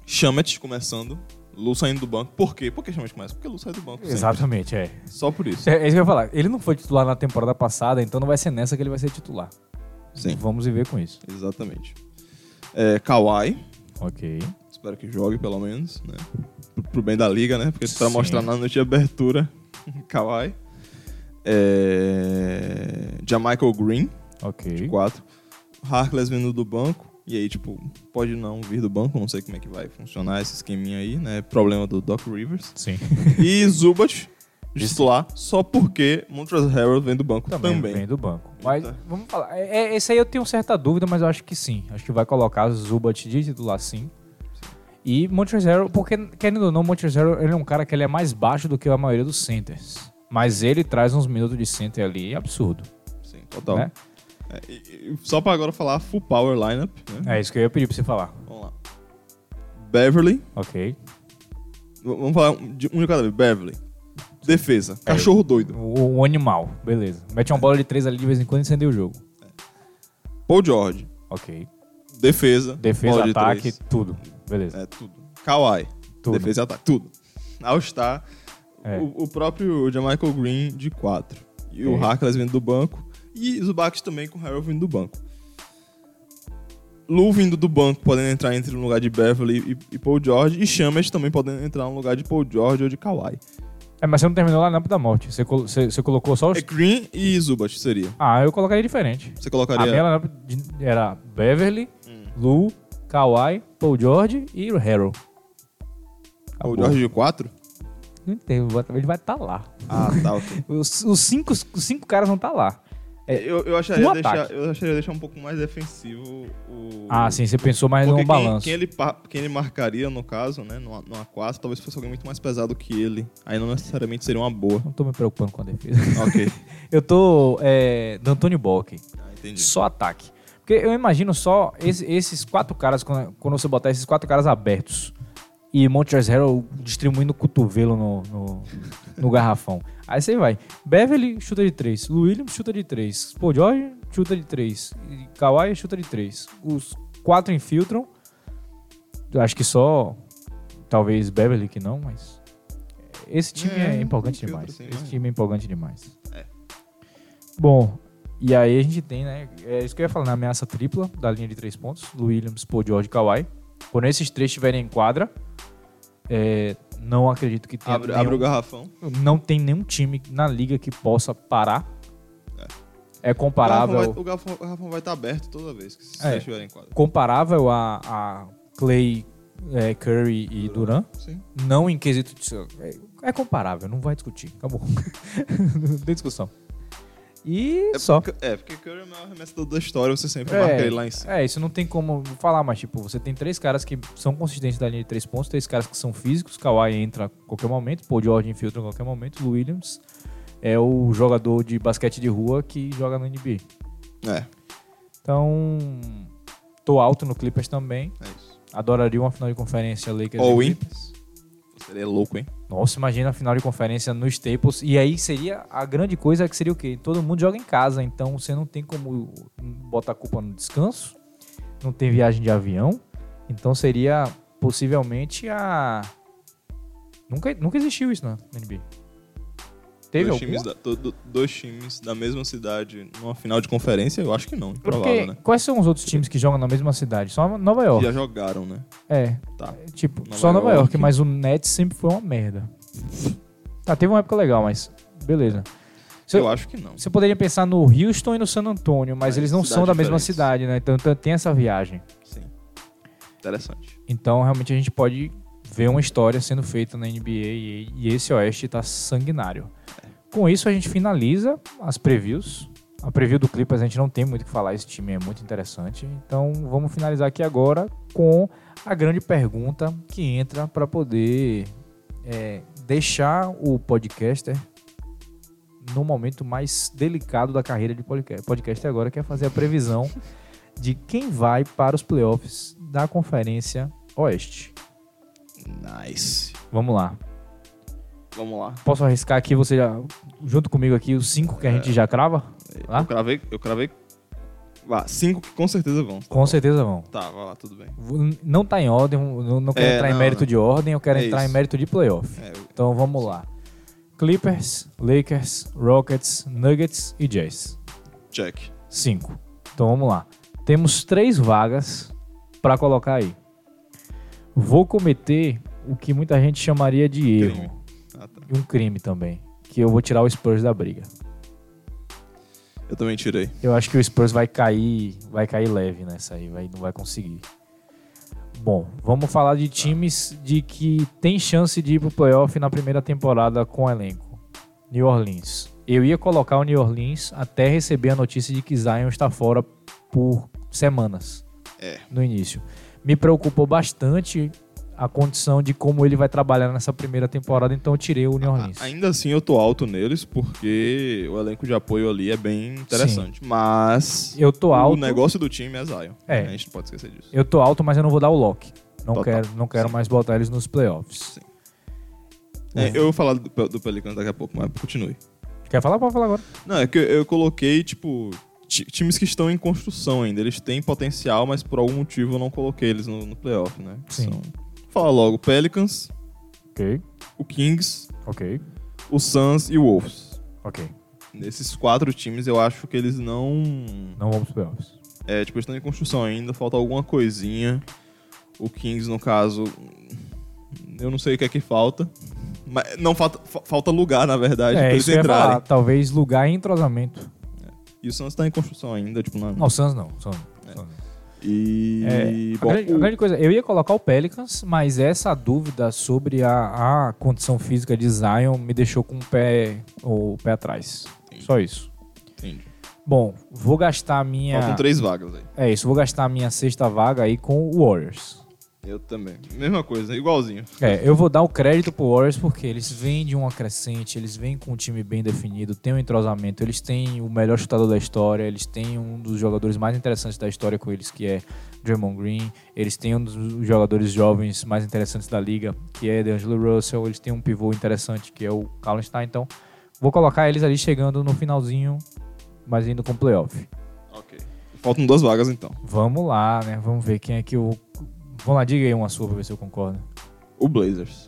B: Chamet começando, Lu saindo do banco. Por quê? Por que Chamet começa? Porque Lu sai do banco. sempre.
A: Exatamente, é.
B: Só por isso.
A: É é isso que eu ia falar. Ele não foi titular na temporada passada, então não vai ser nessa que ele vai ser titular.
B: Sim.
A: Vamos viver com isso.
B: Exatamente. É, Kawhi,
A: Ok.
B: espero que jogue pelo menos, né? Pro, pro bem da liga, né? Porque pra
A: Sim.
B: mostrar na noite de abertura, Kawhi. É... Jamichael Green,
A: Ok.
B: 4. Harkless vindo do banco. E aí, tipo, pode não vir do banco, não sei como é que vai funcionar esse esqueminha aí, né? Problema do Doc Rivers.
A: Sim.
B: E Zubat, titular, só porque Montrezl Harrell vem do banco também.
A: Vem do banco. Mas
B: Eita.
A: vamos falar. É, é- esse aí eu tenho certa dúvida, mas eu acho que sim. Acho que vai colocar Zubat de titular sim. E Montrezl, porque querendo ou não, Montrezl ele é um cara que ele é mais baixo do que a maioria dos centers. Mas ele traz uns minutos de center ali, absurdo.
B: Sim, total.
A: Né?
B: É, e- e só pra agora falar full power lineup, né?
A: É isso que eu ia pedir pra você falar.
B: Vamos lá. Beverly.
A: Ok.
B: V- Vamos falar um de um de cada vez. Beverly. Defesa.
A: É.
B: Cachorro doido.
A: O, o animal, beleza. Mete uma bola de três ali de vez em quando e incendeia o jogo.
B: Paul George.
A: Ok.
B: Defesa.
A: Defesa,
B: bola de
A: ataque,
B: três.
A: tudo. Beleza.
B: É tudo. Kawhi.
A: Tudo.
B: Defesa e ataque. Tudo. All-Star.
A: É.
B: O, o próprio Jamichael Green de 4. E o
A: Ok.
B: Harkless vindo do banco. E Zubac também com o Harold vindo do banco. Lu vindo do banco, podendo entrar entre no lugar de Beverly e, e Paul George. E Chamas também podendo entrar no lugar de Paul George ou de Kawhi.
A: É, mas você não terminou lá na da morte. Você, colo- você, você colocou só os.
B: É Green e Zubat seria.
A: Ah, eu colocaria diferente.
B: Você
A: A minha
B: colocaria.
A: lineup de- era Beverly, Lu, Kawhi, Paul George e o Harold.
B: Paul
A: Acabou.
B: George de 4?
A: Não entendo, bota- ele vai estar lá.
B: Ah, tá, ok.
A: Os, os cinco, os cinco caras vão estar lá. É,
B: Eu, eu, acharia
A: Um
B: deixar,
A: ataque.
B: eu acharia deixar um pouco mais defensivo o.
A: Ah, sim, você pensou mais
B: Porque
A: no
B: quem,
A: balanço.
B: Quem ele, pa- quem ele marcaria, no caso, né, numa, numa quadra, talvez fosse alguém muito mais pesado que ele. Aí não necessariamente seria uma boa.
A: Não tô me preocupando com a defesa.
B: Ok.
A: Eu tô é, do Antônio Bock.
B: Ah, entendi.
A: Só ataque. Porque eu imagino só esse- esses quatro caras, quando, quando você botar esses quatro caras abertos e Montrezl Harrell distribuindo cotovelo no, no, no garrafão. Aí você vai. Beverly chuta de três. Lou Williams chuta de três. Paul George chuta de três. E Kawhi chuta de três. Os quatro infiltram. Eu acho que só. Talvez Beverly que não, mas. Esse time é,
B: É,
A: empolgante
B: infiltra,
A: demais.
B: sim,
A: Esse
B: vai.
A: time é empolgante demais. Bom, e aí a gente tem, né? É isso que eu ia falar, na ameaça tripla da linha de três pontos: Lou Williams, Paul George e Kawhi. Quando esses três estiverem em quadra, é, não acredito que tenha.
B: Abre,
A: nenhum-
B: abre o garrafão.
A: não tem nenhum time na liga que possa parar. É,
B: O
A: comparável.
B: garrafão vai- O garrafão, o garrafão vai estar aberto toda vez que vocês
A: É.
B: estiverem em quadra.
A: Comparável a, a Clay, é, Curry e Duran.
B: Sim.
A: Não em quesito de. É, é comparável, não vai discutir. Acabou. não tem discussão. E
B: É
A: só.
B: porque, é, porque Curry é o maior arremessador da história, você sempre
A: É,
B: marca ele lá em cima.
A: é, isso não tem como falar, mas tipo, você tem três caras que são consistentes da linha de três pontos, três caras que são físicos, Kawhi entra a qualquer momento, Paul George infiltra a qualquer momento, Lou Williams é o jogador de basquete de rua que joga na NBA.
B: É,
A: Então, tô alto no Clippers também,
B: é isso.
A: adoraria uma final de conferência Lakers e
B: Ou in.
A: Clippers.
B: Você é louco, hein?
A: Nossa, imagina a final de conferência no Staples. E aí seria a grande coisa que seria o quê? Todo mundo joga em casa, então você não tem como botar a culpa no descanso, não tem viagem de avião. Então seria possivelmente a. Nunca, nunca existiu isso na NBA. Teve
B: dois,
A: algum?
B: times da, do- do- dois times da mesma cidade numa final de conferência, eu acho que não.
A: Porque
B: Improvável, né?
A: quais são os outros times que jogam na mesma cidade? Só Nova
B: Que
A: York.
B: Já jogaram, né?
A: É,
B: Tá.
A: Tipo,
B: Nova
A: só Nova
B: York.
A: York, mas o Nets sempre foi uma merda. Tá, teve uma época legal, mas beleza. Se-
B: Eu acho que não.
A: Você poderia pensar no Houston e no San Antonio, mas
B: Mas
A: eles não são
B: cidades
A: da mesma
B: diferentes.
A: cidade, né? Então t- tem essa viagem.
B: Sim. Interessante.
A: Então realmente a gente pode ver uma história sendo feita na NBA e, e esse Oeste tá sanguinário. Com isso a gente finaliza as previews. A preview do Clippers a gente não tem muito o que falar, esse time é muito interessante. Então vamos finalizar aqui agora com a grande pergunta que entra para poder é, deixar o podcaster no momento mais delicado da carreira de podca- podcast agora, que é fazer a previsão de quem vai para os playoffs da Conferência Oeste.
B: Nice.
A: Vamos lá.
B: Vamos lá.
A: Posso arriscar aqui,
B: É.
A: Tá. você já, junto comigo aqui, os cinco que a gente já crava? Lá?
B: Eu cravei, eu cravei Vá, cinco que com certeza vão.
A: Com certeza vão.
B: Tá, vai lá, tudo bem.
A: V- Não tá em ordem, não, não quero
B: É,
A: entrar em
B: não,
A: mérito
B: não.
A: de ordem, eu quero
B: É
A: entrar em
B: isso.
A: mérito de playoff.
B: É,
A: Então vamos lá. Clippers, Lakers, Rockets, Nuggets e Jazz.
B: check.
A: Cinco. Então vamos lá. Temos três vagas pra colocar aí. Vou cometer o que muita gente chamaria de
B: Crime.
A: erro.
B: Ah, tá.
A: E um crime também. Que eu vou tirar o Spurs da briga.
B: Eu também tirei.
A: Eu acho que o Spurs vai cair, vai cair leve nessa aí, vai, não vai conseguir. Bom, vamos falar de times de que tem chance de ir pro playoff na primeira temporada com o elenco. New Orleans. Eu ia colocar o New Orleans até receber a notícia de que Zion está fora por semanas.
B: É.
A: No início. Me preocupou bastante a condição de como ele vai trabalhar nessa primeira temporada, então eu tirei o New Orleans.
B: A- Ainda assim eu tô alto neles, porque o elenco de apoio ali é bem interessante. Mas
A: Eu tô
B: o
A: alto.
B: negócio do time é Zion.
A: É.
B: A gente não pode esquecer disso.
A: Eu tô alto, mas eu não vou dar o lock. Não
B: Total.
A: quero, não quero mais botar eles nos playoffs.
B: Sim. É, eu vou falar do, Pel- do Pelicans daqui a pouco, mas continue.
A: Quer falar? Pode falar agora.
B: Não, é que eu, eu coloquei, tipo, ti- times que estão em construção ainda. Eles têm potencial, mas por algum motivo eu não coloquei eles no, no playoff, né?
A: Sim.
B: São- Fala logo, Pelicans,
A: Ok,
B: o Kings,
A: ok,
B: o Suns e o Wolves.
A: ok.
B: Nesses quatro times eu acho que eles não...
A: Não vamos pros playoffs.
B: É, tipo, eles estão em construção ainda, falta alguma coisinha. O Kings, no caso, eu não sei o que é que falta. Mas não falta, fa- falta lugar, na verdade, pra eles
A: É, que eu ia
B: entrarem.
A: falar. Talvez lugar e entrosamento.
B: E o Suns tá em construção ainda, tipo, na...
A: Não, o Suns não. o Suns não, o Suns não.
B: É. E.
A: É,
B: bom, uh,
A: a, grande, a
B: o-
A: grande coisa, eu ia colocar o Pelicans, mas essa dúvida sobre a, a condição física de Zion me deixou com o pé, o pé atrás. Só isso.
B: Entendi.
A: Bom, vou gastar a minha.
B: Faltam três vagas aí.
A: É isso, vou gastar a minha sexta vaga aí com o Warriors.
B: Eu também. Mesma coisa, igualzinho.
A: É, eu vou dar o crédito pro Warriors porque eles vêm de uma crescente, eles vêm com um time bem definido, tem um entrosamento, eles têm o melhor chutador da história, eles têm um dos jogadores mais interessantes da história com eles, que é Draymond Green, eles têm um dos jogadores jovens mais interessantes da liga, que é D'Angelo Russell, eles têm um pivô interessante, que é o Kallenstein, então vou colocar eles ali chegando no finalzinho, mas indo com playoff.
B: Ok. Faltam duas vagas então.
A: Vamos lá, né? Vamos ver quem é que eu... Vamos lá, diga aí uma sua pra ver se eu concordo.
B: O Blazers.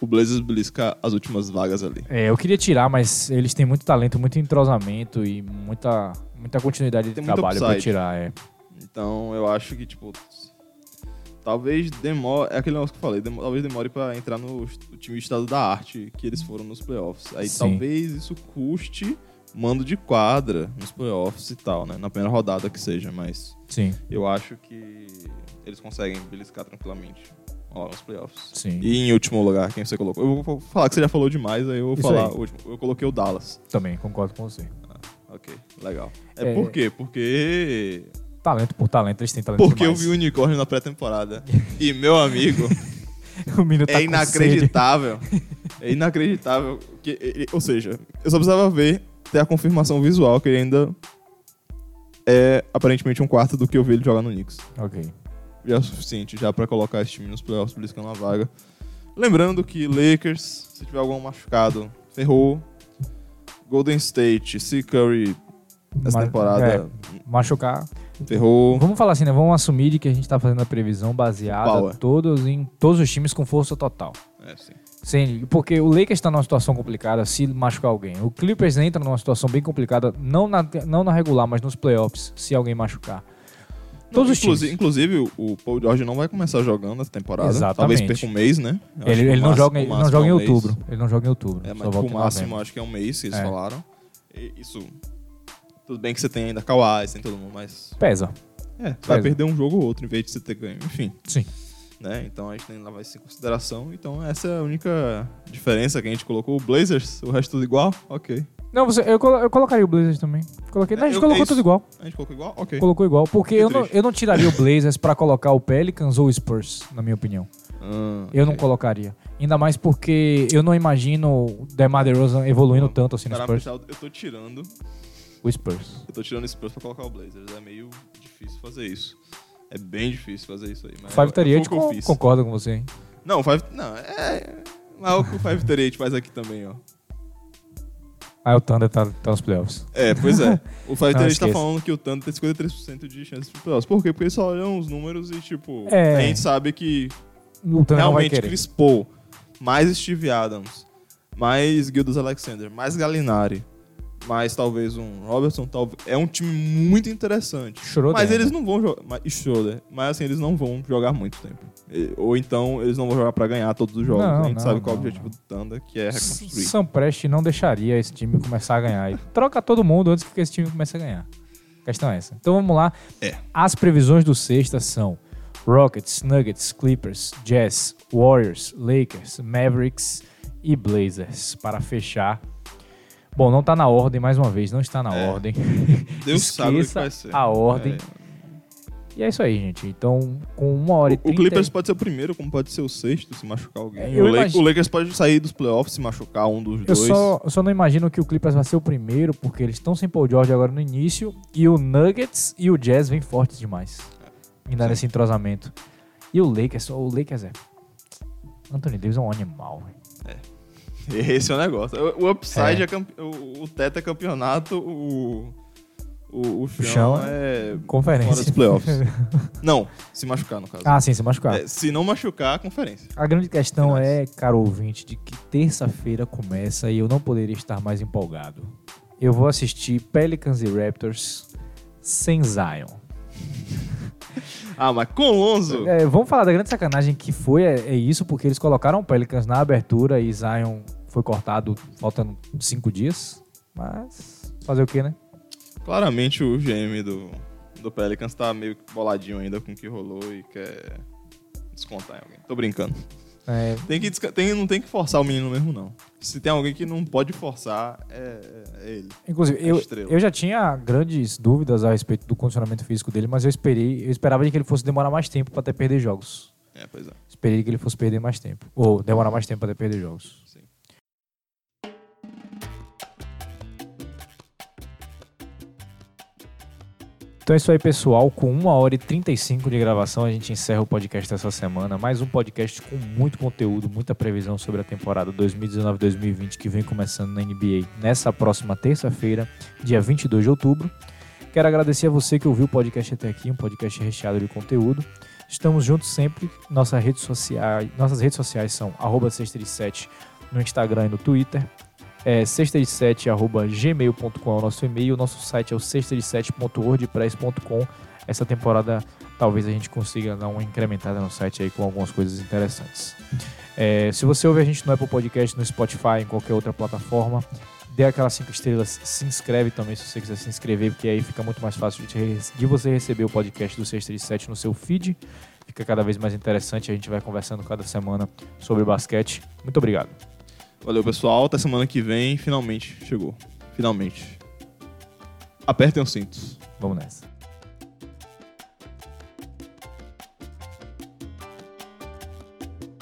B: O Blazers belisca as últimas vagas ali.
A: É, eu queria tirar, mas eles têm muito talento, muito entrosamento e muita, muita continuidade de
B: Tem muito
A: trabalho pra
B: upside.
A: tirar. É.
B: Então eu acho que, tipo. Talvez demore. É aquele negócio que eu falei. demo- talvez demore pra entrar no est- o time de estado da arte que eles foram nos playoffs. Aí
A: Sim.
B: talvez isso custe mando de quadra nos playoffs e tal, né? Na primeira rodada que seja, mas.
A: Sim,
B: Eu acho que eles conseguem beliscar tranquilamente lá nos playoffs.
A: Sim.
B: E em último lugar, quem você colocou? Eu vou falar que você já falou demais, aí eu vou
A: Isso
B: falar
A: aí.
B: o último. Eu coloquei o Dallas.
A: também concordo com você.
B: Ok, legal. É,
A: É.
B: por quê? Porque.
A: Talento por talento, eles têm talento
B: Porque eu
A: demais.
B: vi o unicórnio na pré-temporada. e meu amigo,
A: o menino tá
B: é
A: com sede.
B: inacreditável. É inacreditável. Que, ele- ou seja, eu só precisava ver, ter a confirmação visual que ele ainda é aparentemente um quarto do que eu vi ele jogar no Knicks.
A: Ok.
B: já é o suficiente já pra colocar esse time nos playoffs beliscando a é vaga. Lembrando que Lakers, se tiver algum machucado, ferrou. Golden State, se Curry essa
A: Ma-
B: temporada
A: é. Machucar.
B: ferrou.
A: Vamos falar assim, né? Vamos assumir de que a gente tá fazendo a previsão baseada
B: Power.
A: todos em todos os times com força total.
B: É, sim.
A: Sim, porque o Lakers está numa situação complicada se machucar alguém. O Clippers entra numa situação bem complicada, não na, não na regular, mas nos playoffs, se alguém machucar. Todos os
B: inclusi-
A: times.
B: Inclusive, o- o Paul George não vai começar jogando essa temporada.
A: Exatamente.
B: Talvez perca um mês, né? Eu acho
A: Ele,
B: que o
A: ele não
B: máximo-
A: joga,
B: o
A: ele não
B: máximo
A: joga em
B: é um mês.
A: outubro. Ele não joga em outubro. só
B: É, mas tipo,
A: volta
B: o
A: em
B: máximo
A: novembro.
B: acho que é um mês, que eles
A: É.
B: falaram. E isso. Tudo bem que você tem ainda Kawhi, você tem todo mundo, mas.
A: Pesa.
B: É, você vai
A: Pois é.
B: perder um jogo ou outro em vez de você ter ganho. Enfim.
A: Sim.
B: né? Então a gente tem que levar isso em consideração. Então essa é a única diferença que a gente colocou. O Blazers, o resto tudo igual? Ok.
A: Não, você, eu, colo- eu colocaria o Blazers também. Coloquei, não, a gente
B: É, eu-
A: colocou
B: é isso.
A: tudo igual.
B: A gente colocou igual? Ok.
A: Colocou igual. Porque
B: Que
A: eu não,
B: triste.
A: eu não tiraria o Blazers pra colocar o Pelicans ou o Spurs, na minha opinião.
B: Ah,
A: Eu não
B: ok.
A: colocaria. Ainda mais porque eu não imagino o DeMar DeRozan evoluindo
B: Não,
A: tanto assim no
B: parar
A: Spurs.
B: pra pensar, eu tô tirando.
A: O Spurs.
B: Eu tô tirando esse Spurs pra colocar o Blazers. É meio difícil fazer isso. É bem difícil fazer isso aí. Mas
A: Five
B: eu, eu,
A: Tariate
B: foi o que eu fiz.
A: concorda com você, hein?
B: Não, o Five. Não, é. Mas é o que o Five Tariate faz aqui também, ó.
A: Aí o Thunder tá, tá nos playoffs.
B: É, pois é. O
A: Não,
B: Fighters tá
A: esqueça.
B: falando que o Thunder tem 53% de chance de playoffs. Por quê? Porque eles só olham os números e, tipo,
A: É.
B: a gente sabe que
A: O Thunder não vai
B: realmente
A: querer.
B: Chris Paul, mais Steve Adams, mais Gildas Alexander, mais Galinari, mais talvez um Robertson, talvez é um time muito interessante.
A: Schroeder.
B: Mas eles não vão jogar, mas- e Schroeder, mas assim eles não vão jogar muito tempo. E- Ou então eles não vão jogar pra ganhar todos os jogos.
A: Não,
B: a gente
A: não,
B: sabe qual é o
A: não,
B: objetivo do Thunder, que é reconstruir.
A: Sam Presti não deixaria esse time começar a ganhar. E troca todo mundo antes que esse time comece a ganhar. A questão é essa. Então vamos lá.
B: É.
A: As previsões do sexta são Rockets, Nuggets, Clippers, Jazz, Warriors, Lakers, Mavericks e Blazers. Para fechar. Bom, não tá na ordem, mais uma vez, não está na
B: É.
A: ordem.
B: Deus sabe o que
A: Esqueça
B: vai ser.
A: a ordem.
B: É.
A: E é isso aí, gente. Então, com uma hora e
B: O
A: trinta...
B: Clippers pode ser o primeiro, como pode ser o sexto, se machucar alguém.
A: É, eu
B: o, Lake-
A: imagino-
B: o Lakers pode sair dos playoffs, se machucar um dos
A: Eu
B: dois.
A: só, eu só não imagino que o Clippers vai ser o primeiro, porque eles estão sem Paul George agora no início, e o Nuggets e o Jazz vêm fortes demais. Ainda nesse entrosamento. E o Lakers, o Lakers é. Anthony Davis é um animal. velho.
B: Esse é o negócio. O, o
A: É.
B: upside é, campe- o, o teto é campeonato, o, o, o chão,
A: chão
B: é
A: Conferência.
B: fora dos playoffs. não, se machucar, no caso.
A: Ah, sim, se machucar.
B: É, se não machucar, conferência.
A: A grande questão
B: Finais.
A: é, caro ouvinte, de que terça-feira começa e eu não poderia estar mais empolgado. Eu vou assistir Pelicans e Raptors sem Zion.
B: Ah, mas com o Lonzo...
A: É, vamos falar da grande sacanagem que foi, é, é isso, porque eles colocaram o Pelicans na abertura e Zion foi cortado faltando cinco dias. Mas fazer o quê, né?
B: Claramente o GM do, do Pelicans tá meio que boladinho ainda com o que rolou e quer descontar em alguém. Tô brincando.
A: É,
B: Tem que desca- tem, não tem que forçar o menino mesmo, não. Se tem alguém que não pode forçar, é, é ele.
A: inclusive,
B: É
A: eu,
B: estrela.
A: eu já tinha grandes dúvidas a respeito do condicionamento físico dele, mas eu esperei, eu esperava de que ele fosse demorar mais tempo para até perder jogos.
B: É, pois é.
A: Esperei que ele fosse perder mais tempo. Ou demorar mais tempo para até perder jogos.
B: Sim.
A: Então é isso aí, pessoal. Com 1 hora e 35 de gravação, a gente encerra o podcast dessa semana. Mais um podcast com muito conteúdo, muita previsão sobre a temporada 2019-2020 que vem começando na NBA nessa próxima terça-feira, dia 22 de outubro. Quero agradecer a você que ouviu o podcast até aqui, um podcast recheado de conteúdo. Estamos juntos sempre. Nossa rede social, nossas redes sociais são arroba sexta de sete no Instagram e no Twitter. É sexta de sete, arroba gmail.com é o nosso e-mail. Nosso site é o sexta de sete.wordpress.com. Essa temporada talvez a gente consiga dar uma incrementada no site aí com algumas coisas interessantes. É, se você ouve a gente no Apple Podcast, no Spotify, em qualquer outra plataforma, dê aquelas cinco estrelas, se inscreve também se você quiser se inscrever, porque aí fica muito mais fácil de, re- de você receber o podcast do 637 no seu feed. Fica cada vez mais interessante, a gente vai conversando cada semana sobre basquete. Muito obrigado.
B: Valeu, pessoal. Até semana que vem. Finalmente chegou. Finalmente. Apertem os cintos.
A: Vamos nessa.